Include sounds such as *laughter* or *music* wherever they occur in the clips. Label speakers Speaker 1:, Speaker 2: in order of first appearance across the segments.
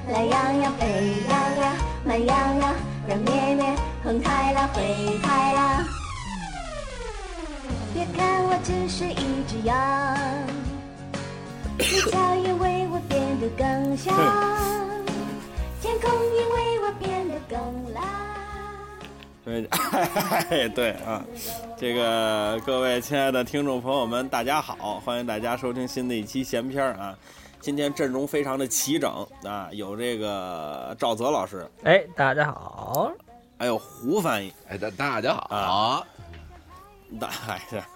Speaker 1: 呀沸羊呀慢羊呀软绵绵横开了会开了。别看我只是一只羊，你早已为我变得更香，天空也为我变得更蓝。
Speaker 2: *laughs* 对，对啊，这个各位亲爱的听众朋友们，大家好，欢迎大家收听新的一期闲篇儿啊。今天阵容非常的齐整啊，有这个赵泽老师，
Speaker 3: 哎，大家好，
Speaker 2: 还有胡翻译，
Speaker 4: 哎，大大家好，
Speaker 2: 啊大哎呀，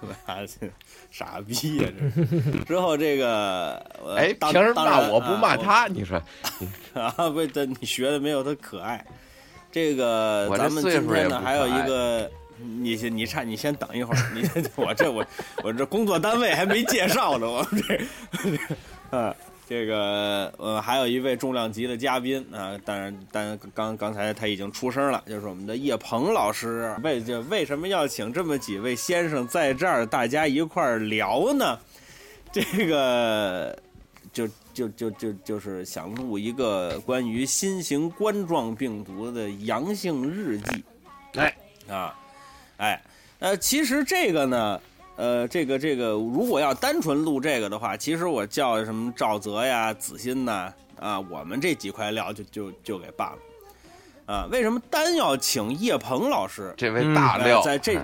Speaker 2: *laughs* 傻逼呀、这。之后这个，呃
Speaker 4: 哎，
Speaker 2: 当
Speaker 4: 凭什么
Speaker 2: 当
Speaker 4: 骂
Speaker 2: 然
Speaker 4: 我不
Speaker 2: 啊
Speaker 4: 骂
Speaker 2: 我
Speaker 4: 他？你说
Speaker 2: 啊，不，这你学的没有他可爱。这个
Speaker 4: 我这
Speaker 2: 咱们
Speaker 4: 岁
Speaker 2: 今
Speaker 4: 数也
Speaker 2: 天
Speaker 4: 不
Speaker 2: 呢，
Speaker 4: 可
Speaker 2: 还有一
Speaker 4: 爱
Speaker 2: 个，你先你差你先等一会儿，你 *laughs* 我这我我这工作单位还没介绍呢，我们这，啊，这个呃还有一位重量级的嘉宾啊，当然，但刚刚才他已经出声了，就是我们的叶鹏老师。为这为什么要请这么几位先生在这儿大家一块儿聊呢？这个就就就就就是想录一个关于新型冠状病毒的阳性日记
Speaker 4: 哎，
Speaker 2: 啊，哎，呃，其实这个呢，呃，这个这个，如果要单纯录这个的话，其实我叫什么赵泽呀、子欣呐啊，我们这几块料就就就给办了啊。为什么单要请叶鹏老师？
Speaker 4: 这位大
Speaker 2: 嗯
Speaker 4: 料，
Speaker 2: 在这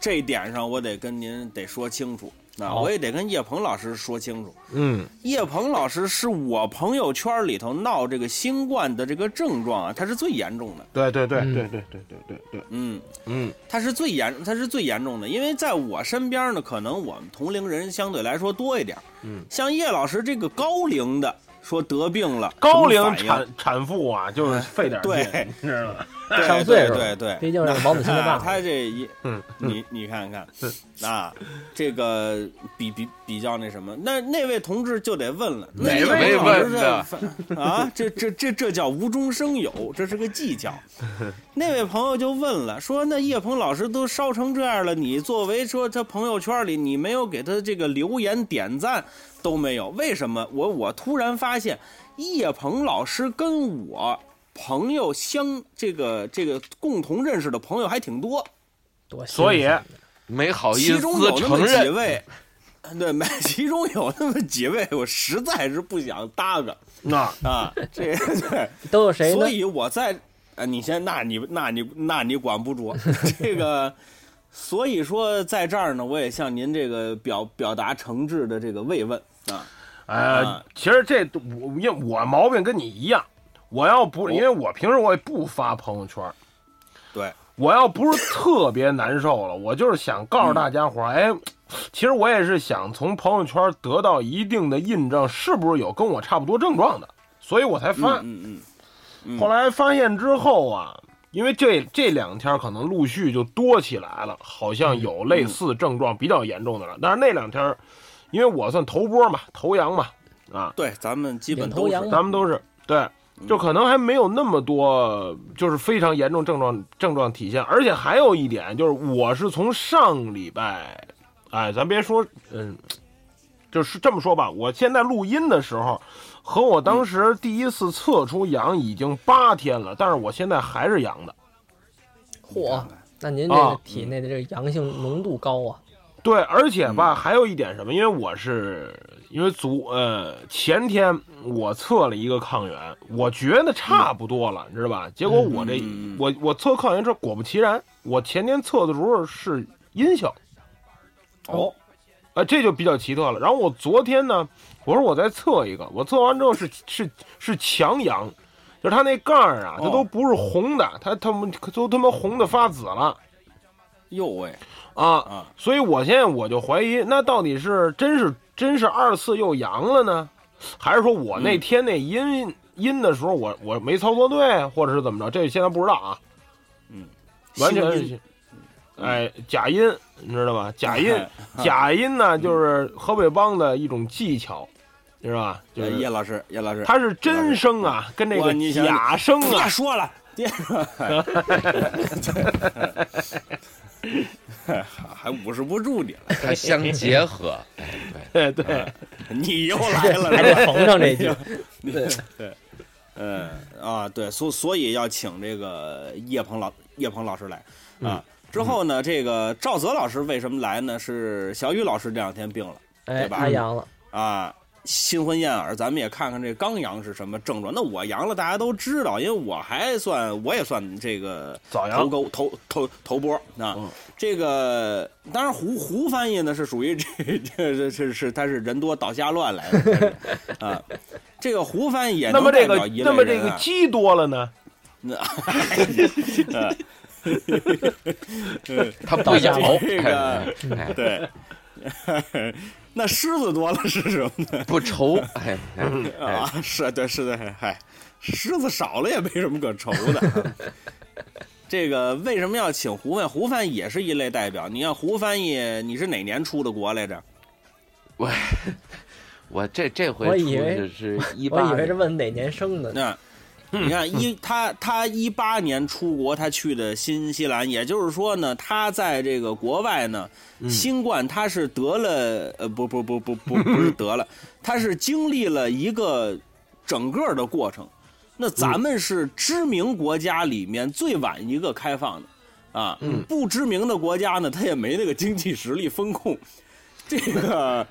Speaker 2: 这一点上，我得跟您得说清楚。那
Speaker 3: 好
Speaker 2: 我也得跟叶鹏老师说清楚，
Speaker 4: 嗯，
Speaker 2: 叶鹏老师是我朋友圈里头闹这个新冠的这个症状啊，他是最严重的。
Speaker 5: 对对对
Speaker 3: 嗯
Speaker 5: 对对对对对对，
Speaker 2: 嗯，
Speaker 4: 嗯，
Speaker 2: 他是最严，他是最严重的，因为在我身边呢，可能我们同龄人相对来说多一点。嗯，像叶老师这个高龄的，说得病了，
Speaker 5: 高龄
Speaker 2: 什么反
Speaker 5: 产产妇啊，就是费点
Speaker 2: 对
Speaker 5: 劲，你知道吗？
Speaker 2: 应对
Speaker 3: 上岁数
Speaker 2: 对对对，
Speaker 3: 毕竟是王子欣的爸
Speaker 2: *laughs* 啊，
Speaker 3: 爸，
Speaker 2: 他这一，
Speaker 5: 嗯
Speaker 2: 你你看看， *laughs* 啊，这个比比比较那什么，那那位同志就得问了，那
Speaker 4: 哪
Speaker 2: 叶
Speaker 4: 位
Speaker 2: 鹏老师
Speaker 4: 问
Speaker 2: 是
Speaker 4: 的
Speaker 2: 反 *laughs* 啊？这这这这叫无中生有，这是个技巧。那位朋友就问了，说那叶鹏老师都烧成这样了，你作为说他朋友圈里你没有给他这个留言点赞都没有，为什么？我我突然发现叶鹏老师跟我。朋友相这个这个共同认识的朋友还挺多，
Speaker 3: 多啊新
Speaker 5: 所以
Speaker 3: 鲜
Speaker 4: 没好意
Speaker 2: 其
Speaker 4: 思
Speaker 2: 中有那
Speaker 4: 哦承
Speaker 2: 么几
Speaker 4: 认，
Speaker 2: 位，对，没，其中有那么几位，我实在是不想搭个
Speaker 5: 那
Speaker 2: 啊，这对，
Speaker 3: 都有谁呢
Speaker 2: 所？以我在啊，你先，那你那你那你管不着 *laughs* 这个，所以说在这儿呢，我也向您这个表表达诚挚的这个慰问啊，啊
Speaker 5: 呃，其实这我因为我毛病跟你一样，我要不因为我平时我也不发朋友圈，
Speaker 2: 对，
Speaker 5: 我要不是特别难受了，我就是想告诉大家伙儿，哎，其实我也是想从朋友圈得到一定的印证，是不是有跟我差不多症状的，所以我才发。
Speaker 2: 嗯嗯嗯
Speaker 5: 后来发现之后啊，因为这这两天可能陆续就多起来了，好像有类似症状比较严重的了。但是那两天儿，因为我算头波嘛，头阳嘛，啊，
Speaker 2: 对，咱们基本
Speaker 3: 领头
Speaker 2: 都
Speaker 3: 羊
Speaker 2: 是
Speaker 5: 咱们都是对，就可能还没有那么多，就是非常严重症状症状体现。而且还有一点就是，我是从上礼拜，哎，咱别说，嗯，就是这么说吧，我现在录音的时候。和我当时第一次测出阳已经八天了，但是我现在还是阳的。
Speaker 3: 嚯，那您这个
Speaker 5: 啊
Speaker 3: 体内的这个阳性浓度高啊，
Speaker 5: 对，而且
Speaker 2: 嗯
Speaker 5: 吧，还有一点什么，因为我是因为昨呃前天我测了一个抗原，我觉得差不多了，你知道吧？结果我这、
Speaker 2: 嗯嗯嗯
Speaker 5: 我我测抗原之后，果不其然，我前天测的时候是阴性，
Speaker 2: 哦，
Speaker 5: 呃，这就比较奇特了。然后我昨天呢，我说我再测一个，我测完之后是是是强阳，就是它那盖儿啊，它
Speaker 2: 哦
Speaker 5: 都不是红的，它它们都他妈红的发紫了。
Speaker 2: 哟喂
Speaker 5: 啊
Speaker 2: 啊，
Speaker 5: 所以我现在我就怀疑，那到底是真是真是二次又阳了呢，还是说我那天那阴、阴的时候我我没操作对，或者是怎么着？这现在不知道啊，完全
Speaker 2: 嗯新嗯
Speaker 5: 是，哎，假阴，你知道吧？
Speaker 2: *laughs*
Speaker 5: 假阴，
Speaker 2: 哎
Speaker 5: 假阴呢，就是河北梆的一种技巧，你知道吧？就
Speaker 2: 呃
Speaker 5: 是
Speaker 2: 叶老师，叶老师，
Speaker 5: 它是真声啊，跟这
Speaker 2: 哇
Speaker 5: 个
Speaker 2: 你想
Speaker 5: 假声啊
Speaker 2: 别，说了，别说了，还捂持不住你了，
Speaker 4: 它相结合，
Speaker 2: *laughs*
Speaker 4: 哎，
Speaker 5: 对对，
Speaker 2: 你又来了，
Speaker 3: 还得缝上这句，
Speaker 2: 嗯，啊，对，所所以要请这个叶鹏老叶鹏老师来啊。之后呢，这个赵泽老师为什么来呢？是小雨老师这两天病了
Speaker 3: 哎，
Speaker 2: 对吧
Speaker 3: 他阳了，
Speaker 2: 啊，新婚燕尔，咱们也看看这刚阳是什么症状。那我阳了，大家都知道，因为我还算我也算这个
Speaker 5: 早
Speaker 2: 头
Speaker 5: 阳
Speaker 2: 沟头头头波啊。
Speaker 5: 嗯
Speaker 2: 这个当然胡胡翻译呢是属于这 *laughs* 这这这是他是人多倒瞎乱来的但是啊。 *laughs* 这个胡翻译也
Speaker 5: 那
Speaker 2: 能
Speaker 5: 么
Speaker 2: 代
Speaker 5: 这
Speaker 2: 表
Speaker 5: 个
Speaker 2: 一类人啊、
Speaker 5: 那么这个鸡多了呢？
Speaker 2: 那， *laughs* 呃
Speaker 4: 它不咬
Speaker 2: 这个，
Speaker 4: 哎
Speaker 2: 嗯对， *laughs* 那狮子多了是什么呢？
Speaker 4: 不愁，哎，哎
Speaker 2: *laughs*
Speaker 4: 哎
Speaker 2: 啊，是对，是的，嗨，狮子少了也没什么可愁的。这个为什么要请胡范？胡范也是一类代表。你看胡翻译，你是哪年出的国来着？
Speaker 4: 我我这这回
Speaker 3: 我
Speaker 4: 出
Speaker 3: 以为
Speaker 4: 去是一
Speaker 3: 我
Speaker 4: 八
Speaker 3: 以为是问哪年生的呢。
Speaker 2: 那你看一他他一八年出国，他去的新西兰，也就是说呢，他在这个国外呢，新冠他是得了呃不不不不不不是得了，他是经历了一个整个的过程。那咱们是知名国家里面最晚一个开放的啊，
Speaker 5: 嗯
Speaker 2: 不知名的国家呢，他也没那个经济实力风控，这个。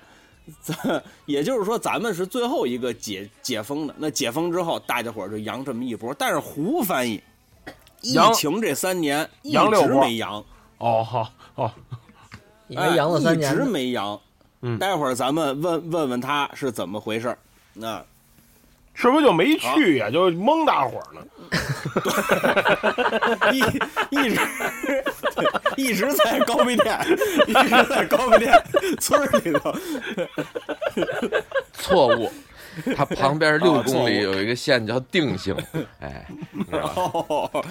Speaker 2: 咱也就是说，咱们是最后一个解解封的。那解封之后，大家伙儿就扬这么一波。但是胡翻译，疫
Speaker 5: 扬
Speaker 2: 情这三年一
Speaker 5: 扬六
Speaker 2: 直
Speaker 5: 波
Speaker 2: 没扬，
Speaker 5: 哦，好哦，
Speaker 3: 以
Speaker 2: 哎
Speaker 3: 为阳了三年
Speaker 2: 一直
Speaker 3: 呢，
Speaker 2: 没扬。
Speaker 5: 嗯
Speaker 2: 待会儿咱们问问问他是怎么回事儿。啊那
Speaker 5: 是不是就没去
Speaker 2: 啊
Speaker 5: 呀、就蒙大伙儿呢？
Speaker 2: 一一直一直在高碑店，一直在高碑店村儿里头。
Speaker 3: *laughs*
Speaker 4: 错误。它旁边六
Speaker 2: 啊错误
Speaker 4: 公里有一个县叫
Speaker 2: *laughs*
Speaker 4: 定兴，哎，你知道吧
Speaker 2: 哦，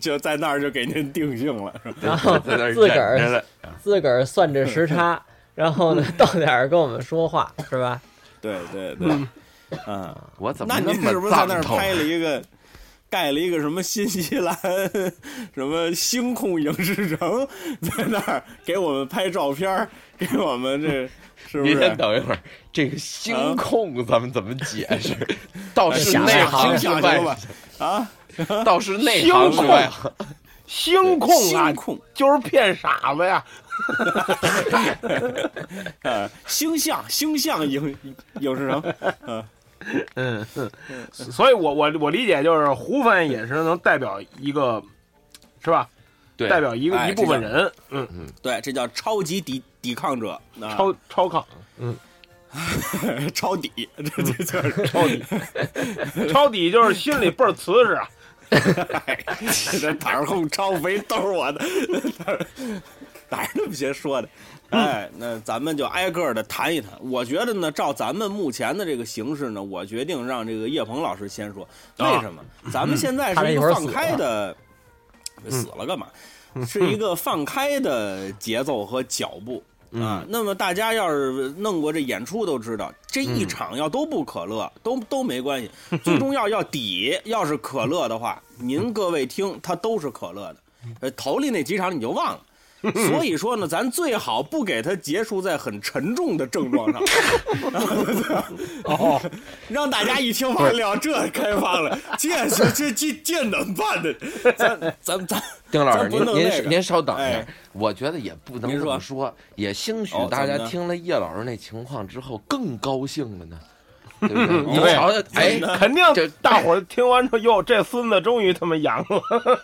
Speaker 2: 就在那儿就给您定性了，是吧
Speaker 3: 然后
Speaker 4: 在那
Speaker 3: *laughs*
Speaker 4: 儿
Speaker 3: 自个儿
Speaker 4: 忍着了
Speaker 3: 自个儿算着时差，然后呢 *laughs* 到点儿跟我们说话是吧？
Speaker 2: 对对对，嗯。
Speaker 4: 我怎么
Speaker 2: 那您
Speaker 4: 么
Speaker 2: 是不是在
Speaker 4: 藏
Speaker 2: 那儿
Speaker 4: 头啊
Speaker 2: 拍了一个，盖了一个什么新西兰什么星空影视城，在那儿给我们拍照片儿，给我们这是不
Speaker 4: 你
Speaker 2: 是
Speaker 4: 先？等一会儿，这个星控咱们怎么解释？倒是
Speaker 3: 想
Speaker 4: 内
Speaker 3: 想
Speaker 4: 行
Speaker 2: 行
Speaker 4: 是
Speaker 2: 想
Speaker 4: 外
Speaker 2: 行吧，啊，
Speaker 4: 行，倒是内行是
Speaker 5: 星
Speaker 4: 外行。
Speaker 5: 星控啊，
Speaker 2: 星控
Speaker 5: 就是骗傻
Speaker 2: *laughs*
Speaker 5: 子呀！
Speaker 2: 呃，星象星象影影视城，呃，
Speaker 5: 嗯，所以我我我理解就是胡翻译也是能代表一个，是吧？
Speaker 4: 对，
Speaker 5: 代表一个
Speaker 2: 哎
Speaker 5: 一部分
Speaker 2: 这
Speaker 5: 人，嗯，
Speaker 2: 对，这叫超级抵抵抗者，啊、
Speaker 5: 超超抗，
Speaker 2: *laughs* 超抵，这这就是
Speaker 5: 超底，超底就是心里倍儿瓷
Speaker 2: *laughs*
Speaker 5: 实啊。
Speaker 2: 哎这哪儿空超肥都是我的，哪儿哪儿那么些说的？哎，那咱们就挨个的谈一谈。我觉得呢，照咱们目前的这个形势呢，我决定让这个叶鹏老师先说。为什么？咱们现在
Speaker 3: 他这
Speaker 2: 是一
Speaker 3: 一会儿
Speaker 2: 个放
Speaker 3: 死
Speaker 2: 开
Speaker 3: 了
Speaker 2: 的，死了干嘛？是一个放开的节奏和脚步。啊，那么大家要是弄过这演出都知道，这一场要都不可乐，都都没关系。最重要要底，要是可乐的话，您各位听，它都是可乐的。呃，头里那几场你就忘了。所以说呢，咱最好不给它结束在很沉重的症状上，
Speaker 5: 哦，
Speaker 2: *laughs* 让大家一听完了，这开放了， *laughs* 这这这这这怎么办呢？咱咱咱，
Speaker 4: 丁老师，
Speaker 2: 咱不
Speaker 4: 您
Speaker 2: 弄那
Speaker 4: 您
Speaker 2: 个
Speaker 4: 您稍等一下
Speaker 2: 哎，
Speaker 4: 我觉得也不能
Speaker 2: 您
Speaker 4: 这
Speaker 2: 说
Speaker 4: 么说，也兴许
Speaker 2: 哦怎
Speaker 4: 大
Speaker 2: 么
Speaker 4: 家
Speaker 2: 呢
Speaker 4: 听了叶老师那情况之后更高兴了呢，对不对？你
Speaker 5: 对
Speaker 4: 瞧瞧，哎，
Speaker 5: 肯定
Speaker 4: 这
Speaker 5: 大伙儿听完之后，哟，这孙子终于他妈阳
Speaker 2: *laughs*
Speaker 5: 了。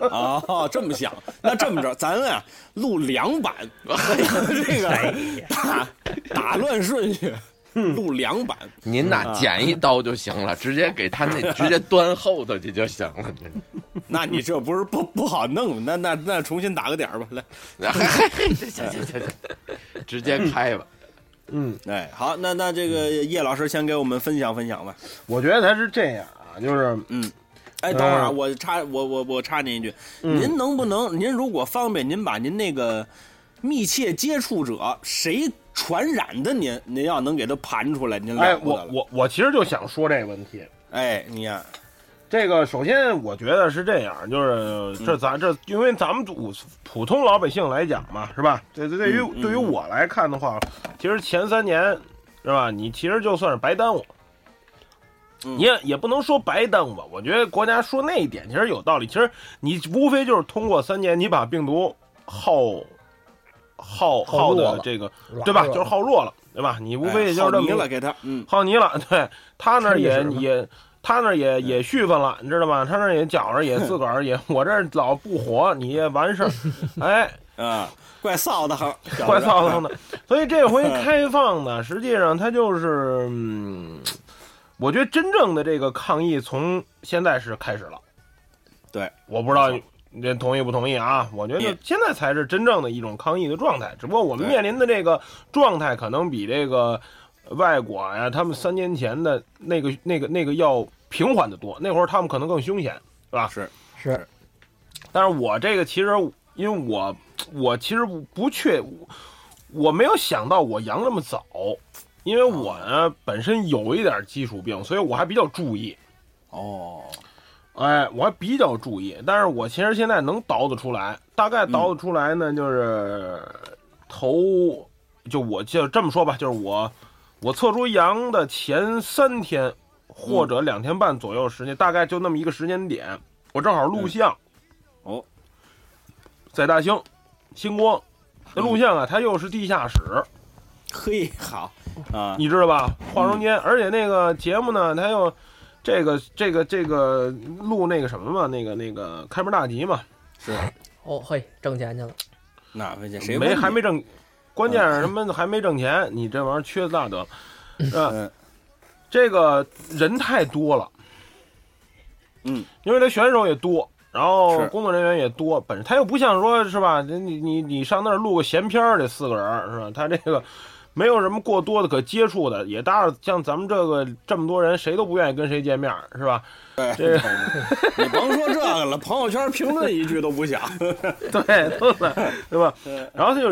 Speaker 2: 哦，这么想，那这么着，咱啊录两版，哎这
Speaker 5: 哎
Speaker 2: 个打打乱顺序，录两版。
Speaker 4: 您呐剪一刀就行了，直接给他那直接端后头去就行了。
Speaker 2: 那你这不是不不好弄？那那那重新打个点儿吧，来。
Speaker 4: 这行行行行，直接开吧。
Speaker 2: 哎，好，那那这个叶老师先给我们分享分享吧。
Speaker 5: 我觉得他是这样啊，就是
Speaker 2: 哎，等会儿啊，
Speaker 5: 嗯
Speaker 2: 我插我我我插您一句，您能不能，您如果方便，您把您那个密切接触者谁传染的您，您要能给他盘出来，您
Speaker 5: 哎，
Speaker 2: 了不得
Speaker 5: 我
Speaker 2: 了。
Speaker 5: 我我其实就想说这个问题。
Speaker 2: 哎，你呀、
Speaker 5: 这个首先我觉得是这样，就是
Speaker 2: 嗯
Speaker 5: 这咱这，因为咱们普普通老百姓来讲嘛，是吧？对对，对于、
Speaker 2: 嗯
Speaker 5: 对于我来看的话，其实前三年是吧，你其实就算是白耽误，
Speaker 2: 嗯
Speaker 5: 也也不能说白登吧。我觉得国家说那一点其实有道理。其实你无非就是通过三年，你把病毒耗
Speaker 3: 耗
Speaker 5: 耗耗
Speaker 3: 弱
Speaker 5: 的
Speaker 3: 了
Speaker 5: 这个，
Speaker 3: 软
Speaker 5: 对吧？
Speaker 3: 弱
Speaker 5: 就是耗弱了，对吧？你无非也就
Speaker 2: 哎好
Speaker 5: 是这
Speaker 2: 迷
Speaker 5: 么
Speaker 2: 了给他，嗯，
Speaker 5: 耗泥了， *laughs* 对他那儿也
Speaker 3: 趁着使吧
Speaker 5: 也他那儿也也续分了，你知道吗？他那儿也觉着也自个儿也，我这儿老不活，你也完事儿，哎，
Speaker 2: 啊，怪臊的嗯哈，
Speaker 5: 怪
Speaker 2: *laughs*
Speaker 5: 臊腾的。所以这回开放呢，实际上它就是，嗯，我觉得真正的这个抗疫从现在是开始了。
Speaker 2: 对，
Speaker 5: 我不知道
Speaker 2: 没错
Speaker 5: 你这同意不同意啊？我觉得
Speaker 2: 也
Speaker 5: 现在才是真正的一种抗疫的状态，只不过我们
Speaker 2: 对
Speaker 5: 面临的这个状态可能比这个外国呀、他们三年前的那个、那个、那个要平缓的多。那会儿他们可能更凶险，是吧？
Speaker 2: 是，
Speaker 3: 是
Speaker 5: 但是我这个其实，因为我我其实不不确，我我没有想到我阳这么早，因为我呢本身有一点基础病，所以我还比较注意，
Speaker 2: 哦，
Speaker 5: 哎，我还比较注意。但是我其实现在能倒得出来，大概倒得出来呢，就是头，就我就这么说吧，就是我我测出阳的前三天或者两天半左右时间，大概就那么一个时间点，我正好录像。
Speaker 2: 哦，
Speaker 5: 在大兴，星光。那录像啊，它又是地下室，
Speaker 2: 嘿，好啊，
Speaker 5: 你知道吧？化妆间，而且那个节目呢，它又这个这个这个录那个什么嘛，那个那个开门大吉嘛，
Speaker 2: 是
Speaker 3: 哦嘿，挣钱去了，
Speaker 2: 那回去谁问 *laughs*
Speaker 5: 没
Speaker 2: 你
Speaker 5: 还没挣，关键是什么还没挣钱，你这玩意儿缺
Speaker 2: *laughs*
Speaker 5: 大德，
Speaker 2: 嗯
Speaker 5: 嗯，这个人太多了，
Speaker 2: 嗯，
Speaker 5: 因为这选手也多，然后
Speaker 2: 是
Speaker 5: 工作人员也多，本身他又不像说是吧，你你你你上那儿录个闲片儿得四个人儿是吧？他这个没有什么过多的可接触的，也搭着像咱们这个这么多人，谁都不愿意跟谁见面儿是吧？
Speaker 2: 对，
Speaker 5: 这
Speaker 2: 你甭说这个了，朋友圈评论一句都不想。
Speaker 5: 对，都在，对吧
Speaker 2: 对？嗯
Speaker 5: 然后他就，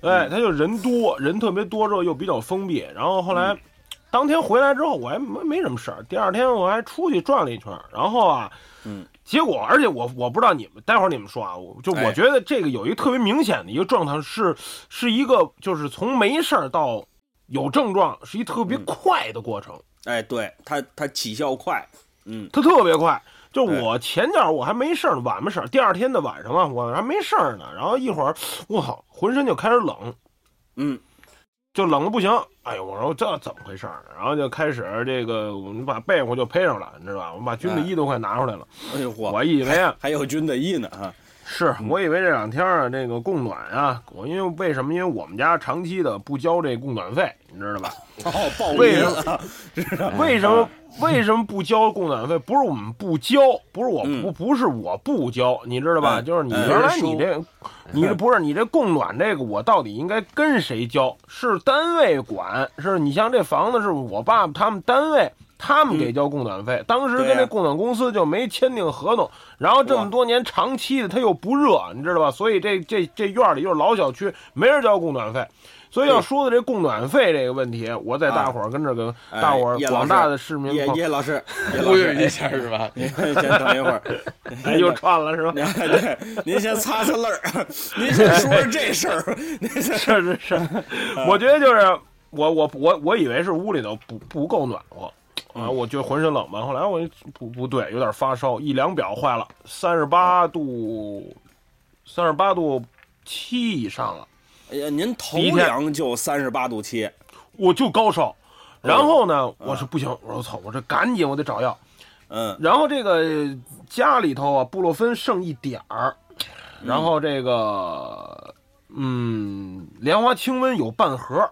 Speaker 5: 哎，他就人多，人特别多之后又比较封闭。然后后来，
Speaker 2: 嗯
Speaker 5: 当天回来之后，我还没没什么事儿。第二天我还出去转了一圈儿，然后啊，
Speaker 2: 嗯，
Speaker 5: 结果而且我我不知道你们，待会儿你们说啊，我就
Speaker 2: 哎
Speaker 5: 我觉得这个有一个特别明显的一个状态是，是一个就是从没事儿到有症状，是一特别
Speaker 2: 嗯
Speaker 5: 快的过程。
Speaker 2: *laughs* 哎，对他，他起效快，嗯，
Speaker 5: 他特别快。就我前脚我还没事儿呢，晚不事儿，第二天的晚上嘛，我还没事儿呢，然后一会儿我好浑身就开始冷，
Speaker 2: 嗯，
Speaker 5: 就冷的不行。哎呦，我说这怎么回事儿？然后就开始这个，我们把被窝就披上了，你知道吧？我把军的衣都快拿出来了。
Speaker 2: 哎呦嚯，
Speaker 5: 我以为啊，
Speaker 2: 还有军的衣呢啊，
Speaker 5: 是我以为这两天啊，这个供暖啊，我因为为什么？因为我们家长期的不交这供暖费，你知道吧？
Speaker 2: 哦，报
Speaker 5: 为
Speaker 2: 名
Speaker 5: 什么 *laughs*
Speaker 2: 了，哎
Speaker 5: 为什
Speaker 2: 啊
Speaker 5: 么为什么不交供暖费？不是我们不交，不是我
Speaker 2: 嗯
Speaker 5: 不不是我不交，你知道吧？
Speaker 2: 嗯
Speaker 5: 就是你
Speaker 2: 嗯
Speaker 5: 原来
Speaker 4: 人
Speaker 5: 你
Speaker 4: 说
Speaker 5: 这，你
Speaker 2: 哎
Speaker 5: 这不是你这供暖这个，我到底应该跟谁交？是单位管？是你像这房子是我爸爸他们单位。他们给交供暖费，当时
Speaker 2: 嗯对
Speaker 5: 跟
Speaker 2: 呀
Speaker 5: 这供暖公司就没签订合同，然后这
Speaker 2: 哇
Speaker 5: 么多年长期的，它又不热，你知道吧？所以这这这院儿里又是老小区，没人交供暖费，所以要
Speaker 2: 对
Speaker 5: 说的这供暖费这个问题，我在大伙儿跟这个
Speaker 2: 哎
Speaker 5: 大伙儿
Speaker 2: 叶老
Speaker 5: 广
Speaker 2: 师
Speaker 5: 大的市民
Speaker 2: 叶
Speaker 5: 朋友，
Speaker 2: 叶老
Speaker 5: *laughs*
Speaker 2: 师，叶老
Speaker 4: 忽悠
Speaker 2: 师，
Speaker 4: 一下是吧？
Speaker 2: 您先等一会儿， *laughs*
Speaker 5: 哎又串了是吧？
Speaker 2: 对，您先擦擦泪儿， *laughs* 您先说说这事儿，您先
Speaker 5: 是是是， *laughs* 我觉得就是我我我我以为是屋里头不不够暖和。
Speaker 2: 嗯
Speaker 5: 啊，我觉得浑身冷嘛，后来我一不不对，有点发烧，一量表坏了，三十八度，三十八度七以上了，
Speaker 2: 哎呀，您头
Speaker 5: 第一天
Speaker 2: 凉就三十八度七，哎
Speaker 5: 我就高
Speaker 2: 哦
Speaker 5: 烧。然后呢，我是不行，我说操，我这赶紧我得找药。
Speaker 2: 嗯，
Speaker 5: 然后这个家里头啊，布洛芬剩一点儿，
Speaker 2: 嗯
Speaker 5: 然后这个嗯，莲花清瘟有半盒，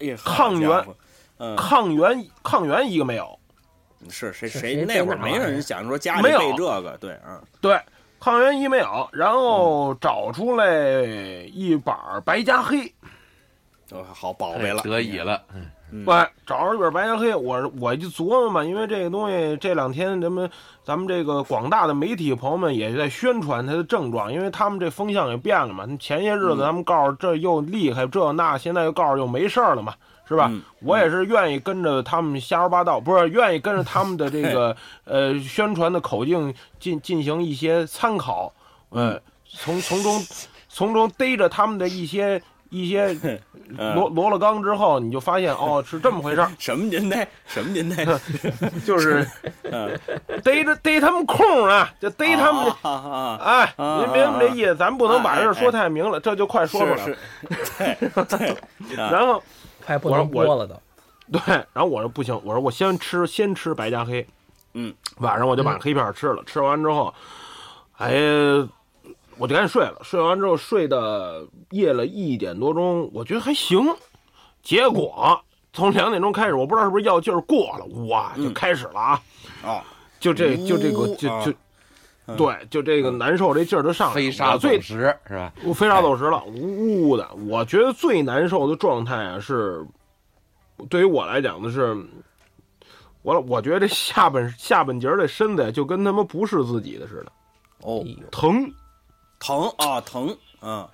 Speaker 2: 哎呀，好
Speaker 5: 抗
Speaker 2: 家
Speaker 5: 原
Speaker 2: 伙，嗯，
Speaker 5: 抗原抗原一个没有，
Speaker 2: 是谁
Speaker 3: 是
Speaker 2: 谁
Speaker 3: 谁
Speaker 2: 那
Speaker 3: 谁
Speaker 2: 会儿
Speaker 3: 哪
Speaker 2: 没
Speaker 3: 来
Speaker 2: 人
Speaker 3: 的
Speaker 2: 想说家里
Speaker 5: 没有
Speaker 2: 备这个，对，嗯，
Speaker 5: 对，抗原一没有，然后找出来一板儿白加黑，
Speaker 2: 哦好宝贝了，
Speaker 4: 得以了，
Speaker 2: 嗯
Speaker 5: 哎，找着一本白加黑，我我就琢磨嘛，因为这个东西这两天咱们咱们这个广大的媒体朋友们也在宣传它的症状，因为他们这风向也变了嘛。前些
Speaker 2: 嗯
Speaker 5: 日子咱们告诉这又厉害这那，现在又告诉又没事儿了嘛，是吧？
Speaker 2: 嗯
Speaker 5: 我也是愿意跟着他们瞎说八道，不是愿意跟着他们的这
Speaker 2: *laughs*
Speaker 5: 个呃宣传的口径进进行
Speaker 2: 嗯
Speaker 5: 一些参考，呃，从从中从中逮着他们的一些一些
Speaker 2: 嗯
Speaker 5: 罗罗了缸之后，你就发现哦是这
Speaker 2: *laughs*
Speaker 5: 么回事儿，
Speaker 2: 什么年代？什么年
Speaker 5: *laughs*
Speaker 2: 代？
Speaker 5: 就是
Speaker 2: 嗯
Speaker 5: 逮着逮他们空啊，就逮他们。
Speaker 2: 啊啊啊！
Speaker 5: 哎，
Speaker 2: 啊
Speaker 5: 您别这么这意思，咱不能把
Speaker 2: 啊
Speaker 5: 这事
Speaker 2: 哎
Speaker 5: 儿说太明了，这就 *laughs* 快说出来了。
Speaker 2: 是是，对
Speaker 5: *laughs*
Speaker 2: 对，啊
Speaker 5: 然后
Speaker 3: 快不
Speaker 5: 我
Speaker 3: 能
Speaker 5: 我
Speaker 3: 播了都。
Speaker 5: 对，然后我说不行，我说我先吃先吃白加黑，
Speaker 2: 嗯，
Speaker 5: 晚上我就把黑片儿吃了，吃完之后，哎，我就赶紧睡了，睡完之后睡的夜了一点多钟，我觉得还行，结果从两点钟开始，我不知道是不是药劲儿过了，哇，就开始了啊，
Speaker 2: 哦，
Speaker 5: 就这就这个
Speaker 2: 嗯呜
Speaker 5: 就
Speaker 2: 啊嗯
Speaker 5: 就。对，就这个难受，这劲儿就上来了。
Speaker 4: 飞沙
Speaker 5: 我最
Speaker 4: 走石是吧？
Speaker 5: 我飞沙走石了，呜呜的。我觉得最难受的状态啊，是对于我来讲的是，我我觉得这下半下半截儿这身子啊就跟他妈不是自己的似的，
Speaker 2: 哦
Speaker 3: 哎，呦
Speaker 5: 疼，
Speaker 2: 疼啊疼，嗯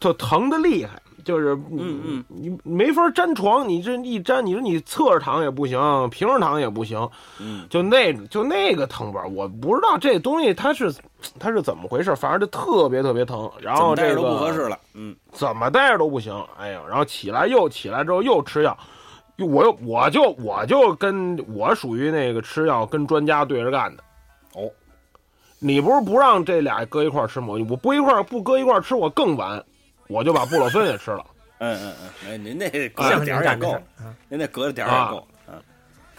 Speaker 5: 就疼的厉害。就是，
Speaker 2: 嗯嗯，
Speaker 5: 你没法粘床，你这一粘，你说你侧着躺也不行，平着躺也不行，
Speaker 2: 嗯
Speaker 5: 就那就那个疼法，我不知道这东西它是它是怎么回事，反正就特别特别疼。然
Speaker 2: 怎
Speaker 5: 后
Speaker 2: 么
Speaker 5: 这
Speaker 2: 戴
Speaker 5: 个
Speaker 2: 着都不合适了，嗯
Speaker 5: 怎么戴着都不行。哎呀，然后起来又起来之后又吃药，又我又我就我就跟我属于那个吃药跟专家对着干的。
Speaker 2: 哦，
Speaker 5: 你不是不让这俩搁一块儿吃吗？我不一块儿不搁一块儿吃，我更完，我就把布洛芬也吃了。
Speaker 2: 嗯嗯嗯，哎，您那
Speaker 5: 啊
Speaker 2: 隔着点儿也够了，
Speaker 3: 啊，
Speaker 2: 您那隔着点儿也够了，嗯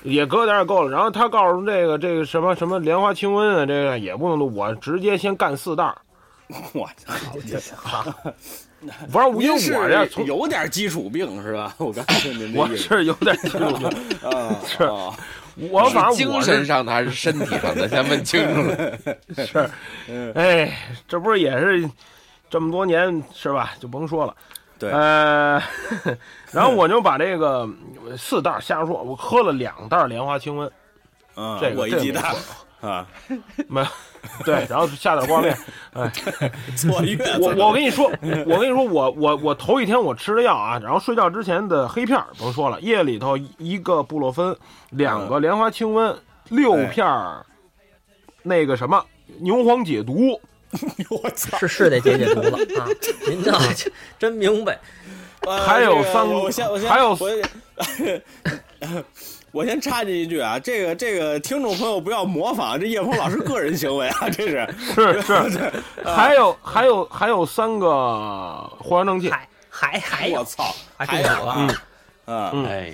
Speaker 5: 也搁点儿也够了，然后他告诉这个这个什么什么莲花清瘟啊，这个也不能录，我直接先干四袋儿。
Speaker 2: 我操，
Speaker 5: 反正因
Speaker 2: 您
Speaker 5: 为
Speaker 2: 是
Speaker 5: 我这从
Speaker 2: 有点基础病是吧？我刚才您这
Speaker 5: 我
Speaker 2: 意思
Speaker 5: 是有点记录的，
Speaker 2: 啊，
Speaker 5: 是
Speaker 2: 啊
Speaker 5: 我反正
Speaker 4: 是精
Speaker 5: 我
Speaker 4: 神
Speaker 5: 是
Speaker 4: 上的还是身体上的？先问清楚
Speaker 5: *laughs*
Speaker 4: 了。
Speaker 5: 是，哎，这不是也是这么多年是吧？就甭说了。
Speaker 2: 对
Speaker 5: 呃， *laughs* 然后我就把这个四袋儿瞎说，我喝了两袋儿莲花清瘟，
Speaker 2: 啊
Speaker 5: 这，个
Speaker 2: 我一
Speaker 5: 这个
Speaker 2: 鸡
Speaker 5: 没
Speaker 2: 蛋
Speaker 5: 错
Speaker 2: 啊，
Speaker 5: 没，对，然后下
Speaker 2: *laughs*
Speaker 5: 点光面。
Speaker 2: 坐月子，
Speaker 5: 我我跟你说，我跟你说，我我我头一天我吃了药啊，然后睡觉之前的黑片儿甭说了，夜里头一个布洛芬，
Speaker 2: 嗯
Speaker 5: 两个莲花清瘟，六
Speaker 2: 哎
Speaker 5: 片儿那个什么牛黄解毒，
Speaker 2: 我操，
Speaker 3: 是是得解解毒了啊！您这真明白，
Speaker 2: 呃
Speaker 5: 还有
Speaker 2: 这个
Speaker 5: 三
Speaker 2: 我我先我先
Speaker 5: 还有
Speaker 2: 我我先 *laughs* 插进一句啊，这个这个听众朋友不要模仿这叶鹏老师个人行为啊，这是
Speaker 5: 是 *laughs* 是，还有还有还有三个藿香正气，
Speaker 3: 还还还
Speaker 2: 我
Speaker 3: 有
Speaker 2: 操，
Speaker 3: 哎还
Speaker 2: 还
Speaker 3: 真有
Speaker 2: 有
Speaker 3: 啊！
Speaker 2: 啊，
Speaker 5: 嗯
Speaker 4: 哎，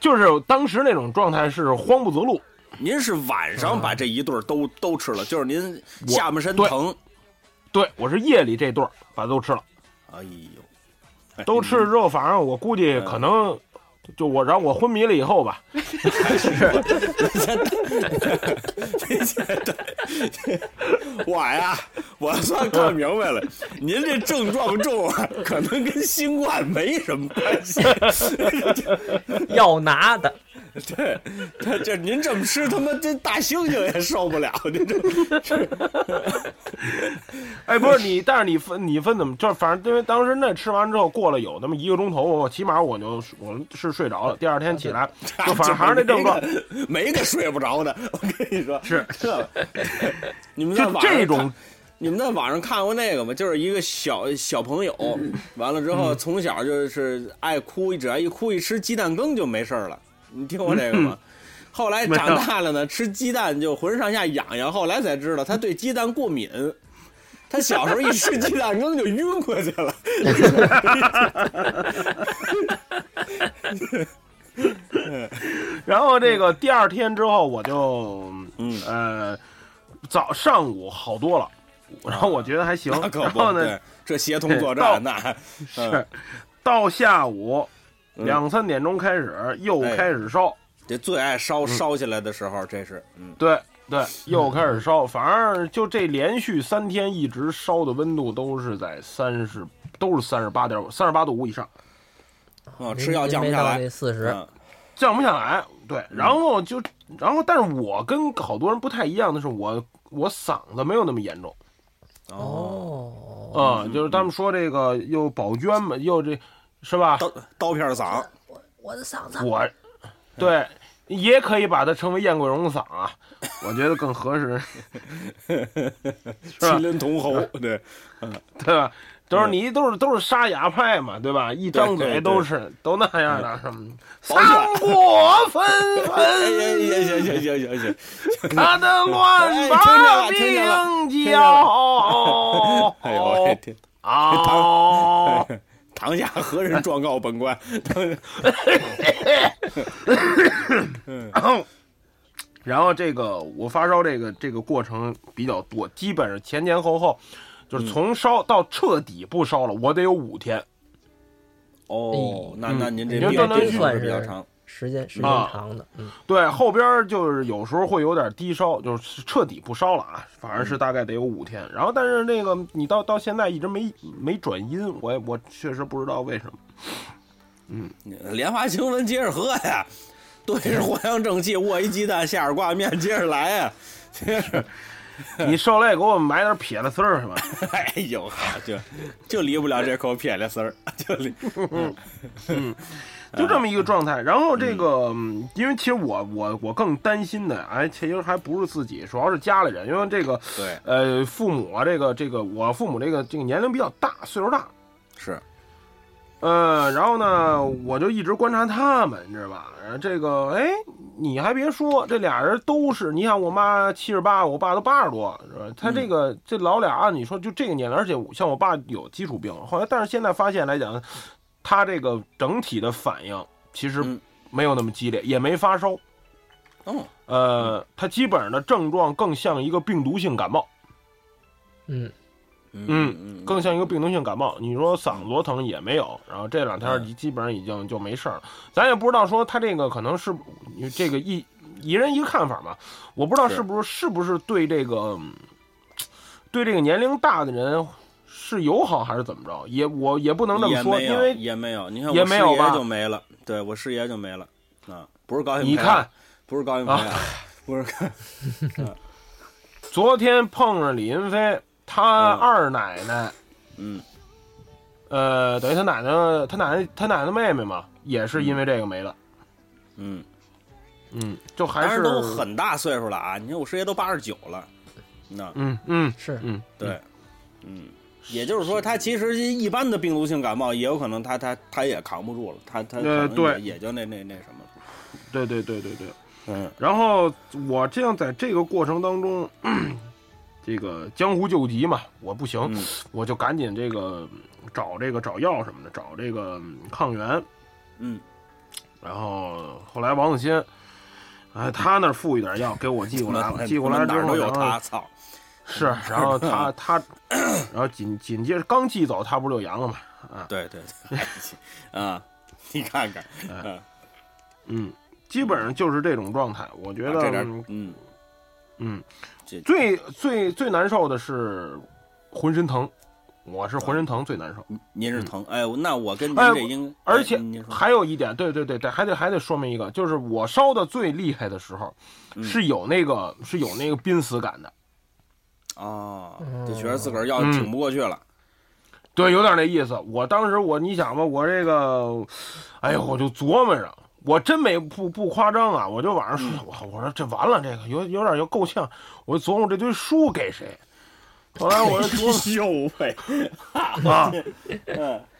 Speaker 5: 就是当时那种状态是慌不择路。
Speaker 2: 您是晚上把这一对儿都都吃了，就是您下半身
Speaker 5: 对
Speaker 2: 疼，
Speaker 5: 对我是夜里这顿儿把都吃了，
Speaker 2: 哎呦，哎
Speaker 5: 都
Speaker 2: *laughs*
Speaker 5: 吃了之后，反正我估计可能就我，然后我昏迷了以后吧，
Speaker 2: 我呀，我算
Speaker 5: *laughs*
Speaker 2: 看明白了，您这症状重啊，可能跟新冠没什么关系。
Speaker 3: 要拿的，
Speaker 2: 对， *laughs* 这这您这么吃，他妈这大猩猩也受不了，您这这
Speaker 5: 哎，不是你，但是你分你分怎么，就是反正因为当时那吃完之后过了有那么一个钟头，我起码我就我是睡着了，第二天起 *laughs* 来啊就反正还是那症状，，
Speaker 2: *laughs* 没个睡不着的。我跟你说，是这，
Speaker 5: *laughs*
Speaker 2: 你们在
Speaker 5: 就
Speaker 2: 网上
Speaker 5: 这
Speaker 2: 看
Speaker 5: 种
Speaker 2: 你们在网上看过那个吗？就是一个小小朋友，完了之后
Speaker 5: 嗯
Speaker 2: 从小就是爱哭，只要一哭一吃鸡蛋羹就没事儿了。你听过
Speaker 5: 嗯
Speaker 2: 这个吗？后来长大了呢，吃鸡蛋就浑身上下痒痒。后来才知道他对鸡蛋过敏，他小时候一吃鸡蛋羹就晕过去了。
Speaker 5: 然后这个第二天之后，我就
Speaker 2: 嗯
Speaker 5: 呃早上午好多了，然后我觉得还行。
Speaker 2: 那啊 *laughs* 可
Speaker 5: 然
Speaker 2: 不
Speaker 5: 后，呢
Speaker 2: 对，这协同作
Speaker 5: 到
Speaker 2: 战那
Speaker 5: 是到下午两三点钟开始又
Speaker 2: 嗯哎
Speaker 5: 开始烧，
Speaker 2: 这最爱烧
Speaker 5: 嗯
Speaker 2: 烧起来的时候，这是嗯
Speaker 5: 对对，又开始烧， *laughs* 反正就这连续三天一直烧的温度都是在三十，都是三十八点三十八度五以上，
Speaker 2: 啊，吃药降不
Speaker 3: 没
Speaker 2: 下
Speaker 3: 到
Speaker 2: 来
Speaker 3: 那。四十，
Speaker 2: 嗯
Speaker 5: 降不下来。对，然后就然后，但是我跟好多人不太一样的是我，我嗓子没有那么严重。
Speaker 3: 哦，
Speaker 5: 啊、
Speaker 2: 嗯
Speaker 5: 就是他们说这个又保捐嘛，又这是吧？
Speaker 2: 刀刀片嗓，
Speaker 3: 我的嗓子
Speaker 5: 我对，也可以把它称为燕桂荣嗓啊。我觉得更合适， *laughs*
Speaker 2: 麒麟同侯，
Speaker 3: *laughs*
Speaker 2: 对，
Speaker 5: 对吧？都是你都是都是沙哑派嘛，对吧？一张
Speaker 2: 嗯对对嗯
Speaker 5: 嘴都是都那样的什么，
Speaker 2: 保暖
Speaker 5: 三国
Speaker 2: *laughs*
Speaker 5: 纷
Speaker 2: 哎
Speaker 5: 纷，
Speaker 2: 行行行行行行，
Speaker 5: 他的乱
Speaker 2: 哎
Speaker 5: 把
Speaker 2: 听见了
Speaker 5: 兵
Speaker 2: 见了
Speaker 5: 交。
Speaker 2: *laughs* 哎呦我的
Speaker 3: 哦
Speaker 2: 哎天，
Speaker 5: *laughs* 啊！
Speaker 2: 堂下何人状告本官？ *laughs*
Speaker 5: 然后这个我发烧这个这个过程比较多，基本上前前后后就是从烧到彻底不烧了，我得有五天。
Speaker 3: 哎
Speaker 2: 哦，那那您这
Speaker 5: 嗯
Speaker 2: 病
Speaker 5: 就
Speaker 2: 病
Speaker 5: 能
Speaker 2: 是
Speaker 3: 算是
Speaker 2: 比较长，
Speaker 3: 时间时间
Speaker 5: 啊
Speaker 3: 长的，嗯，
Speaker 5: 对，后边儿就是有时候会有点低烧，就是彻底不烧了啊，反正是大概得有五天。然后但是那个你到到现在一直没没转阴，我也我确实不知道为什么。
Speaker 2: 莲花清瘟接着喝呀，对着藿香正气，握一鸡蛋，下耳挂面，接着来呀， *laughs* 接着，
Speaker 5: 你受累给我买点撇了丝儿是吧？
Speaker 2: 哎呦，好就就离不了这口撇了丝儿， *laughs* 就离，
Speaker 5: 就这么一个状态。然后这个，嗯因为其实我我我更担心的，哎，其实还不是自己，主要是家里人，因为这个，
Speaker 2: 对，
Speaker 5: 呃，父母啊，这个这个，我父母这个这个年龄比较大，岁数大，
Speaker 2: 是，
Speaker 5: 呃，然后呢，我就一直观察他们，你知道吧？然后这个，哎，你还别说，这俩人都是，你看我妈七十八，我爸都八十多，是吧？他这个、这老俩，按理说就这个年龄，而且我像我爸有基础病，后来但是现在发现来讲，他这个整体的反应其实
Speaker 2: 嗯
Speaker 5: 没有那么激烈，也没发烧，
Speaker 2: 哦，
Speaker 5: 呃，他基本上的症状更像一个病毒性感冒。
Speaker 3: 嗯，
Speaker 5: 嗯，更像一个病毒性感冒。你说嗓子多疼也没有，然后这两天
Speaker 2: 嗯
Speaker 5: 基本上已经就没事儿了。咱也不知道说他这个可能是这个一一人一个看法嘛，我不知道
Speaker 2: 是
Speaker 5: 是不是是不是对这个嗯对这个年龄大的人是友好还是怎么着？也我也不能这么
Speaker 2: 也
Speaker 5: 说，
Speaker 2: 没
Speaker 5: 因
Speaker 2: 有，
Speaker 5: 为
Speaker 2: 也没有，你看
Speaker 5: 也
Speaker 2: 我
Speaker 5: 没有
Speaker 2: 师爷
Speaker 5: 吧
Speaker 2: 就没了，对我师爷就没了啊，不是高兴，
Speaker 5: 你看，
Speaker 2: 不是高兴培养
Speaker 5: 啊，
Speaker 2: *laughs* 不是高，
Speaker 5: 昨天碰上李云飞，他
Speaker 2: 嗯
Speaker 5: 二奶奶，
Speaker 2: 嗯，
Speaker 5: 呃，等于他奶奶，他奶奶，他奶奶妹妹嘛，也是因为这个没了。
Speaker 2: 嗯，
Speaker 5: 嗯，就还
Speaker 2: 但
Speaker 5: 是
Speaker 2: 是都很大岁数了啊，你看我师爷都八十九了，那
Speaker 5: 嗯嗯
Speaker 3: 是
Speaker 5: 嗯，
Speaker 2: 对，嗯。也就是说，他其实一般的病毒性感冒，也有可能他他他也扛不住了，他他可
Speaker 5: 呃
Speaker 2: 能
Speaker 5: 对
Speaker 2: 也也就那那那什么了，
Speaker 5: 对对对对对。
Speaker 2: 嗯
Speaker 5: 然后我这样在这个过程当中， *clears throat* 这个江湖救急嘛，我不行，
Speaker 2: 嗯
Speaker 5: 我就赶紧这个找这个找药什么的，找这个嗯抗原。
Speaker 2: 嗯，
Speaker 5: 然后后来王子欣，哎，他那儿富一点药给我寄
Speaker 2: *laughs*
Speaker 5: 过来了，寄过来
Speaker 2: 哪
Speaker 5: 之
Speaker 2: 儿
Speaker 5: 后啊
Speaker 2: 都有
Speaker 5: 然后
Speaker 2: 他，操，
Speaker 5: 是，然后
Speaker 2: *laughs*
Speaker 5: 他他，然后紧紧接着刚寄走，他不是就阳了嘛？啊，
Speaker 2: 对对对， *laughs* 啊，你看看，啊
Speaker 5: 嗯，基本上就是这种状态。我觉得
Speaker 2: 这点
Speaker 5: 嗯
Speaker 2: 儿，嗯
Speaker 5: 嗯
Speaker 2: 这，
Speaker 5: 最最最难受的是浑身疼，我是浑身疼最难受，
Speaker 2: 您是疼，哎，那我跟您
Speaker 5: 嗯哎
Speaker 2: 这应，
Speaker 5: 而且
Speaker 2: 哎您说
Speaker 5: 还有一点，对对对对，还得还得说明一个，就是我烧的最厉害的时候，是有那个是有那个濒死感的，
Speaker 2: 哦，
Speaker 3: 嗯
Speaker 2: 就觉得自个儿要
Speaker 5: 嗯
Speaker 2: 挺不过去
Speaker 5: *laughs*
Speaker 2: 了，
Speaker 5: 对，有点那意思。我当时我你想吧，我这个，哎呦，我就琢磨着。我真没不不夸张啊，我就晚上睡，我我说这完了，这个有有点要够呛，我就琢磨这堆书给谁。后来我就琢磨，
Speaker 2: 呦喂，
Speaker 5: 啊，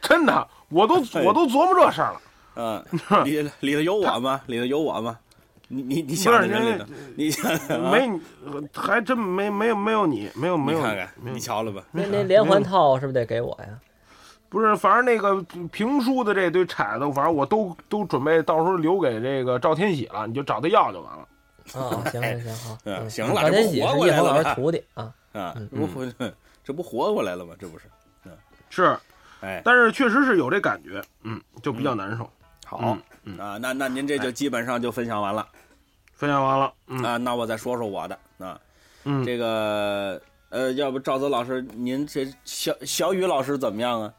Speaker 5: 真的，我都我都琢磨这事儿了。
Speaker 2: *laughs*
Speaker 5: *laughs*
Speaker 2: 嗯，里里头有我吗？里头有我吗？你你你想
Speaker 5: 不是
Speaker 2: 想这里
Speaker 5: 人
Speaker 2: 头
Speaker 5: 家，
Speaker 2: 你想 *laughs* 想啊
Speaker 5: 没你，还真没没有没有你，没有没有
Speaker 2: 你
Speaker 5: 你
Speaker 2: 看看，
Speaker 5: 没有
Speaker 2: 你瞧了吧？
Speaker 3: 那那连环套是不是得给我呀？
Speaker 5: 不是，反正那个评书的这堆铲子，反正我都都准备到时候留给这个赵天喜了，你就找他要就完了。
Speaker 2: *laughs*
Speaker 3: 啊，行行行，好，
Speaker 2: 嗯
Speaker 3: 嗯
Speaker 2: 行了
Speaker 3: 赵
Speaker 2: 这
Speaker 3: 天
Speaker 2: 不
Speaker 3: 喜
Speaker 2: 活
Speaker 3: 是
Speaker 2: 过
Speaker 3: 叶
Speaker 2: 来
Speaker 3: 红
Speaker 2: 了
Speaker 3: 老
Speaker 2: 吧
Speaker 3: 师徒弟
Speaker 2: *laughs*
Speaker 3: 啊，
Speaker 5: 嗯
Speaker 2: 啊，这不回，这不活 *laughs* 过来了吗？这不是，
Speaker 5: 是，
Speaker 2: 哎，
Speaker 5: 但是确实是有这感觉，嗯，就比较难受。嗯
Speaker 2: 好啊，那那您这就基本上就分享完了
Speaker 5: 分享完了，哎嗯
Speaker 2: 啊，那我再说说我的啊，
Speaker 5: 嗯，
Speaker 2: 这个呃，要不赵泽老师，您这小小雨老师怎么样啊？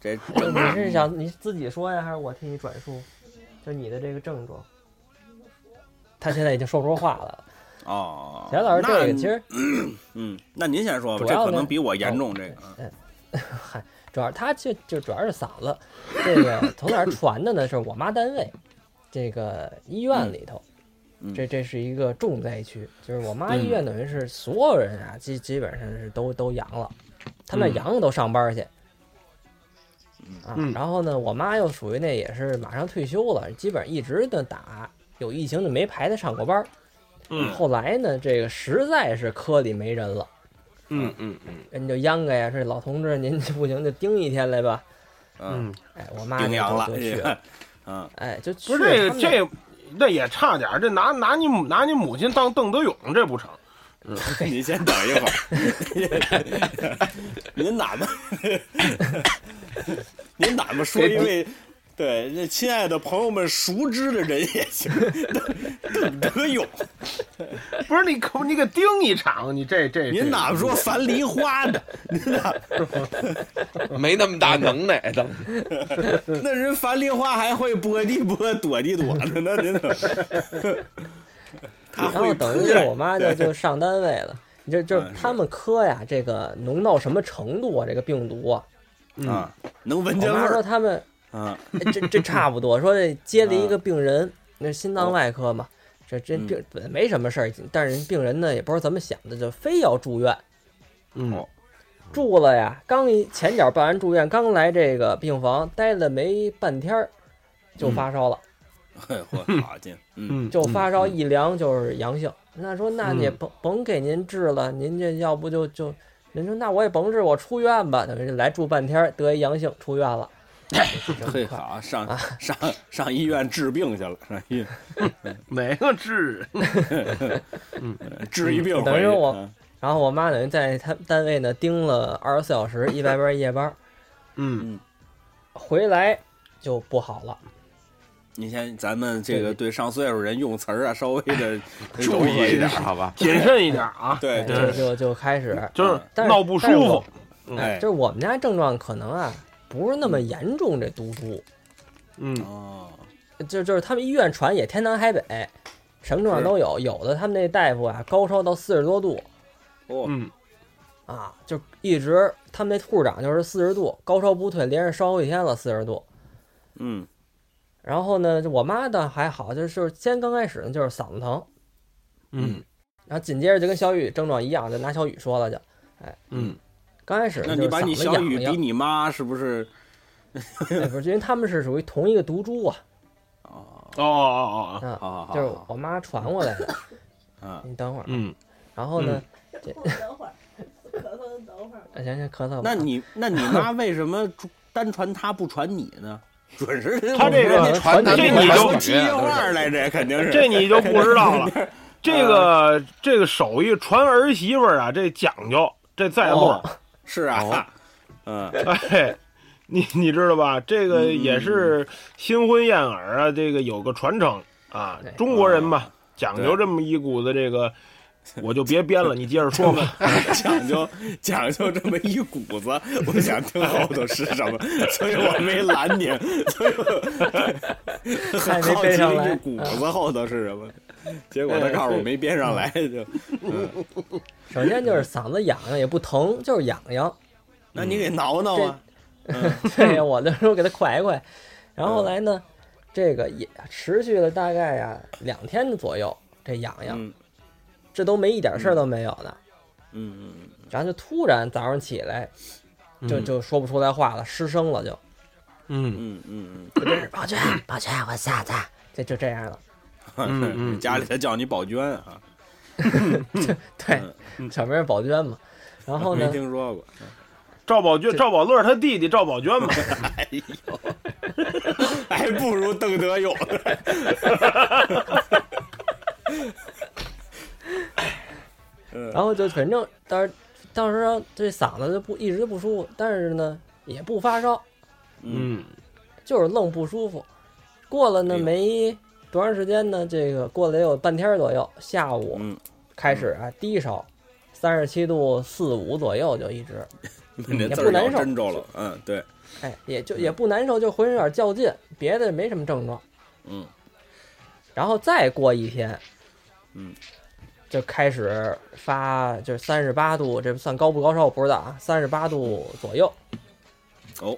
Speaker 2: 这
Speaker 3: 就你是想你自己说呀，还是我替你转述？就你的这个症状，他现在已经说不出话了。
Speaker 2: 哦，
Speaker 3: 田老师，这
Speaker 2: 那
Speaker 3: 个其实
Speaker 2: 嗯，那您先说吧，
Speaker 3: 主
Speaker 2: 这
Speaker 3: 要
Speaker 2: 可能
Speaker 3: 呢哦
Speaker 2: 比我严重。这个，嗯
Speaker 3: 嗨，主要他就就主要是嗓子，
Speaker 5: *laughs*
Speaker 3: 这个从哪儿传的呢？是我妈单位，这个医院里头，
Speaker 5: 嗯
Speaker 3: 这这是一个重灾区，就是我妈医院等于是所有人啊，基基本上是都都阳了，他们
Speaker 5: 嗯
Speaker 3: 阳了都上班去。啊
Speaker 5: 嗯，
Speaker 3: 然后呢，我妈又属于那也是马上退休了，基本上一直的打，有疫情就没排她上过班儿。
Speaker 5: 嗯
Speaker 3: 后来呢，这个实在是科里没人了，
Speaker 5: 嗯
Speaker 4: 嗯嗯，
Speaker 3: 人就央个呀，这老同志您不行就盯一天来吧。
Speaker 2: 嗯，
Speaker 5: 嗯，
Speaker 3: 哎，我妈就
Speaker 2: 顶阳了
Speaker 3: 就去
Speaker 2: *laughs*
Speaker 3: 了，，
Speaker 2: 嗯，
Speaker 3: 哎，就去
Speaker 5: 不是这
Speaker 3: 他
Speaker 5: 个
Speaker 3: 们
Speaker 5: 这个，那也差点儿，这拿拿你母拿你母亲当邓德勇，这不成。
Speaker 2: 您先等一会儿， *laughs* 您哪么，您哪么说一位，对，那亲爱的朋友们熟知的人也行，邓德勇，
Speaker 5: 不是你可不你给盯一场，你这这
Speaker 2: 您哪
Speaker 5: 哪
Speaker 2: 么说樊梨花呢？您哪
Speaker 4: 嗯没那么大能耐，当时
Speaker 2: 那人樊梨花还会波地波躲地躲呢，那您
Speaker 3: *laughs*
Speaker 2: 怎么？他
Speaker 3: 然后
Speaker 2: 会
Speaker 3: 等
Speaker 2: 扑
Speaker 3: 于
Speaker 2: 呀
Speaker 3: 我妈就就上单位了。你这就
Speaker 2: 嗯
Speaker 3: 是
Speaker 2: 是
Speaker 3: 他们科呀，这个浓到什么程度啊？这个病毒啊，
Speaker 2: 啊，能闻
Speaker 3: 我
Speaker 2: 见味
Speaker 3: 妈说
Speaker 2: 儿
Speaker 3: 他们
Speaker 2: 啊，
Speaker 3: 哎这
Speaker 2: *laughs*
Speaker 3: 这差不多，说这接了一个病人，那心脏外科嘛，这这
Speaker 2: 哦嗯
Speaker 3: 病本没什么事儿，但是人病人呢也不知道怎么想的，就非要住
Speaker 2: 哦
Speaker 3: 院。
Speaker 5: 嗯
Speaker 3: 住了呀，刚一前脚办完住院，刚来这个病房待了没半天儿，就
Speaker 2: 嗯
Speaker 3: 发烧了，
Speaker 2: 嘿嚯，好劲，嗯，
Speaker 5: 嗯，
Speaker 3: 就发烧一量就是阳性。那说那也甭甭给您治了，您这要不就就，您说那我也甭治，我出院吧。等于是来住半天儿，得一阳性出院了。
Speaker 2: *laughs* 嘿好，上
Speaker 3: 啊
Speaker 2: 上上医院治病去了，上医院
Speaker 5: 哪个治？
Speaker 2: *laughs* 治一
Speaker 3: *laughs*
Speaker 2: 病
Speaker 3: 等
Speaker 2: 回
Speaker 3: 于
Speaker 2: 去，
Speaker 3: 我
Speaker 2: 嗯
Speaker 3: 然后我妈等于在她单位呢盯了二十四小时，一白班夜班，
Speaker 5: 嗯
Speaker 3: 回来就不好了。
Speaker 2: 你先咱们这个对上岁数人用词儿啊，稍微的
Speaker 4: 注意一点，好吧？
Speaker 5: 谨慎一点啊，
Speaker 2: 对
Speaker 3: 哎
Speaker 2: 对
Speaker 3: 就就就开始，
Speaker 5: 就是
Speaker 3: 但是
Speaker 5: 闹不舒
Speaker 3: 但是
Speaker 5: 服
Speaker 3: 我。
Speaker 2: 哎
Speaker 3: 就是我们家症状可能啊不是那么严重，这毒株。
Speaker 5: 嗯
Speaker 2: 哦，
Speaker 3: 就就是他们医院传也天南海北，什么症状都有。有的他们那大夫啊，高烧到四十多度
Speaker 2: 哦，
Speaker 5: 嗯
Speaker 3: 啊，就一直他们那护士长就是四十度，高烧不退，连着烧好几天了，四十度。
Speaker 2: 嗯
Speaker 3: 然后呢，就我妈倒还好，就是就是先刚开始呢就是嗓子疼，
Speaker 5: 嗯
Speaker 3: 然后紧接着就跟小雨症状一样，就拿小雨说了就，
Speaker 5: 嗯
Speaker 3: 刚开始呢
Speaker 2: 那
Speaker 3: 就
Speaker 2: 你
Speaker 3: 是
Speaker 2: 把
Speaker 3: 嗓
Speaker 2: 你
Speaker 3: 子
Speaker 2: 小
Speaker 3: 痒
Speaker 2: 雨比
Speaker 3: 痒，
Speaker 2: 你妈是不
Speaker 3: *laughs*
Speaker 2: 是？
Speaker 3: 哎不是因为他们是属于同一个毒株啊
Speaker 2: 哦，
Speaker 5: 哦哦哦，
Speaker 3: 啊，
Speaker 2: 好好好，
Speaker 3: 就是我妈传过
Speaker 2: *laughs*
Speaker 3: 来的。
Speaker 2: 嗯，
Speaker 3: 你等会儿，
Speaker 5: 嗯
Speaker 3: 然后呢，
Speaker 6: *laughs*
Speaker 3: 哎
Speaker 6: 等会儿，咳嗽，等会儿。
Speaker 3: 行行咳嗽吧，
Speaker 2: 那你那你妈为什么 *laughs* 单传她不传你呢？准是
Speaker 5: 他这个
Speaker 3: 我传
Speaker 4: 传男
Speaker 5: 这
Speaker 4: 传
Speaker 5: 你
Speaker 4: 女
Speaker 5: 就
Speaker 2: 说
Speaker 4: 都
Speaker 2: 七
Speaker 4: 是
Speaker 2: 月话来着，肯定是
Speaker 5: 嗯这你就不知道了。这个这个手艺传儿媳妇儿啊，这讲究，这在乎。
Speaker 2: 哦是啊，嗯
Speaker 5: 哎，你你知道吧？这个也是新婚燕尔啊，这个有个传承啊
Speaker 3: 对。
Speaker 5: 中国人嘛，讲
Speaker 2: 对
Speaker 5: 究这么一股子这个，我就别编了，你接着说吧。
Speaker 2: 讲究讲究这么一股子，我想听后头是什
Speaker 3: *laughs*
Speaker 2: 么，所以我没拦你，所以我
Speaker 3: 还
Speaker 2: 很
Speaker 3: 没
Speaker 2: 好奇
Speaker 3: 背上
Speaker 2: 这
Speaker 3: 来嗯
Speaker 2: 股子后头是什么。结果他告诉我没编上来，就
Speaker 3: 嗯首先就是嗓子痒痒也不疼，就是痒痒。
Speaker 2: 那你给挠挠啊， *laughs*
Speaker 3: 对
Speaker 2: 嗯
Speaker 3: 呀，我那时候给他快一快，然后后来呢，这个也持续了大概呀、两天左右，这痒痒，
Speaker 2: 嗯
Speaker 3: 这都没一点事儿都没有呢。
Speaker 2: 嗯嗯
Speaker 3: 然后就突然早上起来，就就说不出来话了，失声
Speaker 2: *laughs*
Speaker 3: 了就，
Speaker 5: 嗯
Speaker 2: *laughs* 嗯嗯
Speaker 3: 就是
Speaker 2: *laughs*
Speaker 3: 宝娟，宝娟，我下去，就就这样了。
Speaker 5: 嗯
Speaker 2: *laughs* 嗯，
Speaker 5: 嗯
Speaker 2: 家里他叫你宝娟啊，
Speaker 3: 对，小名儿宝娟嘛。然后
Speaker 2: 嗯没
Speaker 3: 呢，
Speaker 2: 听说
Speaker 3: *laughs*
Speaker 2: 过，
Speaker 5: 赵宝娟、赵宝乐他弟弟赵宝娟嘛，
Speaker 3: 哎
Speaker 2: *laughs* 还不如邓德勇呢。
Speaker 3: 然后就反正当时当时啊这嗓子就不一直不舒服，但是呢也不发烧，
Speaker 5: 嗯
Speaker 3: 就是愣不舒服。过了
Speaker 2: 哎
Speaker 3: 呢
Speaker 2: 呦
Speaker 3: 没多长时间呢，这个过了也有半天儿左右，下午
Speaker 2: 嗯，
Speaker 3: 开始啊低烧，三十七度四五左右就一直，
Speaker 2: 嗯那字儿咬真着了，嗯，对，
Speaker 3: 哎，也就也不难受，就浑身有点较劲，别的没什么症状。
Speaker 2: 嗯
Speaker 3: 然后再过一天，
Speaker 2: 嗯，
Speaker 3: 就开始发，就是三十八度，这算高不高烧我不知道啊，三十八度左右，
Speaker 2: 哦，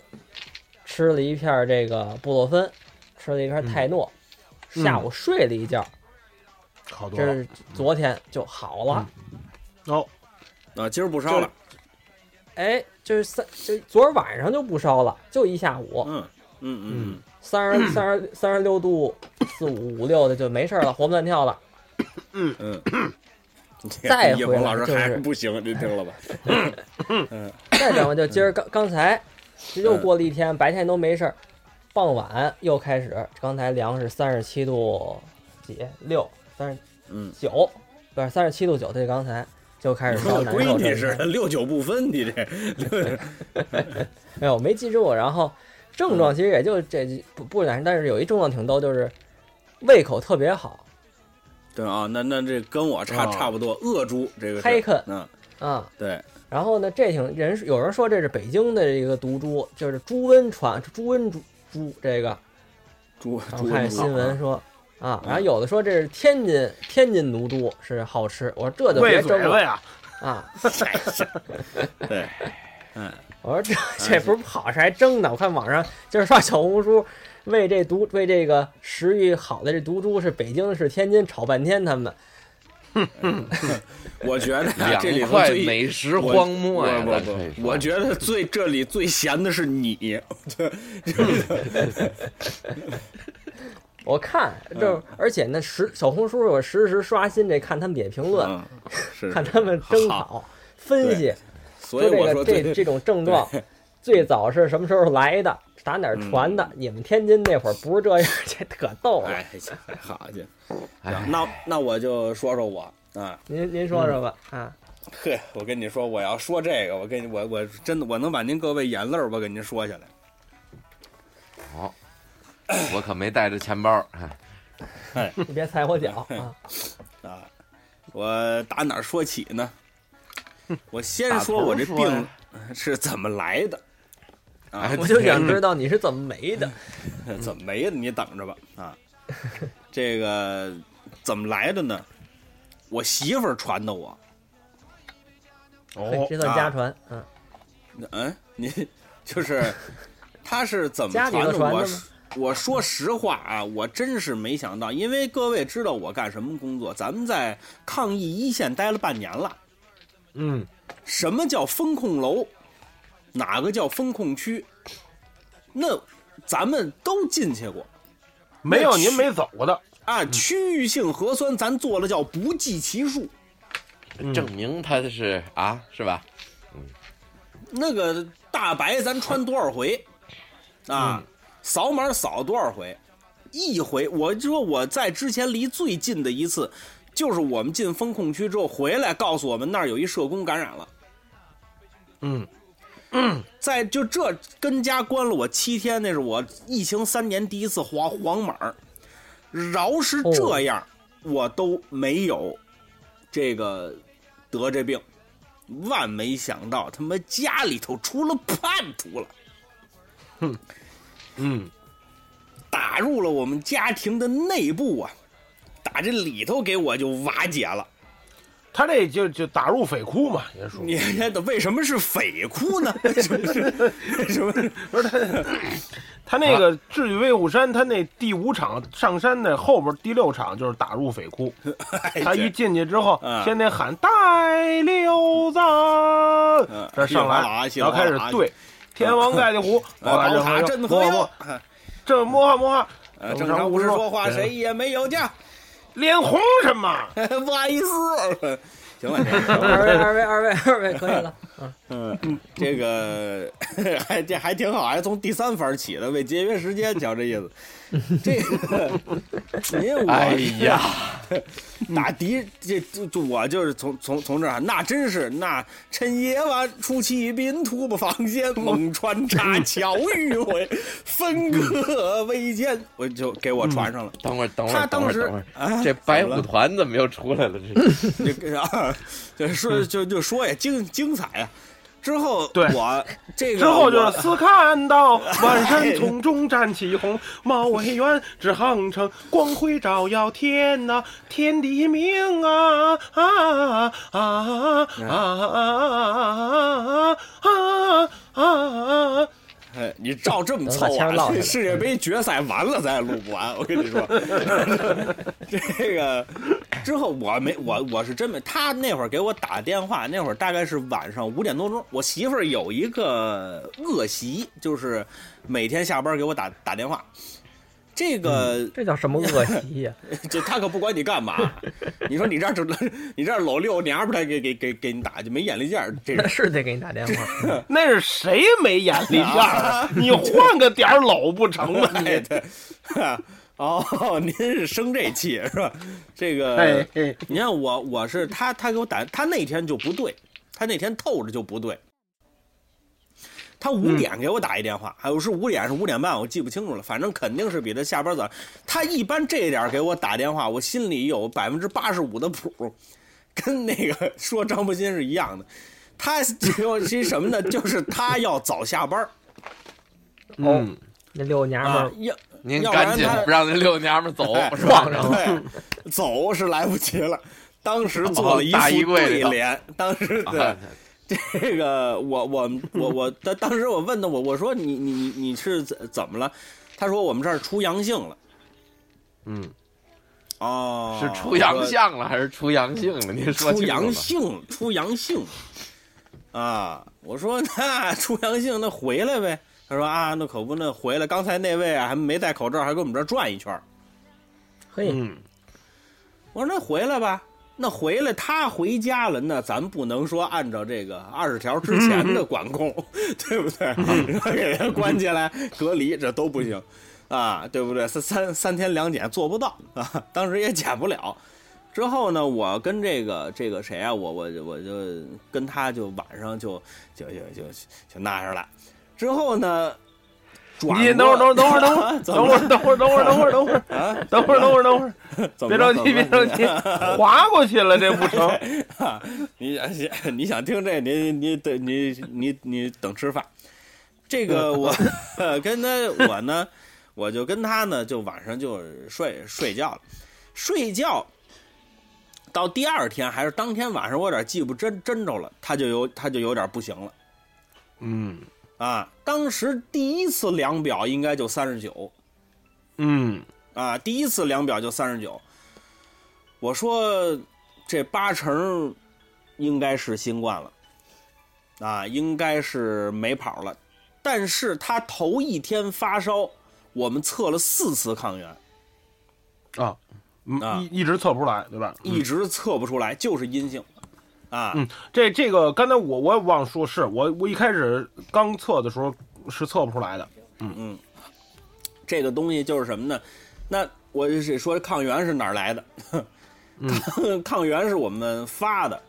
Speaker 3: 吃了一片儿
Speaker 2: 嗯
Speaker 3: 这个布洛芬，吃了一片儿泰诺，
Speaker 5: 嗯
Speaker 3: 下午睡了一觉，
Speaker 5: 好多
Speaker 3: 这
Speaker 5: 了
Speaker 2: 嗯
Speaker 3: 是昨天就好了。
Speaker 5: 哦，
Speaker 2: 啊，今儿不烧了，
Speaker 3: 哎，这是三，这昨儿晚上就不烧了，就一下午，
Speaker 2: 嗯嗯嗯 *clears throat*
Speaker 3: 三十三十三十六度四五五六的就没事儿了，活蹦乱跳了。
Speaker 2: 嗯嗯，
Speaker 3: 再
Speaker 2: *coughs* 叶
Speaker 3: 回
Speaker 2: 鹏
Speaker 3: 来
Speaker 2: 老师
Speaker 3: 就是
Speaker 2: 还是不行，您听了吧？
Speaker 3: 再转过就今儿
Speaker 2: 嗯
Speaker 3: 刚刚才，这又过了一天，白天都没事儿，傍晚又开始，刚才量是三十七度几六，三十
Speaker 2: 嗯，
Speaker 3: 九，不是三十七度九，对，刚才就开
Speaker 2: 你
Speaker 3: 始
Speaker 2: 说
Speaker 3: 烧
Speaker 2: 我
Speaker 3: 难
Speaker 2: 闺
Speaker 3: 受
Speaker 2: 女
Speaker 3: 症
Speaker 2: 似
Speaker 3: 状。
Speaker 2: 的，六九不分，你这
Speaker 3: 没有，没记住。然后症
Speaker 2: 嗯
Speaker 3: 状其实也就这不不难，但是有一症状挺逗，就是胃口特别好
Speaker 2: 对啊，那那这跟我差
Speaker 5: 啊
Speaker 2: 差不多，恶猪这个是
Speaker 3: Haiken
Speaker 2: 嗯，
Speaker 3: 啊。
Speaker 2: 对，
Speaker 3: 然后呢，这挺人有人说这是北京的一个毒株，就是猪瘟传猪瘟猪猪这个。
Speaker 2: 猪
Speaker 3: 然后
Speaker 2: 猪
Speaker 3: 看
Speaker 2: 瘟
Speaker 3: 新
Speaker 2: 猪
Speaker 3: 闻说啊，
Speaker 2: 嗯
Speaker 3: 然后有的说这是天津天津毒株是好吃，我说这就
Speaker 5: 喂
Speaker 3: 别
Speaker 5: 嘴
Speaker 3: 争
Speaker 5: 了
Speaker 3: 了
Speaker 5: 呀！
Speaker 3: 啊，
Speaker 2: *laughs* 对，嗯
Speaker 3: 我说这这不是好事还争呢，我看网上就是刷小红书。为这毒为这个食欲好的这毒株是北京是天津吵半天，他们
Speaker 2: 我觉得啊 *laughs* 这里
Speaker 4: 两
Speaker 2: 头
Speaker 4: 块
Speaker 2: 最
Speaker 4: 美食
Speaker 2: 我
Speaker 4: 荒漠呀！
Speaker 2: 不
Speaker 4: 咱
Speaker 2: 不
Speaker 4: 可以
Speaker 2: 不，
Speaker 4: 说
Speaker 2: 我觉得最这里最闲的是你， *laughs*
Speaker 3: 我看
Speaker 2: 嗯
Speaker 3: 就是，而且那实小红书我实时刷新这，看他们底下评论，
Speaker 2: 嗯，是，
Speaker 3: 看他们
Speaker 2: 好，
Speaker 3: 争吵、分析，
Speaker 2: 所以
Speaker 3: 说这
Speaker 2: 我说
Speaker 3: 个这
Speaker 2: 对
Speaker 3: 这种症状最早是什么时候来的，打哪儿传的？你们天津那会儿不是这样，这可逗了。
Speaker 2: 嗯哎，好家伙，
Speaker 4: 哎
Speaker 2: 行那那我就说说我啊，
Speaker 3: 您您说说吧，
Speaker 2: 嗯
Speaker 3: 啊，
Speaker 2: 呵，我跟你说，我要说这个，我跟你我我真的我能把您各位眼泪儿我给您说下来。
Speaker 4: 好，我可没带着钱包。哎
Speaker 3: 你别踩我脚啊！
Speaker 2: 啊，我打哪儿说起呢？我先
Speaker 4: 打头
Speaker 2: 说
Speaker 4: 儿
Speaker 2: 我这
Speaker 4: 说
Speaker 2: 病
Speaker 4: 呀
Speaker 2: *laughs* 是怎么来的，啊
Speaker 4: *laughs* 哎
Speaker 3: 我就想知道你是怎么没的。
Speaker 2: 怎么没的？你等着吧啊！这个怎么来的呢？我媳妇儿传的我。
Speaker 5: 哦
Speaker 3: 这算家传，嗯，
Speaker 2: 嗯，你就是她是怎么
Speaker 3: 家
Speaker 2: 传
Speaker 3: 里头
Speaker 2: 的
Speaker 3: 传
Speaker 2: 我
Speaker 3: 的
Speaker 2: 是
Speaker 3: 吗？
Speaker 2: 我说实话啊，我真是没想到，因为各位知道我干什么工作，咱们在抗疫一线待了半年了。
Speaker 5: 嗯，
Speaker 2: 什么叫风控楼，哪个叫风控区，那咱们都进去过
Speaker 5: 没有您没走过的，
Speaker 3: 嗯
Speaker 2: 啊。区域性核酸咱做了叫不计其数，
Speaker 4: 证明他是啊，是吧？
Speaker 2: 那个大白咱穿多少回啊，扫码扫多少回，一回我就说我在之前离最近的一次，就是我们进风控区之后回来，告诉我们那儿有一社工感染了。
Speaker 5: 嗯
Speaker 2: 在就这跟家关了我七天，那是我疫情三年第一次黄黄码儿，饶是这样，我都没有这个得这病。万没想到，他妈家里头出了叛徒了，
Speaker 5: 嗯，
Speaker 2: 打入了我们家庭的内部啊，打这里头给我就瓦解了。
Speaker 5: 他这就就打入匪窟嘛，也属
Speaker 2: 你这为什么是匪窟呢？ *laughs* 是不是？是不是？
Speaker 5: 他那个《智取威虎山》，他那第五场上山的后边第六场就是打入匪窟，他一进去之后
Speaker 2: 哎嗯，
Speaker 5: 先得喊“带六藏”，
Speaker 2: 嗯
Speaker 5: 这上
Speaker 2: 稀里哗啦
Speaker 5: 来，
Speaker 2: 稀里
Speaker 5: 然后
Speaker 2: 哗啦嗯
Speaker 5: 开始对天王盖地虎，
Speaker 2: 宝塔
Speaker 5: 这
Speaker 2: 镇
Speaker 5: 摸
Speaker 2: 河
Speaker 5: 摸
Speaker 2: 右
Speaker 5: 摸，，这摸哈摸哈
Speaker 2: 呃，正常无事说话，
Speaker 5: 嗯
Speaker 2: 谁也没有家。
Speaker 5: 脸红什么？
Speaker 2: *laughs* 不好意思， *laughs* 行了，行了
Speaker 3: 二位二位二位二位，可以了。
Speaker 2: 嗯，这个 *laughs* 还这还挺好，还从第三番起的，为节约时间，瞧这意思。这个， *laughs* 您我
Speaker 4: 哎呀，
Speaker 2: 打敌这就就我就是从从从这儿，那真是那趁夜晚出骑兵突破防线，猛穿插
Speaker 5: 嗯
Speaker 2: 巧迂回，分割危间，我就给我传上了。
Speaker 4: 等会儿，等会
Speaker 2: 他
Speaker 4: 儿，等
Speaker 2: 当
Speaker 4: 会儿，
Speaker 2: 时
Speaker 4: 等会儿，
Speaker 2: 啊
Speaker 4: 这白
Speaker 2: 怎么
Speaker 4: 虎
Speaker 2: 了
Speaker 4: 团怎么又出来了？
Speaker 2: *laughs*
Speaker 4: 这
Speaker 5: 嗯
Speaker 2: 就跟啊，就说就就说呀，精精彩呀。之后
Speaker 5: 对
Speaker 2: 我这个
Speaker 5: 之后就
Speaker 2: 我
Speaker 5: 是四看到万山丛中站起红，貌惟远，指航程，光辉照耀天呐、天地明啊啊啊啊啊啊啊啊！
Speaker 2: 哎，你照这么
Speaker 3: 等
Speaker 2: 凑
Speaker 3: 把签儿落
Speaker 2: 啊
Speaker 3: 下，来
Speaker 2: *laughs* 世 *laughs* 界杯决赛完了咱也录不完，我跟你说，这个之后我没我我是真没，他那会儿给我打电话，那会儿大概是晚上五点多钟。我媳妇儿有一个恶习，就是每天下班给我打打电话。这个、
Speaker 3: 这叫什么恶习呀？
Speaker 2: *laughs* 就他可不管你干嘛，你说你这儿只 *laughs* 你这儿老六，你还不得给给给给你打，就没眼力见儿，这
Speaker 3: 那
Speaker 2: 人
Speaker 3: *laughs* 是得给你打电话。嗯
Speaker 5: 那是谁没眼力见儿？你换个点儿搂不成吗？
Speaker 2: 对对，哦，您是生这气是吧？这个，
Speaker 5: 哎哎
Speaker 2: 你看我我是他他给我打，他那天就不对，他那天透着就不对。他五点给我打一电话，还有是五点是五点半，我记不清楚了，反正肯定是比他下班早。他一般这点儿给我打电话，我心里有百分之八十五的谱，跟那个 *laughs* 说张伯鑫是一样的。他就是什么呢？就是他要早下班儿
Speaker 5: 嗯，
Speaker 3: 那六娘们
Speaker 2: 啊
Speaker 3: 儿，
Speaker 2: 要
Speaker 4: 您
Speaker 2: 要不然
Speaker 4: 赶紧
Speaker 2: 他
Speaker 4: 让那六娘们走
Speaker 2: 哎，
Speaker 4: 是吧？
Speaker 2: 对，走是来不及了。当时做了一
Speaker 4: 哦大衣
Speaker 2: 副
Speaker 4: 柜里
Speaker 2: 对
Speaker 4: 头
Speaker 2: 联，当时对
Speaker 4: 啊
Speaker 2: 这个我我我我当当时我问他我我说你你你你是怎怎么了？他说我们这儿出阳性了。
Speaker 5: 嗯，
Speaker 2: 哦，
Speaker 4: 是出洋相了还是出洋性了？您
Speaker 2: 我说，
Speaker 4: 说
Speaker 2: 出
Speaker 4: 清楚
Speaker 2: 阳
Speaker 4: 吧
Speaker 2: 性，出阳性啊！我说那出阳性那回来呗。他说啊，那可不，那回来。刚才那位啊还没戴口罩，还跟我们这儿转一圈儿。
Speaker 3: 嘿，
Speaker 5: 嗯，
Speaker 2: 我说那回来吧，那回来他回家了，那咱不能说按照这个二十条之前的管控， *laughs* 对不对？*laughs*
Speaker 5: 嗯
Speaker 2: 然后给他关起来隔离，这都不行啊，对不对？三三三天两检做不到啊，当时也检不了。之后呢，我跟这个这个谁啊，我我我就跟他就晚上就就就就就那上了。之后呢，转
Speaker 5: 你等会
Speaker 2: 过
Speaker 5: 儿，等会儿，等会儿，等会
Speaker 2: 啊
Speaker 5: 儿，
Speaker 2: *laughs* 怎
Speaker 5: 等
Speaker 2: 么
Speaker 5: 会
Speaker 2: 啊，
Speaker 5: 儿，等会儿，等会儿，等会儿，等会儿，等会儿，等会儿，等会儿，
Speaker 2: 怎么
Speaker 5: 别
Speaker 2: 了
Speaker 5: 着
Speaker 2: 怎
Speaker 5: 急，
Speaker 2: 么了
Speaker 5: 别着急，划过去了这不成？
Speaker 2: 哈，你想你想听这，你你等你你你等吃饭。这个我跟他我呢，我就跟他呢，就晚上就睡睡觉了，睡觉到第二天还是当天晚上，我有点记不真真着了，他就有他就有点不行了
Speaker 5: 嗯
Speaker 2: 啊。当时第一次量表应该就三十九，
Speaker 5: 嗯，
Speaker 2: 啊，第一次量表就三十九。我说这八成应该是新冠了，啊，应该是没跑了。但是他头一天发烧，我们测了四次抗原，
Speaker 5: 啊，
Speaker 2: 啊
Speaker 5: 嗯一一直测不出来，对吧？
Speaker 2: 一直测不出来，就是阴性。啊，
Speaker 5: 嗯，这这个刚才我我也忘说，是我我一开始刚测的时候是测不出来的。
Speaker 2: 这个东西就是什么呢？那我是说抗原是哪儿来的？抗 *laughs* 抗原是我们发的，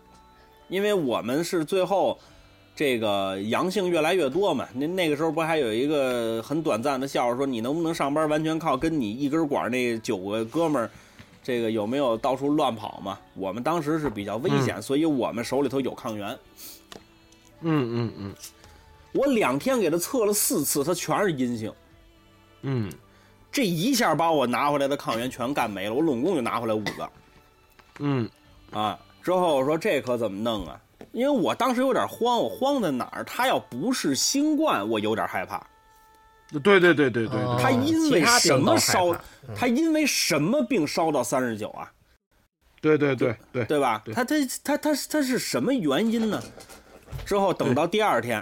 Speaker 2: 因为我们是最后这个阳性越来越多嘛。那那个时候不还有一个很短暂的笑话，说你能不能上班完全靠跟你一根管儿那九个哥们儿。这个有没有到处乱跑嘛？我们当时是比较危险，所以我们手里头有抗原。
Speaker 5: 嗯嗯嗯
Speaker 2: 我两天给他测了四次，他全是阴性。
Speaker 5: 嗯，
Speaker 2: 这一下把我拿回来的抗原全干没了，我拢共就拿回来五个
Speaker 5: 嗯
Speaker 2: 啊。之后我说这可怎么弄啊？因为我当时有点慌，我慌在哪儿？他要不是新冠，我有点害怕。
Speaker 5: 对对对对对对，
Speaker 2: 他因为
Speaker 3: 嗯其他病
Speaker 2: 什么
Speaker 3: 都害
Speaker 2: 烧
Speaker 3: 怕？
Speaker 2: 他因为什么病烧到三十九啊？
Speaker 5: 对对对对，
Speaker 2: 对吧？
Speaker 5: 对
Speaker 2: 他他他他他是什么原因呢？之后等到第二天，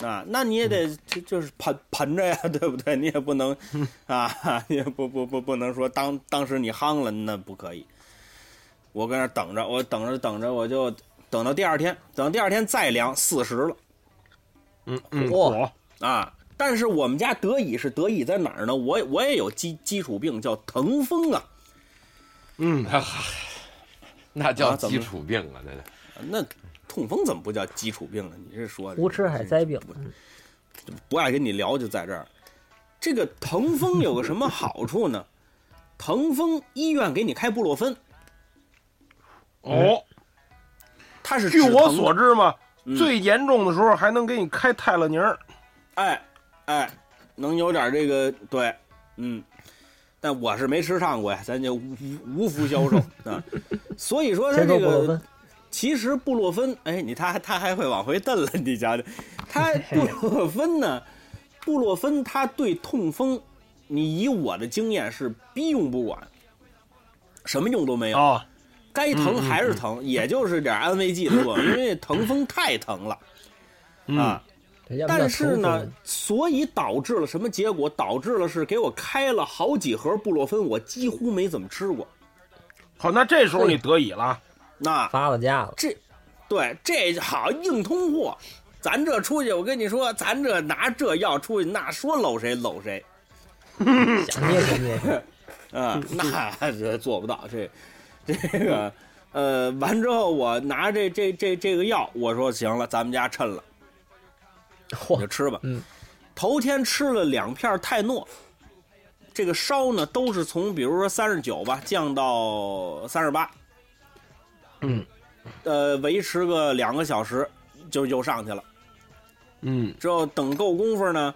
Speaker 2: 啊，那你也得就就是盘盘着呀， *laughs* 对不对？你也不能啊，你也不不不不能说当当时你夯了，那不可以。我搁那儿等着，我等着等着，我就等到第二天，等到第二天再量四十了
Speaker 5: 嗯嗯，
Speaker 3: 火
Speaker 5: 火，
Speaker 2: 啊。但是我们家得以是得以在哪儿呢？我也我也有基基础病叫疼风啊，
Speaker 5: 嗯，
Speaker 4: *laughs* 那叫
Speaker 2: 啊怎么
Speaker 4: 基础病啊，那叫
Speaker 2: 那痛风怎么不叫基础病呢？你是说
Speaker 3: 胡吃海塞病，
Speaker 2: 不爱跟你聊就在这儿。这个疼风有个什么好处呢？疼风医院给你开布洛芬，
Speaker 5: 哦，
Speaker 2: 它是
Speaker 5: 据
Speaker 2: 止
Speaker 5: 我
Speaker 2: 疼
Speaker 5: 所
Speaker 2: 的，
Speaker 5: 知嘛，
Speaker 2: 嗯
Speaker 5: 最严重的时候还能给你开泰勒宁儿。
Speaker 2: 哎哎，能有点这个对，嗯，但我是没吃上过呀，咱就无无福消受 *laughs* 啊。所以说它
Speaker 3: 先说
Speaker 2: 这
Speaker 3: 布洛
Speaker 2: 个
Speaker 3: 芬，
Speaker 2: 其实布洛芬，哎，你他他还会往回蹬了，你瞧瞧，他布洛芬呢， *laughs* 布洛芬它对痛风，
Speaker 3: 哦
Speaker 2: 你以我的经验是逼用不管，什么用都没有。
Speaker 5: 啊，
Speaker 2: 该疼还是
Speaker 3: 嗯
Speaker 2: 疼，也就是点安慰剂的
Speaker 3: *laughs*
Speaker 2: 作用，因为疼风太疼了啊。
Speaker 3: 对嗯要不叫
Speaker 2: 但是
Speaker 3: 疼
Speaker 2: 呢
Speaker 3: 风，
Speaker 2: 所以导致了什么结果？导致了是给我开了好几盒布洛芬，我几乎没怎么吃过。
Speaker 5: 好，那这时候你得以了，
Speaker 2: 那
Speaker 3: 发了家了，
Speaker 2: 这，对，这好硬通货。咱这出去，我跟你说，咱这拿这药出去，那说搂谁搂谁
Speaker 3: 想捏就捏去。
Speaker 2: 啊、那这做不到。这，这个，呃，完之后我拿这这这这个药，我说行了，咱们家趁了，你就
Speaker 3: 嚯，
Speaker 2: 吃吧。
Speaker 3: 嗯，
Speaker 2: 头天吃了两片泰诺，这个烧呢都是从比如说三十九吧降到三十八，
Speaker 5: 嗯，
Speaker 2: 呃，维持个两个小时就又上去了。
Speaker 5: 嗯，
Speaker 2: 之后等够功夫呢，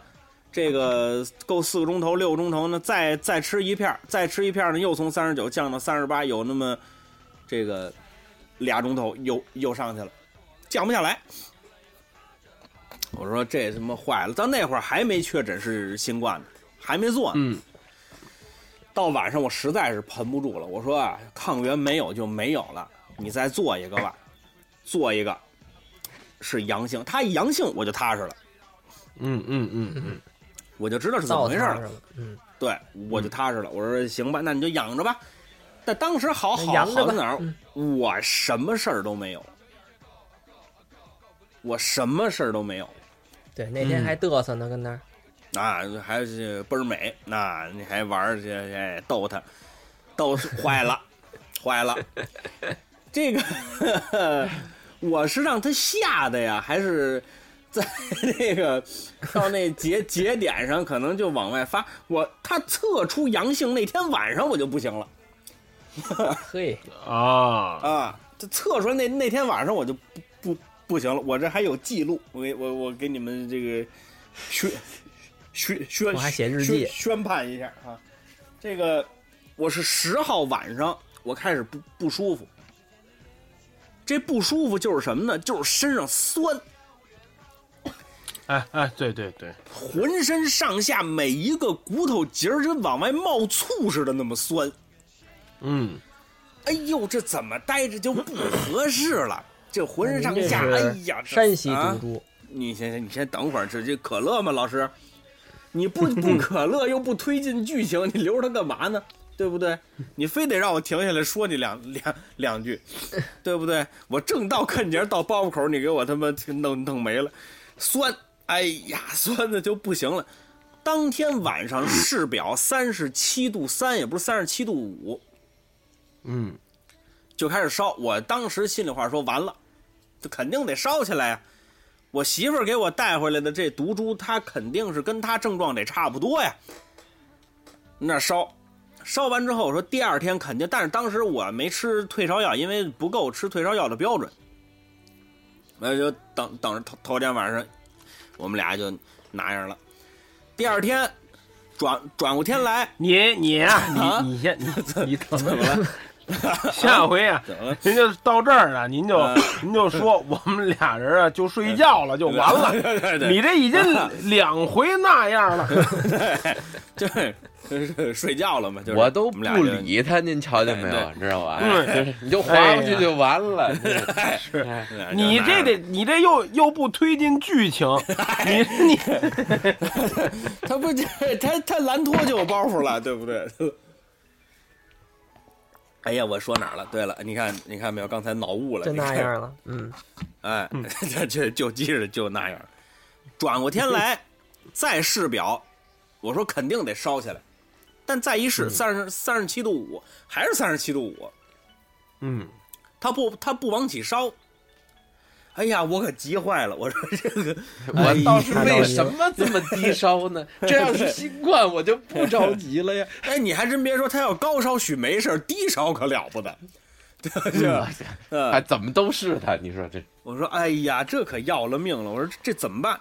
Speaker 2: 这个够四个钟头、六个钟头呢，再再吃一片儿，再吃一片儿呢，又从三十九降到三十八，有那么这个俩钟头又又上去了，降不下来。我说这他妈坏了，到那会儿还没确诊是新冠呢，还没做呢。
Speaker 5: 嗯，
Speaker 2: 到晚上我实在是盆不住了，我说啊，抗原没有就没有了，你再做一个吧，做一个是阳性，他一阳性我就踏实了。
Speaker 5: 嗯嗯嗯嗯，
Speaker 2: 我就知道是怎么
Speaker 3: 到
Speaker 2: 回事
Speaker 3: 他
Speaker 2: 了。
Speaker 3: 上了，嗯，
Speaker 2: 对，我就踏实了。我说行吧，那你就养着吧。但当时好好
Speaker 3: 那养着吧嗯
Speaker 2: 好在哪儿？我什么事儿都没有，我什么事儿都没有
Speaker 3: 对，那天还嘚瑟呢，跟那儿，
Speaker 2: 啊，还是倍儿美。那你还玩儿去，哎，逗他，逗坏了，坏了。这个我是让他吓的呀，还是在那个到那节节点上，可能就往外发。我他测出阳性那天晚上我就不行了
Speaker 3: 嘿，
Speaker 5: 啊，
Speaker 2: 啊，这测出来那那天晚上我就不不不行了，我这还有记录，我给我我给你们这个宣宣宣
Speaker 3: 我还写日记
Speaker 2: 宣宣判一下啊，这个我是十号晚上我开始不不舒服。这不舒服就是什么呢？就是身上酸，
Speaker 5: 哎哎，对对对，
Speaker 2: 浑身上下每一个骨头节儿跟往外冒醋似的那么酸。
Speaker 5: 嗯，
Speaker 2: 哎呦，这怎么待着就不合适了？这浑身上下，
Speaker 3: 那
Speaker 2: 哎
Speaker 3: 您这是
Speaker 2: 呀，这
Speaker 3: 山西
Speaker 2: 啊
Speaker 3: 毒株，
Speaker 2: 你先先，你先等会儿，这这可乐吗？老师，你不不可乐又不推进剧情，你留着它干嘛呢？对不对？你非得让我停下来说你两两两句，对不对？我正到看节儿到包袱口儿，你给我他妈弄弄没了，酸，哎呀，酸的就不行了。当天晚上试表三十七度三，也不是三十七度五，
Speaker 5: 嗯，
Speaker 2: 就开始烧。我当时心里话说，完了，这肯定得烧起来呀、我媳妇儿给我带回来的这毒株，它肯定是跟它症状得差不多呀。那烧，烧完之后，我说第二天肯定，但是当时我没吃退烧药，因为不够吃退烧药的标准。我就等等着头头天晚上，我们俩就那样了。第二天转转过天来，
Speaker 5: 你你
Speaker 2: 啊
Speaker 5: 啊，你你
Speaker 2: *laughs*
Speaker 5: 先你你怎
Speaker 2: 怎么了？
Speaker 5: *laughs* 下回啊
Speaker 2: 怎么了，
Speaker 5: 您就到这儿了，您就
Speaker 2: 啊
Speaker 5: 您
Speaker 2: *laughs*
Speaker 5: 就说我们俩人啊就睡觉了，就完了。
Speaker 2: 对对对 *laughs*
Speaker 5: 你这已经两回那样了，
Speaker 2: 对，就是睡觉了嘛，就是
Speaker 4: 我都
Speaker 2: 们俩
Speaker 4: 不
Speaker 2: 就哎
Speaker 4: 理他，您瞧见没有？
Speaker 2: 对哎
Speaker 4: 知道吧？
Speaker 5: 嗯
Speaker 4: *laughs* 你就划过去就完了。
Speaker 2: 我们俩就
Speaker 5: 你
Speaker 2: 哎那哎
Speaker 5: 这
Speaker 2: 样
Speaker 5: 得你这又又不推进剧情，你你
Speaker 2: 他不就他他蓝托就有包袱了，对不对？哎呀，我说哪儿了？对了，你看，你看没有？刚才脑雾了，
Speaker 3: 就
Speaker 2: 你看
Speaker 3: 那样了，嗯，
Speaker 2: 哎， *laughs* 这这就记着就那样。转过天来再试表，我说肯定得烧起来，但再一
Speaker 3: 嗯
Speaker 2: 试三十三十七度五，还是三十七度五，
Speaker 5: 嗯，
Speaker 2: 他不他不往起烧。哎呀，我可急坏了！我说这 *laughs* 个，
Speaker 4: *laughs* 我倒是
Speaker 3: 哎呀
Speaker 4: 为什么这么低
Speaker 2: *laughs*
Speaker 4: 烧呢？这要是新冠，我就不着急了呀。
Speaker 2: 哎，你还真别说，他要高烧许没事儿，低烧可了不得， *laughs* 对吧？这嗯
Speaker 4: 哎，怎么都是他？你说这
Speaker 2: 我说，哎呀，这可要了命了！我说这这怎么办？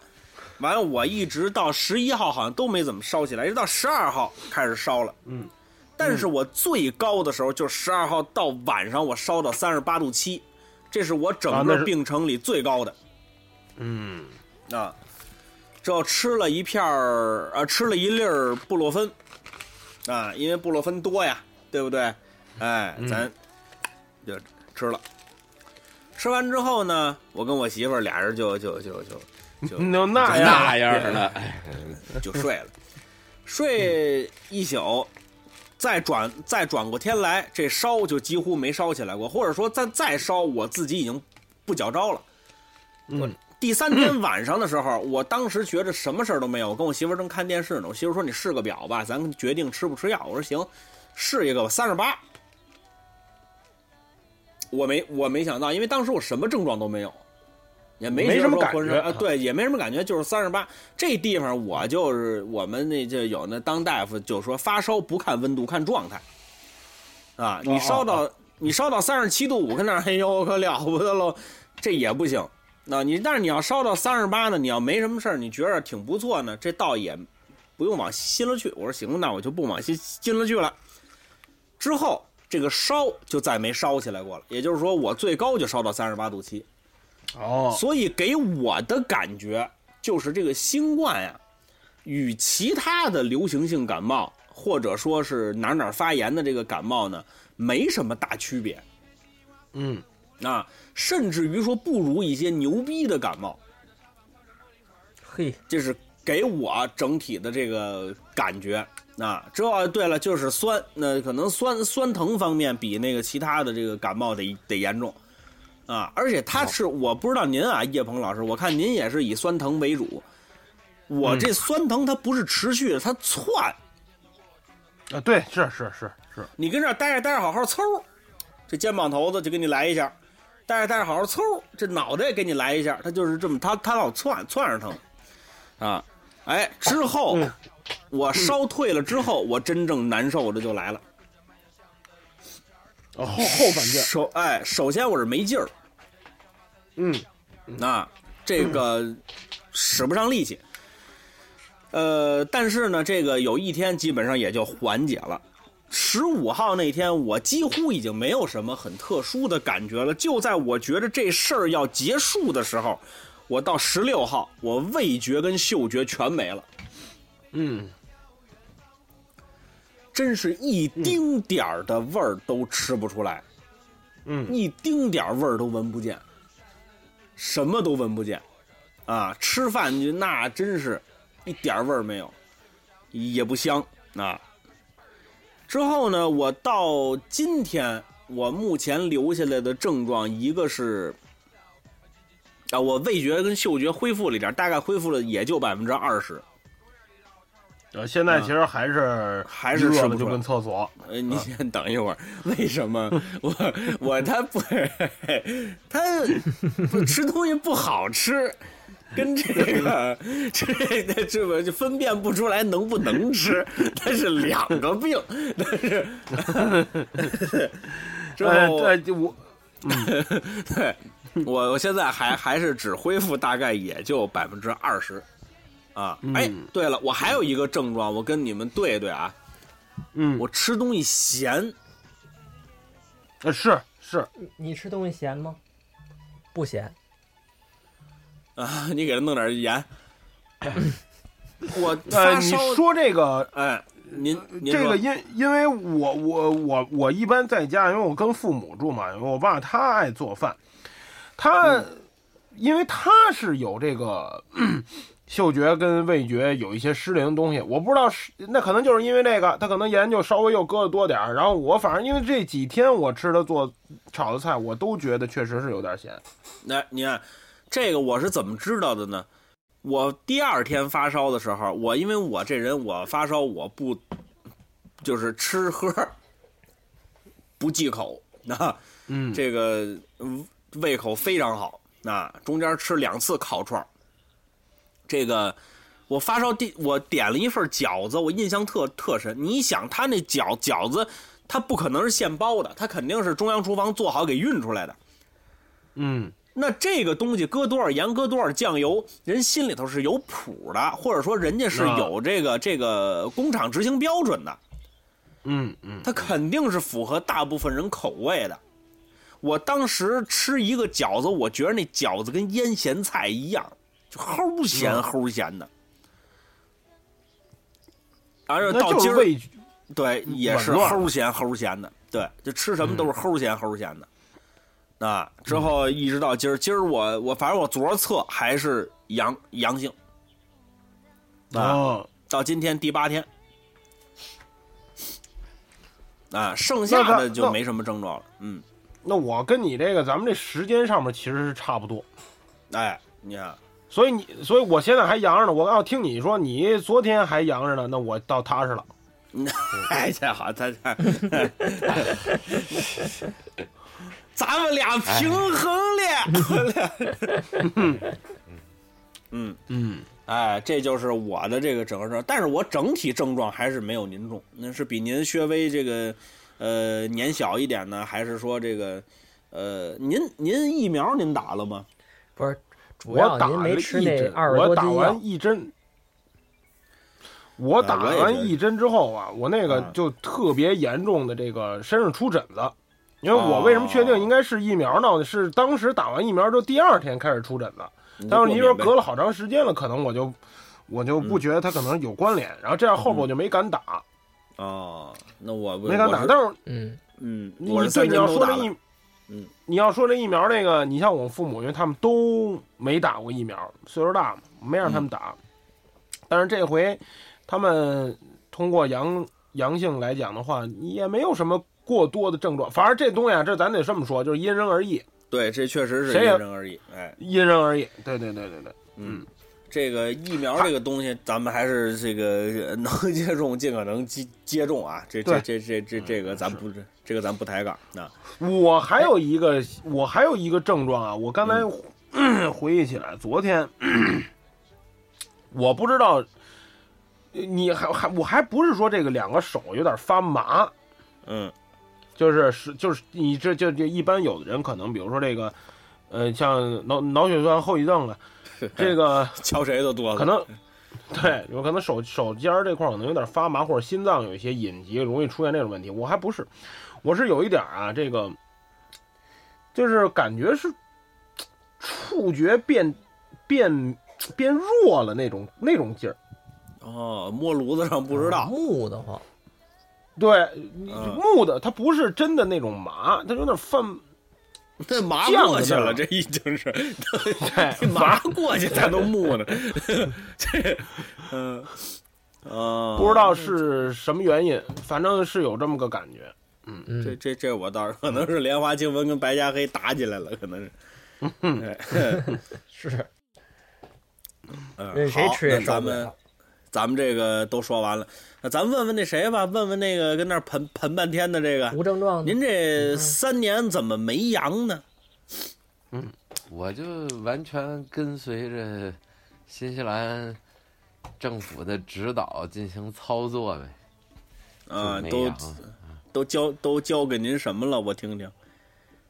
Speaker 2: 完了，我一直到十一号好像都没怎么烧起来，一直到十二号开始烧了。嗯，但是我最高的时候就十二号到晚上，我烧到三十八度七，这是我
Speaker 5: 啊
Speaker 2: 整
Speaker 5: 那
Speaker 2: 个
Speaker 5: 是
Speaker 2: 病程里最高的。
Speaker 5: 嗯
Speaker 2: 啊，之后吃了一片儿，啊，吃了一粒儿布洛芬，啊，因为布洛芬多呀，对不对？哎，咱就吃了。吃完之后呢，我跟我媳妇儿俩人就就就就就
Speaker 5: 那那样
Speaker 4: 那样儿
Speaker 2: *laughs*
Speaker 4: 的，哎，
Speaker 2: 就睡了，睡一宿，再转再转过天来，这烧就几乎没烧起来过，或者说再再烧，我自己已经不觉着了。我
Speaker 5: 嗯
Speaker 2: 第三天晚上的时候，我当时觉着什么事儿都没有，我跟我媳妇儿正看电视呢，我媳妇儿说你试个表吧，咱决定吃不吃药。我说行，试一个吧，三十八。我没我没想到，因为当时我什么症状都没有，也没
Speaker 5: 没
Speaker 2: 觉
Speaker 5: 什么
Speaker 2: 说
Speaker 5: 感
Speaker 2: 浑身
Speaker 5: 觉
Speaker 2: 啊，对，也没什么感觉，就是三十八这地方，我就是我们那就有那当大夫就说发烧不看温度，看状态，啊，你烧到你烧到三十七度五，跟那儿哎呦可了不得喽，这也不行。那你但是你要烧到三十八呢，你要没什么事儿，你觉着挺不错呢，这倒也不用往心了去。我说行，那我就不往心心了去了。之后这个烧就再没烧起来过了，也就是说我最高就烧到三十八度七。
Speaker 5: 哦，
Speaker 2: 所以给我的感觉就是这个新冠呀、与其他的流行性感冒或者说是哪儿哪儿发炎的这个感冒呢，没什么大区别。
Speaker 5: 嗯，
Speaker 2: 啊，甚至于说不如一些牛逼的感冒，
Speaker 3: 嘿，
Speaker 2: 这是给我整体的这个感觉。啊，之后啊对了，就是酸，那可能酸酸疼方面比那个其他的这个感冒得得严重，啊，而且它是我不知道您啊，叶鹏老师，我看您也是以酸疼为主，我这酸疼它不是持续的，它窜，
Speaker 5: 啊，对，是是是是，
Speaker 2: 你跟这儿待着待着好好抽，这肩膀头子就给你来一下，待着待着好好抽，这脑袋也给你来一下，他就是这么，他他老窜窜着疼，啊，哎，之后、我烧退了之后，我真正难受的就来了，
Speaker 5: 哦，后后半句，
Speaker 2: 首哎，首先我是没劲儿，
Speaker 5: 嗯，
Speaker 2: 那这个使不上力气。呃，但是呢，这个有一天基本上也就缓解了。十五号那天，我几乎已经没有什么很特殊的感觉了。就在我觉得这事儿要结束的时候，我到十六号，我味觉跟嗅觉全没了，
Speaker 5: 嗯，
Speaker 2: 真是一丁点儿的味儿都吃不出来，
Speaker 5: 嗯
Speaker 2: 一丁点儿味儿都闻不见，什么都闻不见，啊，吃饭就那真是一点儿味儿没有，也不香啊。之后呢，我到今天，我目前留下来的症状，一个是啊，我味觉跟嗅觉恢复了一点儿，大概恢复了也就百分之二十。
Speaker 5: 呃，现在其实还是
Speaker 2: 嗯还是吃
Speaker 5: 热
Speaker 2: 不出
Speaker 5: 了就
Speaker 2: 来
Speaker 5: 跟厕所，
Speaker 2: 呃，你
Speaker 5: 啊
Speaker 2: 先等一会儿，为什么
Speaker 5: *laughs*
Speaker 2: 我我他不他不吃东西不好吃，跟这个这这这我就分辨不出来能不能吃，它是两个病，但
Speaker 5: *laughs*
Speaker 2: 是之
Speaker 5: 呃，
Speaker 2: 后
Speaker 5: 对，就我
Speaker 2: 对我我现在还还是只恢复大概也就百分之二十，啊，哎，对了，我还有一个症状，我跟你们对一对啊，
Speaker 5: 嗯
Speaker 2: 我吃东西咸。
Speaker 5: 呃是是，
Speaker 3: 你吃东西咸吗？不咸，
Speaker 2: 啊，你给他弄点
Speaker 5: *laughs*
Speaker 2: 盐。我
Speaker 5: 呃，
Speaker 2: 发
Speaker 5: 你
Speaker 2: 烧，
Speaker 5: 说这个
Speaker 2: 哎，您您
Speaker 5: 这
Speaker 2: 说
Speaker 5: 个因因为我我我我一般在家，因为我跟父母住嘛，因为我爸他爱做饭，他、
Speaker 2: 嗯
Speaker 5: 因为他是有这个咳嗅觉跟味觉有一些失灵的东西，我不知道是那可能就是因为这个，他可能盐就稍微又搁的多点儿，然后我反正因为这几天我吃的做炒的菜，我都觉得确实是有点咸。
Speaker 2: 来，你看这个我是怎么知道的呢？我第二天发烧的时候，我因为我这人我发烧我不就是吃喝不忌口，啊，
Speaker 5: 嗯
Speaker 2: 这个嗯胃口非常好，啊，中间吃两次烤串儿这个我发烧第我点了一份饺子，我印象特特深。你想他那饺饺子，他不可能是现包的，他肯定是中央厨房做好给运出来的。
Speaker 5: 嗯
Speaker 2: 那这个东西搁多少盐，搁多少酱油，人心里头是有谱的，或者说人家是
Speaker 5: 啊
Speaker 2: 有这个这个工厂执行标准的，
Speaker 5: 嗯嗯，
Speaker 2: 它肯定是符合大部分人口味的。我当时吃一个饺子，我觉得那饺子跟腌咸菜一样，就齁
Speaker 5: 嗯
Speaker 2: 咸齁咸的。而且
Speaker 5: 那
Speaker 2: 到
Speaker 5: 就
Speaker 2: 今
Speaker 5: 是
Speaker 2: 儿
Speaker 5: 味觉
Speaker 2: 对，也是
Speaker 5: 嗯紊乱嗯
Speaker 2: 齁咸齁咸的，对，就吃什么都是齁咸齁咸的。啊，之后一直到今儿，今儿我我反正我昨儿测还是阳阳性，啊，
Speaker 5: 哦，
Speaker 2: 到今天第八天，啊，剩下
Speaker 5: 那他
Speaker 2: 的就
Speaker 5: 那
Speaker 2: 没什么症状了，嗯，
Speaker 5: 那我跟你这个咱们这时间上面其实是差不多，
Speaker 2: 哎，你看，
Speaker 5: 所以你，所以我现在还阳着呢。我要听你说你昨天还阳着呢，那我倒踏实了。
Speaker 2: 哎，这好，咱咱咱们俩平衡了。嗯嗯，哎，这就是我的这个整个症，但是我整体症状还是没有您重，那是比您稍微这个呃年小一点呢，还是说这个呃您您疫苗您打了吗？
Speaker 3: 不是，主
Speaker 5: 我
Speaker 3: 要
Speaker 5: 打
Speaker 3: 您
Speaker 5: 了
Speaker 3: 没吃
Speaker 5: 一
Speaker 3: 那
Speaker 5: 针
Speaker 3: 二十
Speaker 5: 我
Speaker 3: 多
Speaker 5: 打
Speaker 3: 斤药
Speaker 5: 完，一针，我打
Speaker 2: 我也觉得
Speaker 5: 完一针之后啊，我那个
Speaker 2: 啊
Speaker 5: 就特别严重的这个身上出疹子。因为
Speaker 2: 哦
Speaker 5: 我为什么确定应该是疫苗呢？是当时打完疫苗之后第二天开始出疹子，但是
Speaker 2: 你
Speaker 5: 你
Speaker 2: 就过
Speaker 5: 说
Speaker 2: 敏呗嗯
Speaker 5: 隔了好长时间了，可能我就我就不觉得它可能有关联，然后这样后边我就没敢打，
Speaker 2: 哦，那嗯我不
Speaker 5: 没敢
Speaker 2: 我
Speaker 5: 打。
Speaker 2: 是
Speaker 5: 但是
Speaker 3: 嗯，
Speaker 2: 嗯，
Speaker 5: 你
Speaker 2: 我是
Speaker 5: 对
Speaker 2: 三
Speaker 5: 你
Speaker 2: 针
Speaker 5: 要
Speaker 2: 都
Speaker 5: 说
Speaker 2: 打
Speaker 5: 这
Speaker 2: 了
Speaker 5: 疫，
Speaker 2: 嗯，
Speaker 5: 你要说这疫苗那个，你像我父母，因为他们都没打过疫苗，岁数大嘛，没让他
Speaker 2: 嗯
Speaker 5: 们打。但是这回他们通过阳阳性来讲的话，也没有什么过多的症状。反正这东西啊，这咱得这么说，就是因人而异，
Speaker 2: 对，这确实是因
Speaker 5: 谁也
Speaker 2: 人而异。哎，
Speaker 5: 因人而异。对对对对对，
Speaker 2: 嗯
Speaker 5: 嗯，
Speaker 2: 这个疫苗这个东西，咱们还是这个呃能 *laughs* 接种尽可能接接种啊。这这这这
Speaker 3: 嗯
Speaker 2: 这这个咱不这个咱不抬杠啊。
Speaker 5: 我还有一个，我还有一个症状啊，我刚才、 *clears throat* 回忆起来，昨天 *clears throat* 我不知道，你还还我还不是说这个两个手有点发麻，
Speaker 2: 嗯 *laughs*
Speaker 5: 就是是就是你这这这一般有的人可能比如说这个，呃，像脑脑血栓后遗症啊，这个
Speaker 2: 瞧谁都多
Speaker 5: 可能。对，有可能手手尖儿这块儿可能有点发麻，或者心脏有一些隐疾，容易出现这种问题。我还不是，我是有一点儿啊，这个就是感觉是触觉变变变弱了那种那种劲儿。
Speaker 2: 哦，摸炉子上不知
Speaker 5: 哦
Speaker 2: 道。
Speaker 3: 木得慌，
Speaker 5: 对，
Speaker 2: 嗯
Speaker 5: 木的它不是真的那种麻，它有点泛
Speaker 2: 这麻
Speaker 5: 酱
Speaker 2: 过
Speaker 5: 的
Speaker 2: 去
Speaker 5: 味儿
Speaker 2: 了，这已经
Speaker 5: *laughs*
Speaker 2: 是
Speaker 5: 对
Speaker 2: 麻过去才都木呢。 *laughs* 这嗯啊，
Speaker 5: 不知道是什么原因，反正是有这么个感觉。
Speaker 2: 这
Speaker 3: 嗯，
Speaker 2: 这这我倒是可能是莲花清瘟跟白加黑打起来了，可能是。哎
Speaker 3: 是
Speaker 2: 嗯
Speaker 3: 任谁
Speaker 2: 好
Speaker 3: 吃也
Speaker 2: 那
Speaker 3: 受
Speaker 2: 咱
Speaker 3: 不
Speaker 2: 们
Speaker 3: 了。
Speaker 2: 咱们这个都说完了，那咱问问那谁吧，问问那个跟那儿喷喷半天的这个，
Speaker 3: 无症状的
Speaker 2: 您这三年怎么没阳呢？
Speaker 4: 我就完全跟随着新西兰政府的指导进行操作呗，
Speaker 2: 啊，
Speaker 4: 就没
Speaker 2: 都
Speaker 4: 阳
Speaker 2: 都教都教给您什么了？我听听，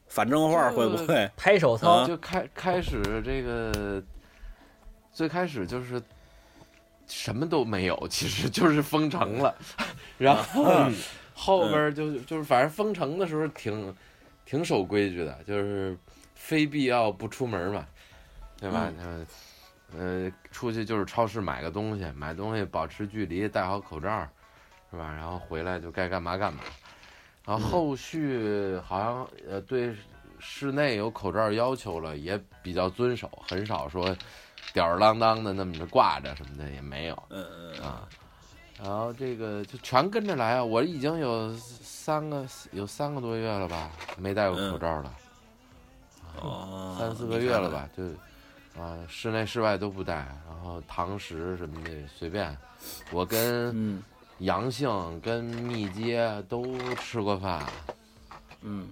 Speaker 2: 反正话会不会？
Speaker 3: 拍手
Speaker 2: 啊
Speaker 3: 操，
Speaker 4: 就开开始这个，最开始就是什么都没有，其实就是封城了，然后后边儿就就是反正封城的时候挺挺守规矩的，就是非必要不出门嘛，对吧？嗯呃，出去就是超市买个东西，买东西保持距离，戴好口罩，是吧？然后回来就该干嘛干嘛。然后后续好像呃对室内有口罩要求了，也比较遵守，很少说吊儿郎当的那么着挂着什么的也没有
Speaker 2: 嗯嗯
Speaker 4: 啊。然后这个就全跟着来啊！我已经有三个有三个多月了吧，没戴过口罩了，
Speaker 2: 哦，
Speaker 4: 三四个月了吧，就啊室内室外都不戴，然后堂食什么的随便。我跟
Speaker 2: 嗯
Speaker 4: 阳性跟密接都吃过饭，
Speaker 2: 嗯，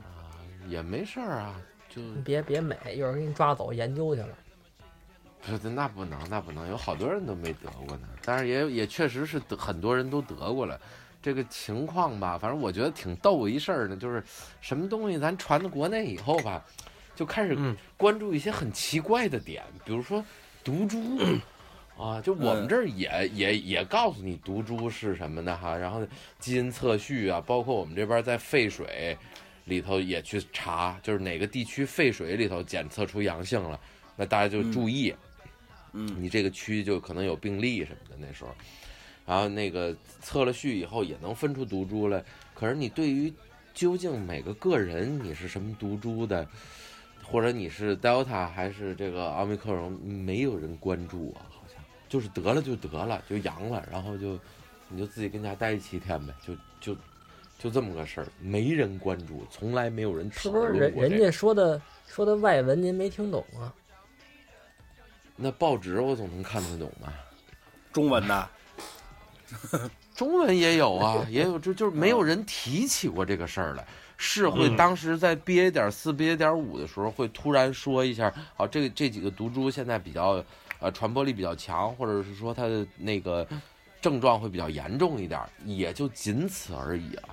Speaker 4: 也没事儿啊，就
Speaker 3: 你别别美，一会儿给你抓走研究去了。
Speaker 4: 不是那不能那不能，有好多人都没得过呢，但是也也确实是得很多人都得过了。这个情况吧，反正我觉得挺逗一事儿呢，就是什么东西咱传到国内以后吧，就开始
Speaker 5: 嗯
Speaker 4: 关注一些很奇怪的点，比如说毒株。啊，就我们这儿也、也也告诉你毒株是什么的哈，然后基因测序啊，包括我们这边在废水里头也去查，就是哪个地区废水里头检测出阳性了，那大家就注意，
Speaker 2: 嗯
Speaker 4: 你这个区就可能有病例什么的那时候，然后那个测了序以后也能分出毒株来，可是你对于究竟每个个人你是什么毒株的，或者你是 Delta 还是这个奥密克戎，没有人关注啊，好像就是得了就得了，就阳了，然后就你就自己跟家待七天呗，就就就这么个事儿，没人关注，从来没有人
Speaker 3: 是
Speaker 4: 讨
Speaker 2: 哎
Speaker 3: 不是
Speaker 4: 论
Speaker 3: 人
Speaker 4: 过这
Speaker 3: 人
Speaker 4: 个
Speaker 3: 家说的说的外文您没听懂啊？
Speaker 4: 那报纸我总能看得懂吧？
Speaker 2: 中文的，
Speaker 4: 中文也有啊，也有，就就是没有人提起过这个事儿来。是会当时在 BA 点四、BA 点五的时候，会突然说一下，好、这个这几个毒株现在比较，呃，传播力比较强，或者是说它的那个呃症状会比较严重一点儿，也就仅此而已了、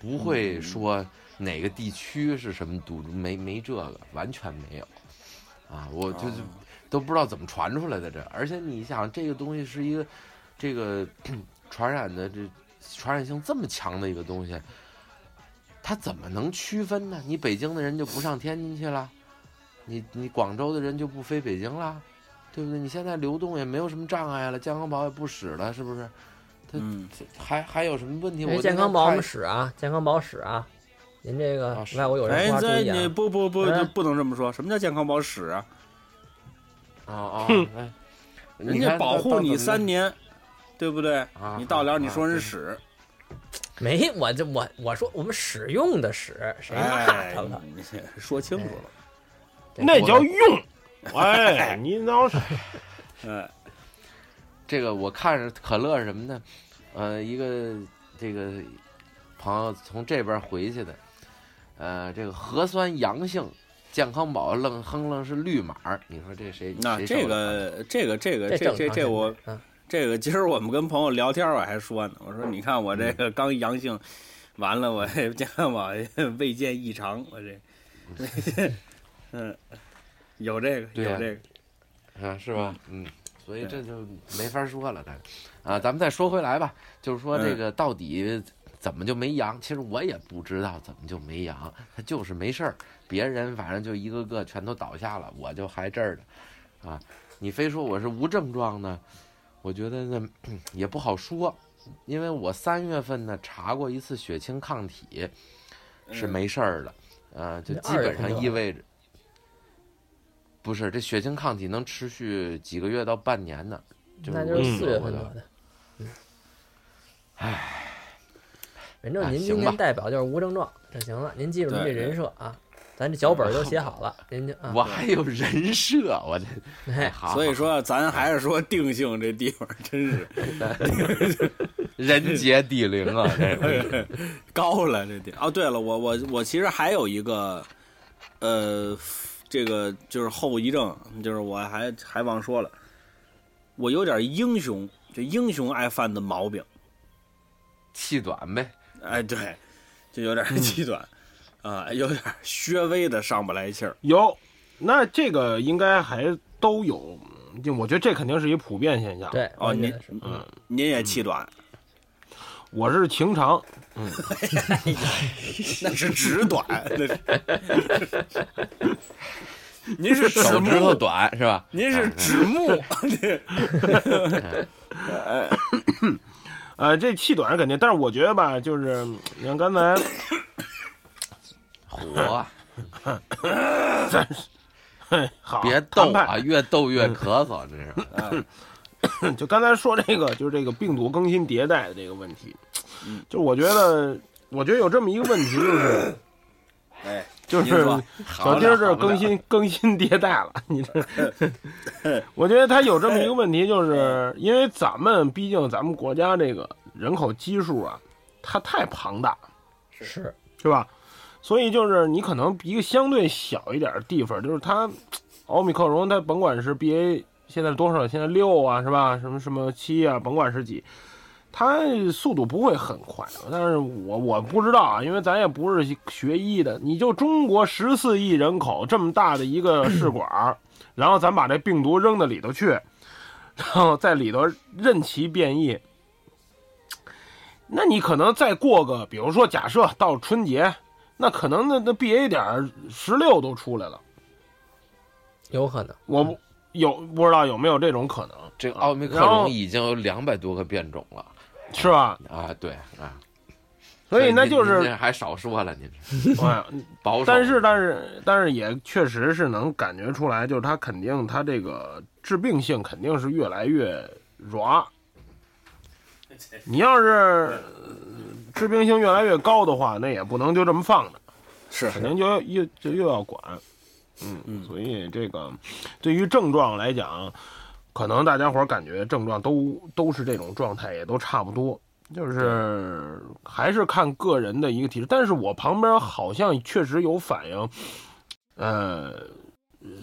Speaker 4: 不会说哪个地区是什么毒株，没没这个，完全没有。啊，我就就都不知道怎么传出来的这，而且你想，这个东西是一个这个传染的这传染性这么强的一个东西，它怎么能区分呢？你北京的人就不上天津去了，你你广州的人就不飞北京啦，对不对？你现在流动也没有什么障碍了，健康宝也不使了，是不是？它
Speaker 2: 嗯，
Speaker 4: 这还还有什么问题？
Speaker 3: 哎，
Speaker 4: 我
Speaker 3: 健康宝
Speaker 4: 宝
Speaker 3: 我们使啊，健康宝使啊。您这个
Speaker 4: 啊是
Speaker 3: 外国有人
Speaker 2: 哎，
Speaker 3: 说话注
Speaker 2: 这
Speaker 3: 意
Speaker 2: 你
Speaker 3: 啊，
Speaker 2: 不不不，
Speaker 3: 嗯
Speaker 2: 就不能这么说。什么叫健康宝使啊？
Speaker 4: 啊啊！哎
Speaker 2: 人
Speaker 4: 你
Speaker 2: 家
Speaker 4: 看
Speaker 2: 保
Speaker 4: 到
Speaker 2: 护
Speaker 4: 到
Speaker 2: 你
Speaker 4: 怎么
Speaker 2: 三年，对不对
Speaker 4: 啊？
Speaker 2: 你到了你说
Speaker 4: 啊
Speaker 2: 人
Speaker 4: 对
Speaker 2: 使，
Speaker 3: 没我这我我说我们使用的使，谁骂
Speaker 2: 哎
Speaker 3: 他了？，
Speaker 2: 你说清楚了。
Speaker 3: 对
Speaker 5: 那
Speaker 3: 我
Speaker 5: 叫用。哎，你老是
Speaker 2: 哎，
Speaker 4: 这个我看着可乐什么的，呃，一个这个朋友从这边回去的，呃，这个核酸阳性，健康宝愣哼愣是绿码儿，你说这谁？
Speaker 2: 那
Speaker 4: 谁
Speaker 2: 这
Speaker 4: 受得了啊
Speaker 2: 个这个这个
Speaker 3: 哎这
Speaker 2: 这
Speaker 3: 正
Speaker 2: 这
Speaker 3: 常
Speaker 2: 这我
Speaker 3: 嗯
Speaker 2: 这个今儿我们跟朋友聊天，我还说呢，我说你看我这
Speaker 4: 嗯
Speaker 2: 个刚阳性，完了我这健康宝 *laughs* 未见异常，我这，
Speaker 3: *laughs*
Speaker 2: 嗯，有这个
Speaker 4: 对
Speaker 2: 有
Speaker 4: 呀
Speaker 2: 这个，
Speaker 4: 啊，是吧？嗯，所以这就没法说了，这个啊，咱们再说回来吧，就是说
Speaker 3: 嗯
Speaker 4: 这个到底怎么就没阳？其实我也不知道怎么就没阳，他就是没事儿，别人反正就一个个全都倒下了，我就还这儿呢，啊，你非说我是无症状呢，我觉得那也不好说，因为我三月份呢查过一次血清抗体，是
Speaker 2: 嗯
Speaker 4: 没事儿的，呃，就
Speaker 3: 你
Speaker 4: 基
Speaker 3: 二月
Speaker 4: 本
Speaker 3: 份就
Speaker 4: 上意味着。不是，这血清抗体能持续几个月到半年呢。就是
Speaker 3: 那就
Speaker 4: 我
Speaker 3: 是
Speaker 5: 嗯
Speaker 3: 四月
Speaker 4: 我
Speaker 3: 份得
Speaker 4: 的
Speaker 3: 的。嗯反正
Speaker 4: 哎
Speaker 3: 您今
Speaker 4: 行
Speaker 3: 天
Speaker 4: 吧
Speaker 3: 代表就是无症状就行了，您记住您这
Speaker 2: 对
Speaker 3: 人设啊，咱这脚本都写好了，您就啊，
Speaker 4: 我还有人设，我这哎
Speaker 3: 哎，
Speaker 4: 好，
Speaker 2: 所以
Speaker 4: 好
Speaker 2: 说咱还是说定性这地方真
Speaker 4: *laughs*
Speaker 2: 是
Speaker 4: 人杰地灵啊，这个
Speaker 2: 高了这点。哦，对了，我我我其实还有一个，呃，这个就是后遗症，就是我还还忘说了，我有点英雄，就英雄爱犯的毛病。
Speaker 4: 气短呗。
Speaker 2: 哎，对，就有点气短，啊、有点略微的上不来气儿。
Speaker 5: 有，那这个应该还都有。就我觉得这肯定是一普遍现象。，
Speaker 3: 对，
Speaker 2: 哦，
Speaker 3: 我觉
Speaker 2: 您
Speaker 3: 得是
Speaker 2: 嗯您也气短，
Speaker 5: 我是情长，
Speaker 2: 那是直短，那是。您是
Speaker 4: 手
Speaker 2: 指
Speaker 4: 指头
Speaker 2: 木，
Speaker 4: 短是吧？哎
Speaker 2: 您是指木，
Speaker 5: 呃，这气短是肯定，但是我觉得吧，就是你看刚才
Speaker 4: 火啊，
Speaker 5: 嘿好
Speaker 4: 别逗
Speaker 5: 谈
Speaker 4: 啊，
Speaker 5: 判
Speaker 4: 越逗越咳嗽，这是。
Speaker 5: 就刚才说这个，就是这个病毒更新迭代的这个问题，
Speaker 4: 嗯
Speaker 5: 就是我觉得，我觉得有这么一个问题，就是
Speaker 2: 哎，
Speaker 5: 就是
Speaker 2: 您说
Speaker 5: 小丁儿这儿更新 *laughs* 更新迭代了，你这，我觉得他有这么一个问题，就是因为咱们毕竟咱们国家这个人口基数啊，它太庞大，
Speaker 3: 是
Speaker 5: 是吧？所以就是你可能一个相对小一点的地方，就是它奥密克戎，它甭管是 BA 现在多少，现在六啊，是吧？什么什么七啊，甭管是几，它速度不会很快。但是我我不知道啊，因为咱也不是学医的。你就中国十四亿人口这么大的一个试管儿，然后咱把这病毒扔到里头去，然后在里头任其变异，那你可能再过个，比如说假设到春节，那可能那那 BA 点十六都出来了，
Speaker 3: 有可能，
Speaker 5: 我不有不知道有没有这种可能，
Speaker 4: 这个奥密克
Speaker 5: 然后
Speaker 4: 戎已经有两百多个变种了
Speaker 5: 是吧？
Speaker 4: 啊，对啊，
Speaker 5: 所以那
Speaker 4: 您
Speaker 5: 就是
Speaker 4: 您这还少说了，您这
Speaker 5: 哎，
Speaker 4: 保守。
Speaker 5: 但是但是但是也确实是能感觉出来，就是他肯定他这个致病性肯定是越来越 *laughs* 弱。你要是呃致病性越来越高的话，那也不能就这么放着，
Speaker 2: 是
Speaker 5: 肯定就要又就又要管。嗯，所以这个对于症状来讲，可能大家伙儿感觉症状都都是这种状态，也都差不多，就是还是看个人的一个体质。但是我旁边好像确实有反映，呃，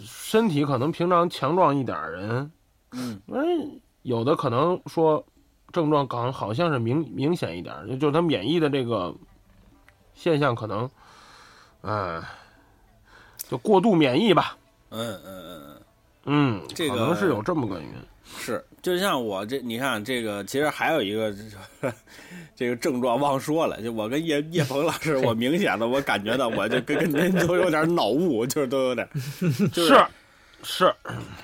Speaker 5: 身体可能平常强壮一点儿人，哎
Speaker 2: 嗯，
Speaker 5: 有的可能说症状可能好像是明明显一点儿，就就他免疫的这个现象可能，呃，就过度免疫吧。
Speaker 2: 嗯嗯嗯嗯。
Speaker 5: 嗯，
Speaker 2: 这个
Speaker 5: 可能是有这么个原因。
Speaker 2: 是，就像我这，你看这个，其实还有一个这个症状忘说了，就我跟叶叶鹏老师，我明显的我感觉到，我就跟跟您都有点脑雾，就是都有点，就是
Speaker 5: 是，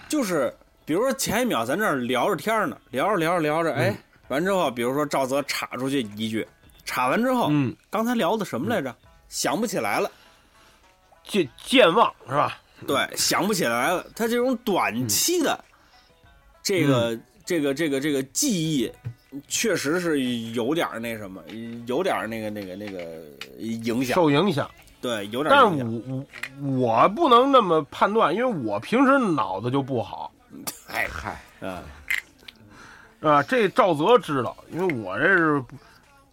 Speaker 2: 就是，比如说前一秒咱这儿聊着天儿呢，聊着聊着聊着，
Speaker 5: 嗯
Speaker 2: 哎，完之后，比如说赵泽插出去一句，插完之后，
Speaker 5: 嗯，
Speaker 2: 刚才聊的什么来着？想不起来了，
Speaker 5: 健健忘是吧？
Speaker 2: 对，想不起来了。他这种短期的
Speaker 5: 嗯
Speaker 2: 这个、这个这个这个记忆，确实是有点儿那什么，有点儿那个那个那个影响。
Speaker 5: 受影响，
Speaker 2: 对，有点
Speaker 5: 但
Speaker 2: 儿影
Speaker 5: 是
Speaker 2: 响。
Speaker 5: 我我我不能那么判断，因为我平时脑子就不好
Speaker 2: 哎，
Speaker 4: 嗨，
Speaker 2: 啊，
Speaker 5: 啊。这赵泽知道，因为我这是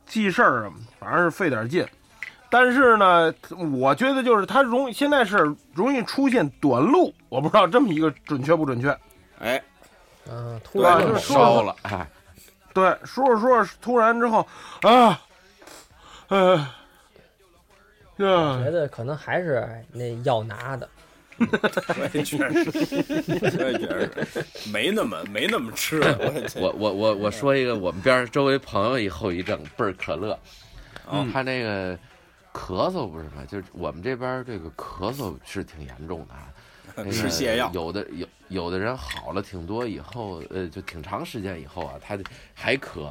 Speaker 5: 记事儿，啊反正是费点劲。但是呢，我觉得就是他容现在是容易出现短路，我不知道这么一个准确不准确。
Speaker 2: 哎，
Speaker 3: 嗯，突
Speaker 5: 对
Speaker 4: 啊
Speaker 3: 然
Speaker 5: 就
Speaker 3: 就是是
Speaker 5: 说
Speaker 4: 烧了，哎，
Speaker 5: 对，说着说着，突然之后啊，呃，啊
Speaker 3: 觉得可能还是那药拿的，
Speaker 2: 我也觉得是，我也觉得是，没那么没那么吃，我也觉得
Speaker 4: *laughs* 我我我我说一个我们边儿周围朋友一后遗症，倍儿可乐。哦
Speaker 2: 嗯
Speaker 4: 他那个咳嗽不是嘛，就是我们这边儿这个咳嗽是挺严重
Speaker 2: *laughs*
Speaker 4: 的啊。那个
Speaker 2: 吃泻药
Speaker 4: 有的有有的人好了挺多以后，呃，就挺长时间以后啊，他还咳，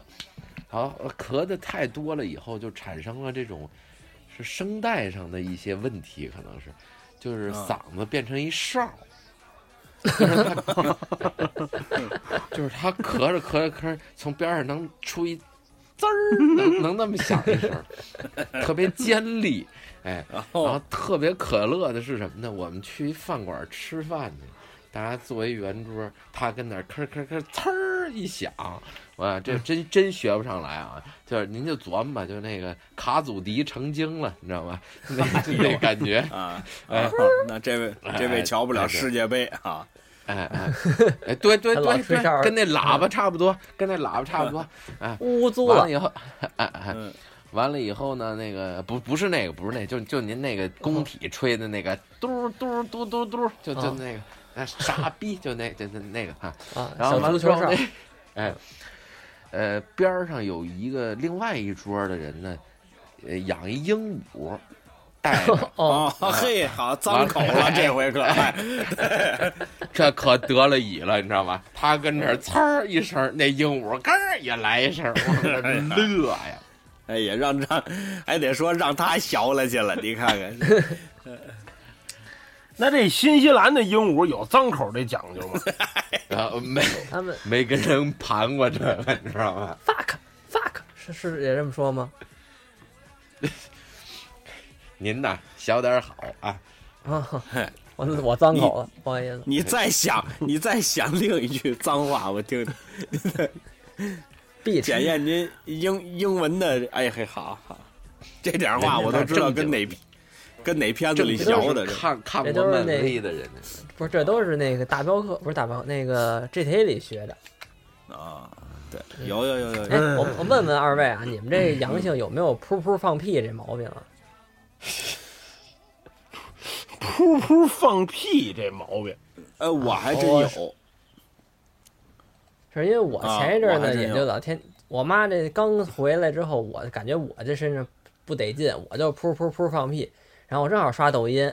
Speaker 4: 好呃咳的太多了以后，就产生了这种是声带上的一些问题，可能是就是
Speaker 2: 啊
Speaker 4: 嗓子变成一哨儿。就是他，就是他咳着咳着咳着，从边上能出一滋儿，
Speaker 3: *laughs*
Speaker 4: 能能那么响一声儿，特别尖利，哎，
Speaker 2: 然
Speaker 3: 哦
Speaker 2: 后
Speaker 4: 然后特别可乐的是什么呢？我们去饭馆吃饭去，大家坐一圆桌，他跟那儿吭吭吭呲儿一响，哇，这真真学不上来啊！就是您就琢磨吧，就那个卡祖笛成精了，你知道吗？那
Speaker 3: 哎
Speaker 4: 就那感觉， *laughs*
Speaker 2: 啊，
Speaker 4: 哎
Speaker 2: 啊，那这位这位
Speaker 4: 哎
Speaker 2: 瞧不了
Speaker 4: 哎对
Speaker 2: 世界杯啊，
Speaker 4: 哎哎，
Speaker 3: *laughs*
Speaker 4: 哎，对对
Speaker 3: 他老
Speaker 4: 对
Speaker 3: 吹哨
Speaker 4: 对，
Speaker 3: 儿嗯
Speaker 4: 跟那喇叭差不多，跟那喇叭差不多，哎，
Speaker 3: 呜租
Speaker 4: 完
Speaker 3: 了
Speaker 4: 了，以后，
Speaker 3: *laughs*
Speaker 4: 哎哎
Speaker 2: 嗯，
Speaker 4: 完了以后呢，那个不不是那个，不是那个，就就您那个工体吹的那个嘟嘟嘟嘟嘟，就就
Speaker 3: 啊
Speaker 4: 那个，那傻逼，就那就就那个啊，
Speaker 3: 啊，
Speaker 4: 然后
Speaker 3: 小足
Speaker 4: 完了之
Speaker 3: 球
Speaker 4: 后
Speaker 3: 上
Speaker 4: 那， *laughs* 哎，呃，边儿上有一个另外一桌的人呢，呃，养一鹦鹉，带着
Speaker 3: *laughs* 哦，
Speaker 2: 哦
Speaker 4: 啊
Speaker 2: 嘿，好脏口了，这回可哎
Speaker 4: *laughs* 这可得了乙了，你知道吗？他跟这儿呲儿一声，那鹦鹉咯儿也来
Speaker 3: *laughs*
Speaker 4: 一声，我这乐呀！
Speaker 2: 哎也让让，还得说让他学了去了，你看看，
Speaker 5: 那这新西兰的鹦鹉有脏口这讲究吗？
Speaker 4: 然后没
Speaker 3: 他们
Speaker 4: 没跟人盘过这
Speaker 2: *laughs*
Speaker 4: 个，你知道吗？
Speaker 3: fuck fuck 是是也这么说吗？
Speaker 4: 您呐，小点儿好啊！
Speaker 3: 啊，我我脏口了，不好意思。
Speaker 2: 你再想你再想另一句脏话，我听听，
Speaker 3: 必
Speaker 2: 检验您英英文的，哎嘿，好好，这点话我都知道跟
Speaker 4: 哎
Speaker 2: 哪跟哪片子里学的，这
Speaker 4: 看看
Speaker 3: 这
Speaker 4: 过
Speaker 3: 都是
Speaker 4: 漫
Speaker 3: 那
Speaker 4: 威的人，
Speaker 3: 不是，这都是那个大镖客，不是大镖那个 GTA 里学的。
Speaker 2: 啊，对，有有有有
Speaker 3: 哎
Speaker 2: 有，，
Speaker 4: 嗯
Speaker 3: 我我问问二位啊，你们这阳性有没有噗噗放屁这毛病啊？
Speaker 5: 噗噗放屁这毛病，
Speaker 2: 哎，我还真
Speaker 4: 哦
Speaker 2: 有，
Speaker 3: 是因为我前一阵儿
Speaker 2: 啊我还
Speaker 3: 呢，
Speaker 2: 真
Speaker 3: 也
Speaker 2: 有
Speaker 3: 就老天，我妈这刚回来之后，我感觉我这身上不得劲，我就噗噗噗放屁。然后我正好刷抖音，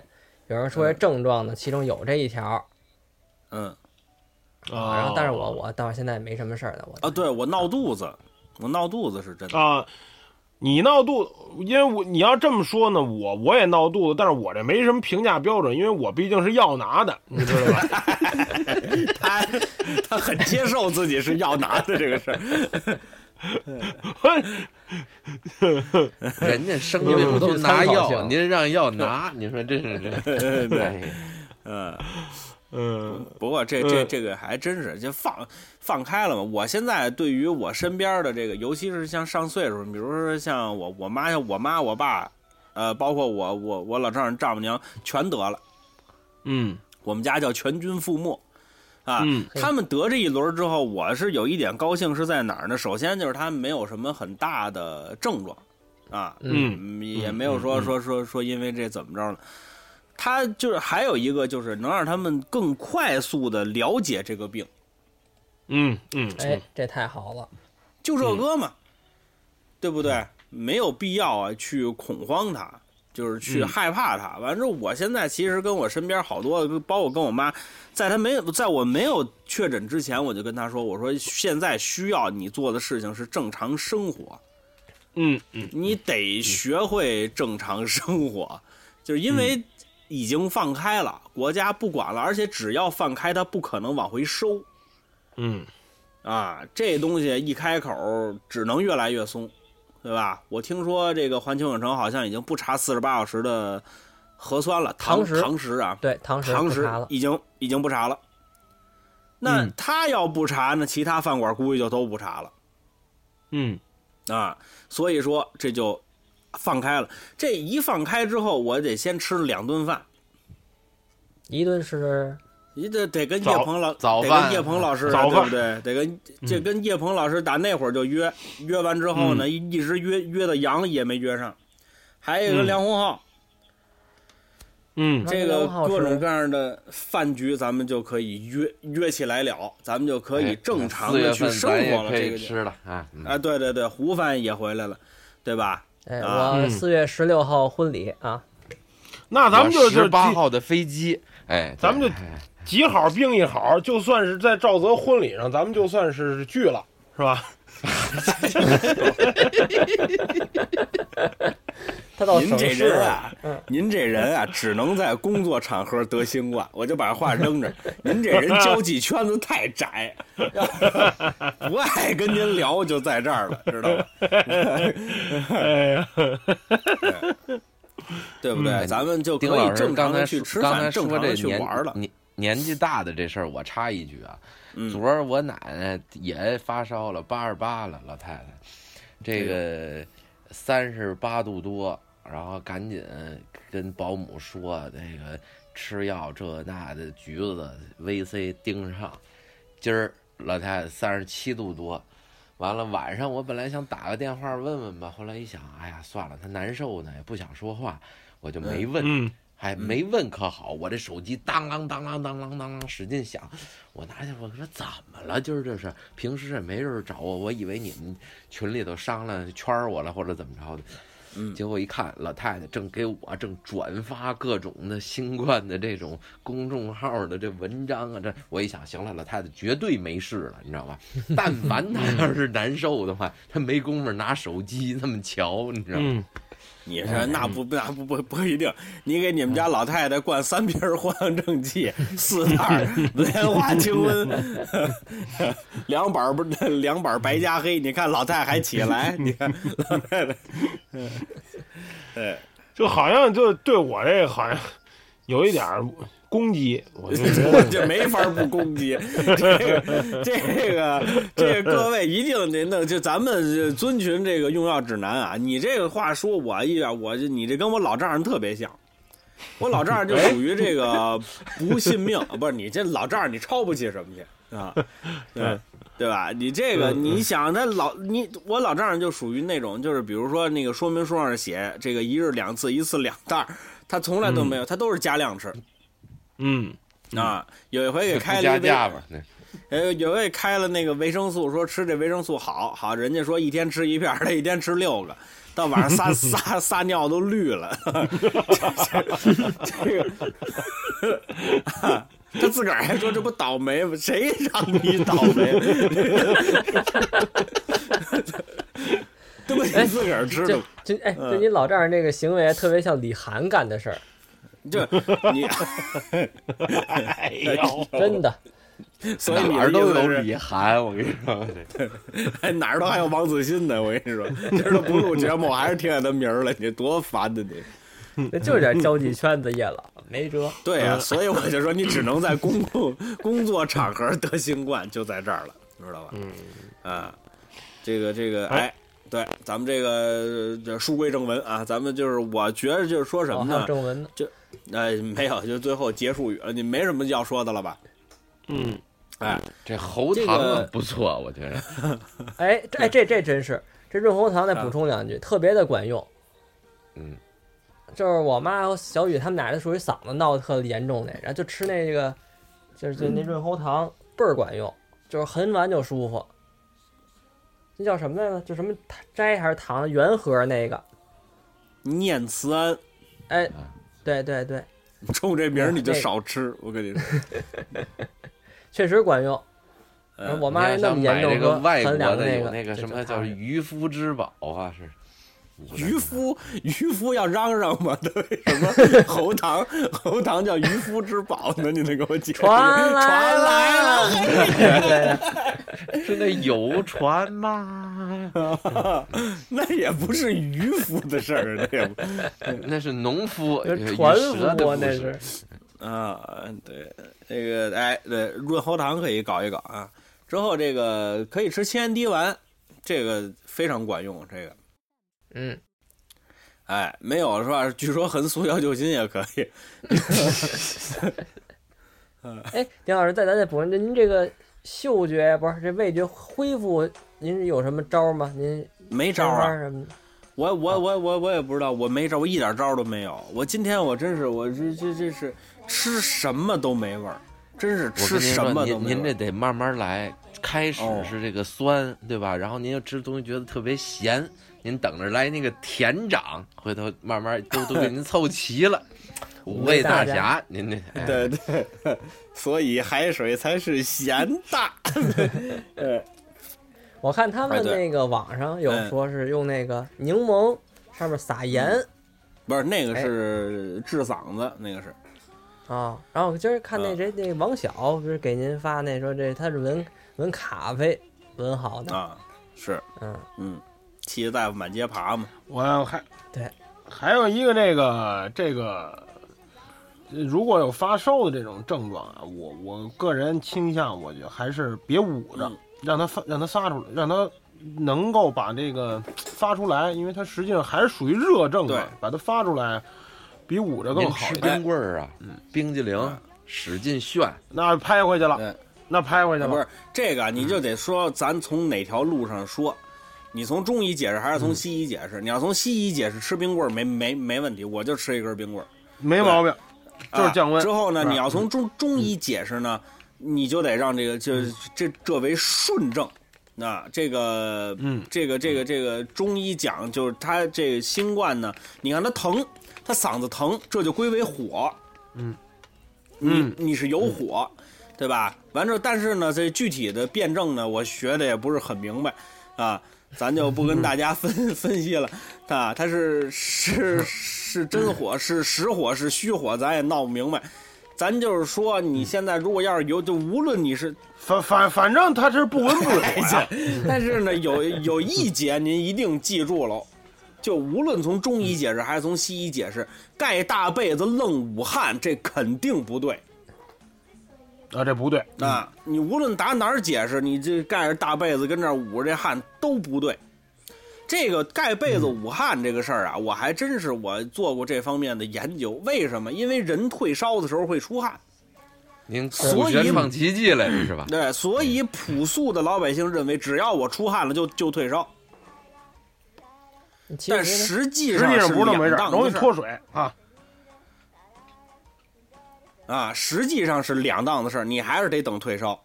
Speaker 3: 有人说这症状呢，其中有这一条。
Speaker 2: 嗯
Speaker 5: 啊
Speaker 3: 然后，但是
Speaker 2: 哦
Speaker 3: 我我到现在没什么事儿的，我
Speaker 2: 啊，对我闹肚子，我闹肚子是真的，
Speaker 5: 啊，你闹肚子，因为我你要这么说呢，我我也闹肚子，但是我这没什么评价标准，因为我毕竟是要拿的，你知道吧？
Speaker 2: *laughs*
Speaker 5: *laughs*
Speaker 2: 他他很接受自己是要拿的这个事儿，
Speaker 4: 人家
Speaker 3: *laughs*
Speaker 4: 生
Speaker 3: 你
Speaker 4: 病
Speaker 3: 们
Speaker 4: 不
Speaker 3: 不
Speaker 4: 都
Speaker 3: 去
Speaker 4: 拿
Speaker 3: 参考
Speaker 4: 药，
Speaker 3: 性
Speaker 4: 您让药拿，你说这是
Speaker 2: *laughs*
Speaker 4: 这，
Speaker 2: 对，
Speaker 4: 哎
Speaker 2: 嗯。
Speaker 5: 嗯，
Speaker 2: *laughs* 不过这这
Speaker 5: 嗯
Speaker 2: 这个还真是就放放开了嘛。我现在对于我身边的这个，尤其是像上岁数，比如说像我我妈、我妈、我爸，呃，包括我我我老丈人、丈母娘，全得了。
Speaker 5: 嗯
Speaker 2: 我们家叫全军覆没。啊，
Speaker 5: 嗯
Speaker 2: 他们得这一轮之后，我是有一点高兴是在哪儿呢？首先就是他们没有什么很大的症状，啊，
Speaker 5: 嗯
Speaker 2: 嗯，也没有说
Speaker 5: 嗯嗯
Speaker 2: 说说说因为这怎么着了。他就是还有一个就是能让他们更快速的了解这个病，
Speaker 5: 嗯嗯，
Speaker 3: 哎，这太好了，
Speaker 2: 就这个嘛，对不
Speaker 5: 嗯
Speaker 2: 对？没有必要啊去恐慌它，就是去
Speaker 5: 嗯
Speaker 2: 害怕它。完之后，我现在其实跟我身边好多，包括跟我妈，在她没有在我没有确诊之前，我就跟她说，我说现在需要你做的事情是正常生活。
Speaker 5: 嗯嗯
Speaker 2: 你得学会正常生活，就是因
Speaker 3: 嗯
Speaker 2: 为已经放开了，国家不管了，而且只要放开，它不可能往回收
Speaker 5: 嗯
Speaker 2: 啊。这东西一开口，只能越来越松，对吧？我听说这个环球影城好像已经不查四十八小时的核酸了，
Speaker 3: 堂
Speaker 2: 堂
Speaker 3: 食
Speaker 2: 堂食啊，
Speaker 3: 对，堂食
Speaker 2: 堂
Speaker 3: 不
Speaker 2: 食
Speaker 3: 查了，
Speaker 2: 已经已经不查了。那
Speaker 5: 嗯
Speaker 2: 他要不查，那其他饭馆估计就都不查了。
Speaker 5: 嗯
Speaker 2: 啊，所以说这就放开了。这一放开之后，我得先吃两顿饭，
Speaker 3: 一顿是
Speaker 2: 你得得跟叶
Speaker 5: 早
Speaker 2: 鹏老
Speaker 4: 早
Speaker 2: 得
Speaker 4: 饭嗯
Speaker 2: 跟叶鹏老师
Speaker 5: 早
Speaker 2: 对
Speaker 5: 饭
Speaker 2: 不对？得跟这跟叶鹏老师打那会儿就约，约完之后
Speaker 4: 嗯
Speaker 2: 呢，一一直约约到阳也没约上，还有一个
Speaker 5: 嗯
Speaker 2: 梁红浩，
Speaker 5: 嗯
Speaker 2: 这
Speaker 3: 那
Speaker 2: 个
Speaker 3: 梁红浩
Speaker 2: 各
Speaker 3: 是
Speaker 2: 种各样的饭局咱们就可以约约起来了，咱们就可以正常
Speaker 4: 哎四
Speaker 2: 的
Speaker 4: 月
Speaker 2: 去
Speaker 4: 份
Speaker 2: 生
Speaker 4: 咱也
Speaker 2: 活了。
Speaker 4: 可
Speaker 2: 这
Speaker 4: 以
Speaker 2: 个就
Speaker 4: 吃了啊，嗯
Speaker 2: 啊，对对对，胡凡也回来了，对吧？
Speaker 3: 哎，
Speaker 2: 啊
Speaker 3: 我
Speaker 5: 嗯
Speaker 3: 四月十六号婚礼啊，
Speaker 5: 那咱们就就
Speaker 4: 十八
Speaker 5: 记
Speaker 4: 号的飞机，哎，
Speaker 5: 咱们就
Speaker 4: 对哎
Speaker 5: 几好并一好，就算是在赵泽婚礼上，咱们就算是聚了，是吧？
Speaker 3: 他到
Speaker 2: 您
Speaker 3: 省
Speaker 2: 这
Speaker 3: 市
Speaker 2: 人
Speaker 3: 了，
Speaker 2: 啊
Speaker 3: 嗯，
Speaker 2: 您这人啊，只能在工作场合得新冠。我就把话扔这儿，您这人交际圈子太窄，不爱跟您聊就在这儿了，知 *laughs* 道吧？
Speaker 5: 哎呀，
Speaker 2: 对不对？咱们就可
Speaker 4: 嗯丁老
Speaker 2: 以
Speaker 4: 师
Speaker 2: 正常
Speaker 4: 刚才
Speaker 2: 的去吃
Speaker 4: 说刚才
Speaker 2: 饭，正
Speaker 4: 说
Speaker 2: 常
Speaker 4: 这
Speaker 2: 的去
Speaker 4: 年
Speaker 2: 玩了。
Speaker 4: 年年纪大的这事儿，我插一句啊，
Speaker 2: 嗯
Speaker 4: 昨儿我奶奶也发烧了，八十八了，老太太，
Speaker 2: 哎
Speaker 4: 这个三十八度多，然后赶紧跟保姆说那个吃药这那的橘子 VC 盯上，今儿老太太三十七度多。完了，晚上我本来想打个电话问问吧，后来一想，哎呀，算了，她难受呢，也不想说话，我就没问。
Speaker 5: 嗯
Speaker 4: 还没问可好，我这手机当啷当啷当啷当啷使劲响，我拿去我说怎么了？今儿这是平时也没人找我，我以为你们群里头商量圈儿我了或者怎么着的，
Speaker 2: 嗯
Speaker 4: 结果一看老太太正给我正转发各种的新冠的这种公众号的这文章啊，这我一想行了，老太太绝对没事了，你知道吧？但凡她要是难受的话，她没工夫拿手机那么瞧，你知道吗？
Speaker 5: 嗯，
Speaker 2: 哎你说那不那不不不一定，你给你们家老太太灌三瓶儿藿香正 *laughs* 气，四袋 *laughs* 儿莲花清瘟， *laughs* 两板儿不两板儿白加黑，你看老太太还起来， *laughs* 你看老太太，嗯，
Speaker 5: 就好像就对我这好像有一点儿攻击， *laughs* 我就觉
Speaker 2: 我
Speaker 5: 得
Speaker 2: 就没法不攻击。这个这个这个各位一定得弄，就咱们遵循这个用药指南啊。你这个话说我一点，我就你这跟我老丈人特别像。我老丈人就属于这个不信命，不是你这老丈人你抄不起什么去啊？对对吧？你这个你想他老你我老丈人就属于那种就是比如说那个说明书上写这个一日两次，一次两袋儿，他从来都没有，他都是加量吃。
Speaker 5: 嗯
Speaker 2: 啊，有一回给
Speaker 4: 不
Speaker 2: 开了
Speaker 4: 加
Speaker 2: 一
Speaker 4: 价
Speaker 2: 杯，
Speaker 4: 吧，那
Speaker 2: 呃，有一回开了那个维生素，说吃这维生素好好，人家说一天吃一片儿，他一天吃六个，到晚上撒
Speaker 4: *laughs*
Speaker 2: 撒撒尿都绿了，这这个、啊他自个儿还说这不倒霉吗？谁
Speaker 4: *laughs*
Speaker 2: 让你倒霉？这估计自个儿知道
Speaker 3: 就。就哎，
Speaker 2: 嗯
Speaker 3: 就你老丈人这个行为特别像李涵干的事儿，
Speaker 2: 就你， *laughs*
Speaker 4: 哎呦，
Speaker 2: 哦
Speaker 3: 真的。
Speaker 2: 所以你的
Speaker 4: 哪儿都
Speaker 2: 意思
Speaker 4: 有
Speaker 2: 是
Speaker 4: 李涵，我跟你说，
Speaker 2: *laughs* 哎，哪儿都还有王子欣呢，我跟你说，今儿都不录节目，我还是听见他名儿了，你多烦的你。
Speaker 3: 那就是点交际圈子，叶老没辙。
Speaker 2: 对呀、所以我就说你只能在公共工作场合得新冠，就在这儿了，你知道吧？嗯，啊，这个这个，哎，对，咱们这个这书归正文啊，咱们就是我觉得就是说什么
Speaker 3: 哦还有
Speaker 2: 呢？
Speaker 3: 正文呢？
Speaker 2: 哎，没有，就最后结束语了，你没什么要说的了吧？
Speaker 5: 嗯，
Speaker 4: 这喉
Speaker 2: 这
Speaker 4: 糖
Speaker 2: 个
Speaker 4: 啊不错，我觉得。
Speaker 3: 哎，这哎这这真是，这润喉糖再补充两句，特别的管用。
Speaker 4: 啊嗯，
Speaker 3: 就是我妈和小雨他们俩就属于嗓子闹得特严重那，然后就吃那个，就是就
Speaker 4: 嗯
Speaker 3: 那润喉糖倍儿管用，就是很晚就舒服。那叫什么来着？就什么摘还是糖原盒那个？
Speaker 2: 念慈庵，
Speaker 3: 哎，
Speaker 4: 啊
Speaker 3: 对对对，
Speaker 2: 冲这名儿你就
Speaker 3: 这个
Speaker 2: 少吃，我跟你说。
Speaker 3: 确实管用。然
Speaker 4: 呃
Speaker 2: 嗯
Speaker 3: 后我妈那
Speaker 4: 像
Speaker 3: 么严
Speaker 4: 买这
Speaker 3: 重
Speaker 4: 个
Speaker 3: 说
Speaker 4: 外
Speaker 3: 很
Speaker 4: 国
Speaker 3: 两
Speaker 4: 的
Speaker 3: 那
Speaker 4: 有
Speaker 3: 个
Speaker 4: 那个
Speaker 3: 就
Speaker 4: 什
Speaker 3: 就
Speaker 4: 么
Speaker 3: 她
Speaker 4: 叫渔夫之宝啊，是
Speaker 2: 渔夫，渔夫要嚷嚷嘛， *laughs* 对，什么 *laughs* 喉糖，喉糖叫渔夫之宝呢？你得给我解释。
Speaker 3: *laughs* 传来
Speaker 2: 来了，
Speaker 3: 了，对 *laughs*
Speaker 4: 是那游船吗？ *laughs*
Speaker 2: *laughs* 那也不是渔夫的事儿，那也 *laughs* 不
Speaker 4: 那是农夫，
Speaker 3: 对，
Speaker 4: 呃
Speaker 3: 就
Speaker 4: 与
Speaker 3: 传
Speaker 4: 蛇的
Speaker 3: 播
Speaker 4: 故
Speaker 3: 那
Speaker 4: 事
Speaker 3: 是。
Speaker 2: 啊，对，这个哎，对，润喉糖可以搞一搞啊。之后这个可以吃清安滴丸，这个非常管用，这个。
Speaker 3: 嗯，
Speaker 2: 哎，没有是吧？据说横速药救心也可以。
Speaker 3: 哎，丁老师，再咱再补充，您这个嗅觉不是这味觉恢复，您是有什么招儿吗？您
Speaker 2: 没招
Speaker 3: 上
Speaker 2: 儿啊
Speaker 3: 班，什么的？
Speaker 2: 我我我我我也不知道，我没招，我一点招都没有。我今天我真是，我这这这是吃什么都没味儿，真是
Speaker 4: 我
Speaker 2: 吃
Speaker 4: 跟您
Speaker 2: 什
Speaker 4: 说，
Speaker 2: 么都
Speaker 4: 您
Speaker 2: 没
Speaker 4: 您
Speaker 2: 味
Speaker 4: 这
Speaker 2: 儿。
Speaker 4: 得慢慢来，开始
Speaker 2: 哦
Speaker 4: 是这个酸，对吧？然后您又吃东西觉得特别咸，您等着来那个甜长，回头慢慢都都给您凑齐了。五味大侠，您这哎
Speaker 2: 对对，所以海水才是咸的。
Speaker 3: 我看他
Speaker 2: 哎
Speaker 3: 们
Speaker 2: 对
Speaker 3: 那个网上有
Speaker 2: 嗯
Speaker 3: 说是用那个柠檬上面撒盐
Speaker 2: *laughs* 不是那个
Speaker 4: 哎
Speaker 2: 是治嗓子，那个是
Speaker 3: 啊，然后我今儿看那
Speaker 2: 嗯
Speaker 3: 谁那王晓不是给您发那说这他是闻闻咖啡闻好的，
Speaker 2: 啊，是
Speaker 3: 嗯，
Speaker 2: 嗯，气得大夫满街爬嘛。
Speaker 5: 我还
Speaker 3: 对，
Speaker 5: 还有一个这个这个，呃如果有发烧的这种症状啊，我我个人倾向，我觉得还是别捂着
Speaker 2: 嗯，
Speaker 5: 让它发，让它撒出来，让它能够把这个发出来，因为它实际上还是属于热症
Speaker 2: 对
Speaker 5: 啊，把它发出来比捂着更
Speaker 4: 您
Speaker 5: 好
Speaker 4: 吃
Speaker 5: 一点。
Speaker 4: 冰棍儿啊，冰激凌，使劲炫，
Speaker 5: 那拍回去
Speaker 2: 对
Speaker 5: 了，那拍回去
Speaker 2: 不
Speaker 5: 了
Speaker 2: 是，这个，啊你就
Speaker 4: 嗯
Speaker 2: 得说咱从哪条路上说。你从中医解释还是
Speaker 4: 嗯
Speaker 2: 从西医解释？你要从西医解释，吃冰棍儿没没没问题，我就吃一根冰棍儿。
Speaker 5: 没毛病，
Speaker 2: 啊
Speaker 5: 就是降温
Speaker 2: 之。后呢，
Speaker 5: 是吧嗯
Speaker 2: 你要从中中医解释呢，你就得让这个就是这这为顺症。那这个，
Speaker 5: 嗯，
Speaker 2: 这个这个这个中医讲就是他这个新冠呢，你看他疼，他嗓子疼，这就归为火。嗯，你你是有火，
Speaker 5: 嗯
Speaker 2: 对吧？完之后，但是呢，这具体的辩证呢，我学的也不是很明白啊，咱就不跟大家分 *laughs* 分析了啊。它是是是真
Speaker 5: *coughs*
Speaker 2: 火，是实火，是虚火，咱也闹不明白。咱就是说，
Speaker 5: 嗯
Speaker 2: 你现在如果要是有，就无论你是
Speaker 5: 反反反正它是不温不 *laughs*
Speaker 2: *laughs*
Speaker 5: 火
Speaker 2: 哎
Speaker 5: 呀
Speaker 2: 呀，但是呢，有 *laughs* 有一节您一定记住喽，就无论从中医解释还是从西医解释，盖大被子愣捂汗，这肯定不对。
Speaker 5: 啊，这不对，
Speaker 2: 啊，你无论打哪儿解释，你这盖着大被子跟这儿捂着这汗都不对。这个盖被子捂汗这个事儿啊，我还真是我做过这方面的研究。为什么？因为人退烧的时候会出汗，
Speaker 4: 您
Speaker 2: 所
Speaker 4: 苦
Speaker 2: 以
Speaker 4: 学创奇迹来着是吧？
Speaker 2: 对，所以朴素的老百姓认为，只要我出汗了就就退烧，
Speaker 3: 你其
Speaker 2: 但
Speaker 3: 实呢
Speaker 2: 实际
Speaker 5: 实
Speaker 2: 上
Speaker 5: 际上不是那么回
Speaker 2: 两
Speaker 5: 事
Speaker 2: 档
Speaker 5: 儿，
Speaker 2: 子
Speaker 5: 容易
Speaker 2: 事儿
Speaker 5: 脱水啊。
Speaker 2: 啊，实际上是两档子事儿，你还是得等退烧。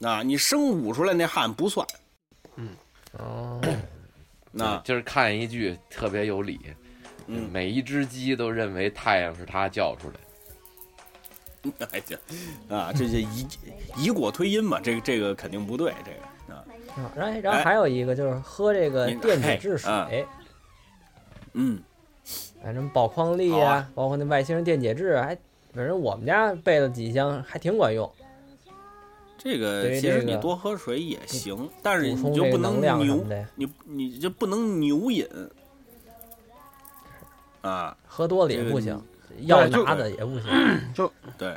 Speaker 2: 啊，你生捂出来那汗不算。
Speaker 5: 嗯
Speaker 2: 啊
Speaker 3: 哦，
Speaker 2: 那、
Speaker 4: 今儿看一句特别有理，
Speaker 2: 嗯
Speaker 4: 每一只鸡都认为太阳是它叫出来的。
Speaker 2: 哎呀，啊，这就以以果推因嘛，这个这个肯定不对，这个啊，
Speaker 3: 啊，然后然后还有一个就是喝这个
Speaker 2: 你
Speaker 3: 电解
Speaker 2: 嘿
Speaker 3: 质水，
Speaker 2: 嗯嗯，
Speaker 3: 反正宝矿力
Speaker 2: 好
Speaker 3: 呀、
Speaker 2: 啊
Speaker 3: 包括那外星人电解质，啊还反正我们家备了几箱，还挺管用。
Speaker 2: 这个
Speaker 3: 对
Speaker 2: 其
Speaker 3: 于
Speaker 2: 实
Speaker 3: 这个
Speaker 2: 你多喝水也行，但是
Speaker 3: 补充
Speaker 2: 你就
Speaker 3: 这
Speaker 2: 不
Speaker 3: 个能量什
Speaker 2: 牛
Speaker 3: 么的呀，
Speaker 2: 你你就不能牛饮啊，
Speaker 3: 喝多了
Speaker 2: 这
Speaker 3: 也
Speaker 2: 个
Speaker 3: 不
Speaker 2: 你
Speaker 3: 行，药
Speaker 5: 就
Speaker 3: 拿的也不行。
Speaker 2: 对，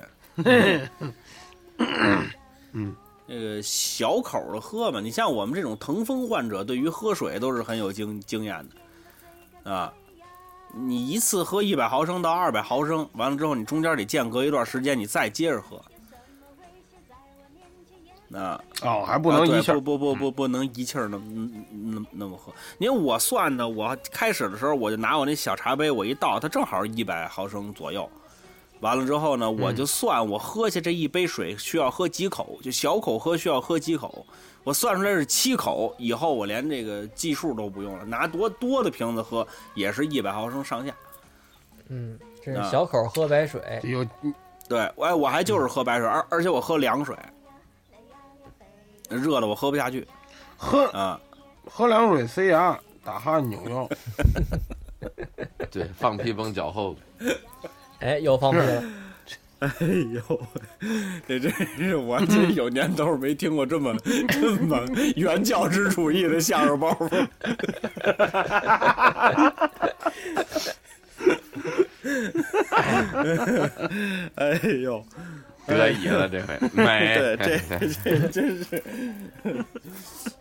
Speaker 2: 那个小口的喝嘛，你像我们这种疼风患者，对于喝水都是很有经经验的，啊，你一次喝一百毫升到二百毫升，完了之后你中间得间隔一段时间，你再接着喝。啊，
Speaker 5: 哦，还不能一下嗯
Speaker 2: 啊对。不不不不不能一气儿那么嗯那么那么喝。因为我算的，我开始的时候我就拿我那小茶杯我一倒，它正好一百毫升左右。完了之后呢，
Speaker 5: 嗯
Speaker 2: 我就算我喝下这一杯水需要喝几口，就小口喝需要喝几口，我算出来是七口，以后我连这个计数都不用了，拿多多的瓶子喝也是一百毫升上下。
Speaker 3: 嗯，这
Speaker 2: 啊
Speaker 3: 是小口喝白水，
Speaker 5: 有
Speaker 2: 对，哎，我还
Speaker 5: 嗯
Speaker 2: 就是喝白水，而而且我喝凉水，热的我喝不下去
Speaker 5: 喝
Speaker 2: 啊。
Speaker 5: 喝凉水塞牙，打哈欠扭腰。
Speaker 4: 对，放屁崩脚 *laughs* 后，
Speaker 3: 哎，又放屁了。
Speaker 2: 哎呦，这真是我这有年头儿没听过这么这么原教旨主义的相声包袱。哎呦，
Speaker 4: 得意了这回， *laughs* 没
Speaker 2: 对，这这真是，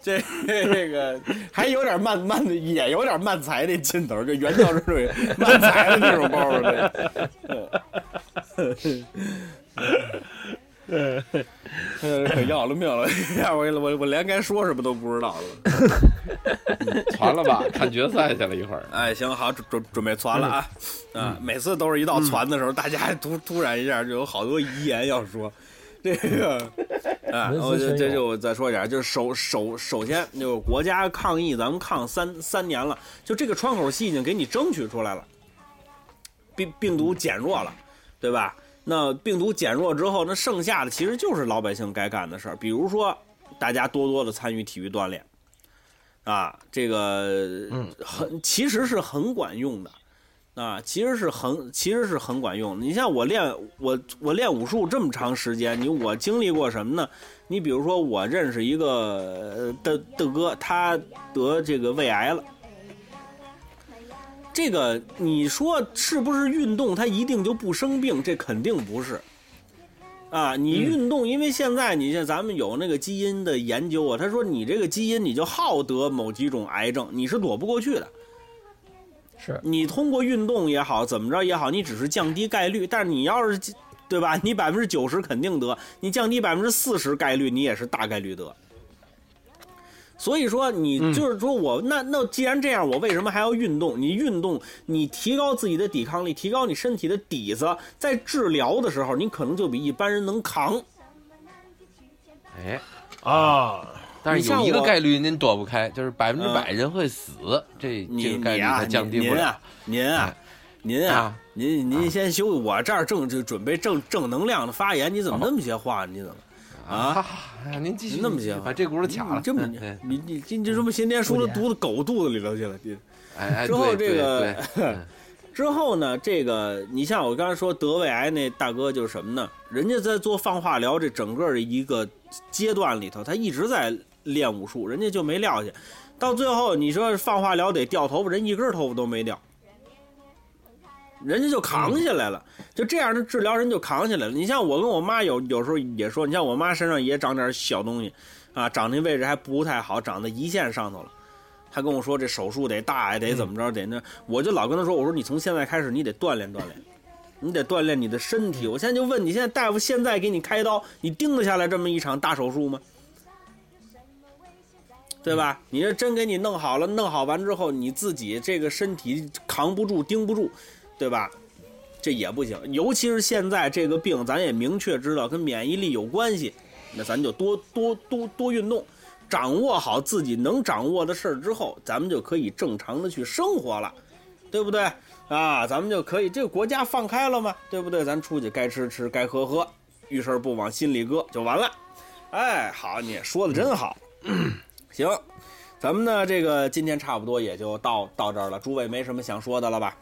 Speaker 2: 这这个还有点慢慢的，也有点慢才那劲头儿，就原教旨主义慢才的那种包袱。这呃，可要了命了！ *laughs* 哎我我我连该说什么都不知道了。
Speaker 4: 传了吧，看决赛去了一会儿。
Speaker 2: 哎，行好，准准准备传了啊！
Speaker 3: 嗯
Speaker 2: 啊，每次都是一到传的时候，大家突突然一下就有好多遗言要说。这
Speaker 3: *laughs*
Speaker 2: 个啊，
Speaker 3: 文思
Speaker 2: 我就
Speaker 3: 泉
Speaker 2: 这
Speaker 3: 涌
Speaker 2: 就我再说一下，就是首首首先就是国家抗疫，咱们抗三三年了，就这个窗口期已经给你争取出来了，病病毒减弱了，对吧？那病毒减弱之后，那剩下的其实就是老百姓该干的事儿，比如说大家多多的参与体育锻炼，啊，这个很其实是很管用的。啊，其实是很其实是很管用的。你像我练我我练武术这么长时间，你我经历过什么呢？你比如说，我认识一个呃的的哥，他得这个胃癌了。这个你说是不是运动他一定就不生病？这肯定不是。啊，你运动，因为现在你像咱们有那个基因的研究啊，他说你这个基因你就好得某几种癌症，你是躲不过去的。
Speaker 3: 是，
Speaker 2: 你通过运动也好，怎么着也好，你只是降低概率。但是你要是，对吧？ *laughs* 你百分之九十肯定得，你降低百分之四十概率，你也是大概率得。所以说，你就是说我、那那既然这样，我为什么还要运动？你运动，你提高自己的抵抗力，提高你身体的底子，在治疗的时候，你可能就比一般人能扛。
Speaker 4: *laughs* 哎，
Speaker 5: 啊，
Speaker 4: 但
Speaker 2: 你
Speaker 4: 是
Speaker 2: 像
Speaker 4: 有一个
Speaker 2: 我
Speaker 4: 概率您躲不开，就是百分之百人会死，这这
Speaker 2: 你
Speaker 4: 个概
Speaker 2: 你
Speaker 4: 率
Speaker 2: 啊，
Speaker 4: 它
Speaker 2: 您
Speaker 4: 降低不
Speaker 2: 您
Speaker 4: 了。
Speaker 2: 啊，您啊，您啊
Speaker 4: 啊，
Speaker 2: 您您先休息，我这儿正就准备正正能量的发言，你怎么那么些话？你怎么？啊
Speaker 4: 哈哈，哎呀您继续，
Speaker 2: 那么
Speaker 4: 您继续
Speaker 2: 些
Speaker 4: 把这轱辘卡了。
Speaker 2: 你这
Speaker 4: *laughs*
Speaker 2: 么
Speaker 4: 嗯对
Speaker 2: 你你你这这么些年书都
Speaker 3: 不
Speaker 2: 读
Speaker 3: 点
Speaker 2: 到狗肚子里头去了，你
Speaker 4: 哎哎，
Speaker 2: 之后
Speaker 4: 对
Speaker 2: 这
Speaker 4: 对
Speaker 2: 个
Speaker 4: 对嗯
Speaker 2: 之后呢，这个你像我刚才说得胃癌那大哥就是什么呢？人家在做放化疗这整个的一个阶段里头，他一直在练武术，人家就没撂下。到最后你说放化疗得掉头发，人一根头发都没掉，人家就扛下来了。就这样的治疗，人就扛下来了。你像我跟我妈有有时候也说，你像我妈身上也长点小东西，啊，长那位置还不太好，长在胰腺上头了。她跟我说这手术得大呀，得怎么着，得那，我就老跟她说，我说你从现在开始你得锻炼锻炼， *laughs* 你得锻炼你的身体。我现在就问你，现在大夫现在给你开刀，你盯得下来这么一场大手术吗？对吧？你这真给你弄好了，弄好完之后，你自己这个身体扛不住、盯不住，对吧？这也不行。尤其是现在这个病，咱也明确知道跟免疫力有关系，那咱就多多多多运动，掌握好自己能掌握的事儿之后，咱们就可以正常的去生活了，对不对？啊，咱们就可以，这个国家放开了嘛，对不对？咱出去该吃吃，该喝喝，遇事儿不往心里搁就完了。哎，好，你说的真好。行，咱们呢这个今天差不多也就到到这儿了，诸位没什么想说的了吧？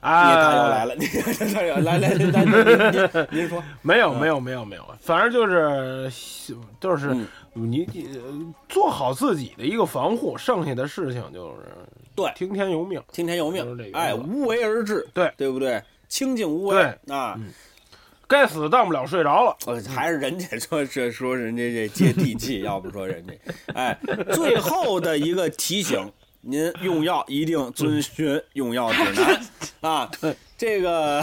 Speaker 5: 啊，
Speaker 2: 你他又来了，你他又来来来来，您您您说，
Speaker 5: 没有没有没有没有，反正就是就是、
Speaker 2: 嗯
Speaker 5: 你你呃做好自己的一个防护，剩下的事情就是
Speaker 2: 对
Speaker 5: 听天由命。
Speaker 2: 听天由
Speaker 5: 就是这
Speaker 2: 命，
Speaker 5: 个
Speaker 2: 哎，无为而治，
Speaker 5: 对
Speaker 2: 对不对？清净无为
Speaker 5: 对
Speaker 2: 啊，
Speaker 5: 该死当不了睡着了，
Speaker 2: 呃，还是人家说这说人家这接地气，要不说人家，哎，最后的一个提醒，您用药一定遵循用药指南啊，这个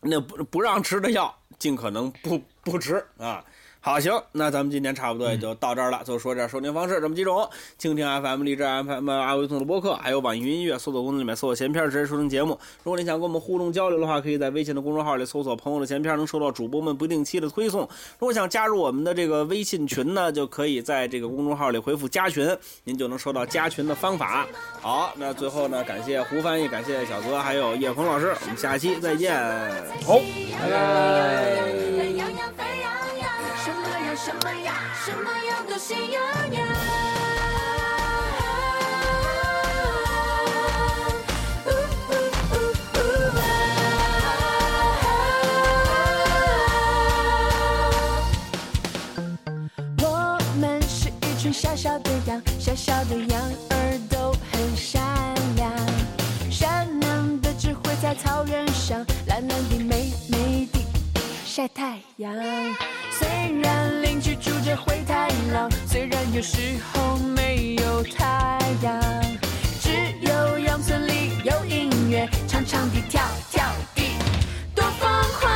Speaker 2: 那不不让吃的药，尽可能不不吃啊。好，行，那咱们今天差不多也就到这儿了。就说这收听方式这么几种：蜻蜓 FM、荔枝 FM、阿维送的播客，还有网易云音乐搜索功能里面搜索“闲篇”直接收听节目。如果您想跟我们互动交流的话，可以在微信的公众号里搜索“朋友的闲篇”，能收到主播们不定期的推送。如果想加入我们的这个微信群呢，就可以在这个公众号里回复“加群”，您就能收到加群的方法。好，那最后呢，感谢胡翻译，感谢小泽，还有叶鹏老师，我们下期再见。
Speaker 5: 好、
Speaker 1: 拜拜。沸羊羊，沸羊羊，什么羊什么羊，什么羊都喜羊羊。呜呜呜呜啊！我们是一群小小的羊，小小的羊儿都很善良。善良的只会在草原上懒懒地、美美地晒太阳。虽然邻居住着灰太狼，虽然有时候没有太阳，只有羊村里有音乐，长长地跳跳地。多疯狂！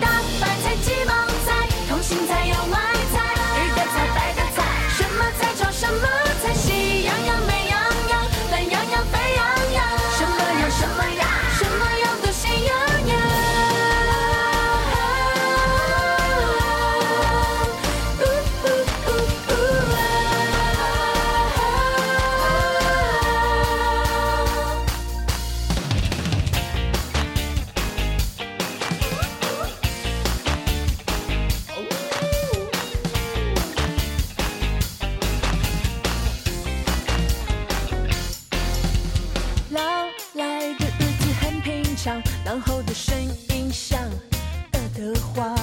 Speaker 1: 大白菜、鸡毛菜、通心菜、油麦菜、绿的菜、白的菜，什么菜炒什么菜，喜羊羊、美羊羊、懒羊羊、沸羊羊，什么羊什么羊，什么羊都喜羊羊。呜呜呜呜啊！老来的日子很平常，狼吼的声音像饿得慌。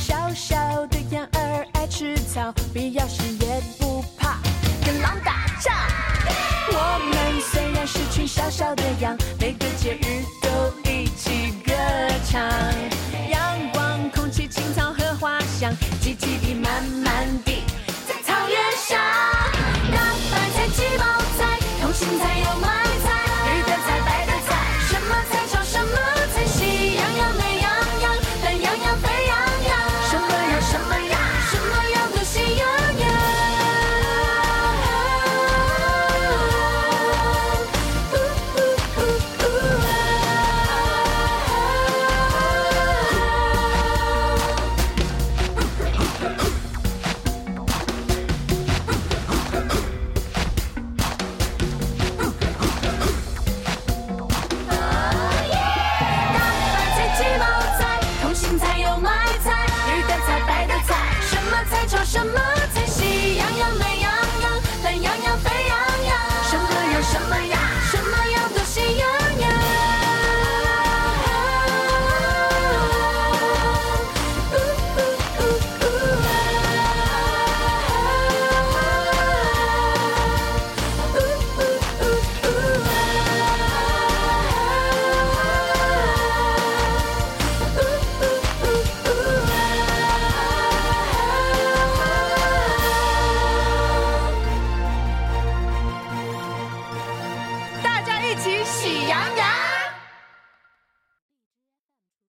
Speaker 1: 小小的羊儿爱吃草，必要时也不怕跟狼打仗。我们虽然是群小小的羊，每个节日都一起歌唱。阳光、空气、青草和花香，积极地、慢慢地，在草原上。大白菜、鸡毛菜、通心菜、油麦菜、绿的菜、白的菜，什么菜炒什么菜，喜羊羊、美羊羊、懒羊羊、沸羊羊，什么羊什么羊，什么羊都喜羊羊。呜呜呜呜啊！大白菜、鸡毛菜、通心菜、油麦菜、绿的菜、白的菜，什么菜炒什么菜，喜羊羊、美羊羊、懒羊羊、沸羊羊，什么羊什么羊，什么羊都喜羊羊。呜呜呜呜啊！呜呜呜呜啊！呜呜呜呜啊！大家一起喜羊羊。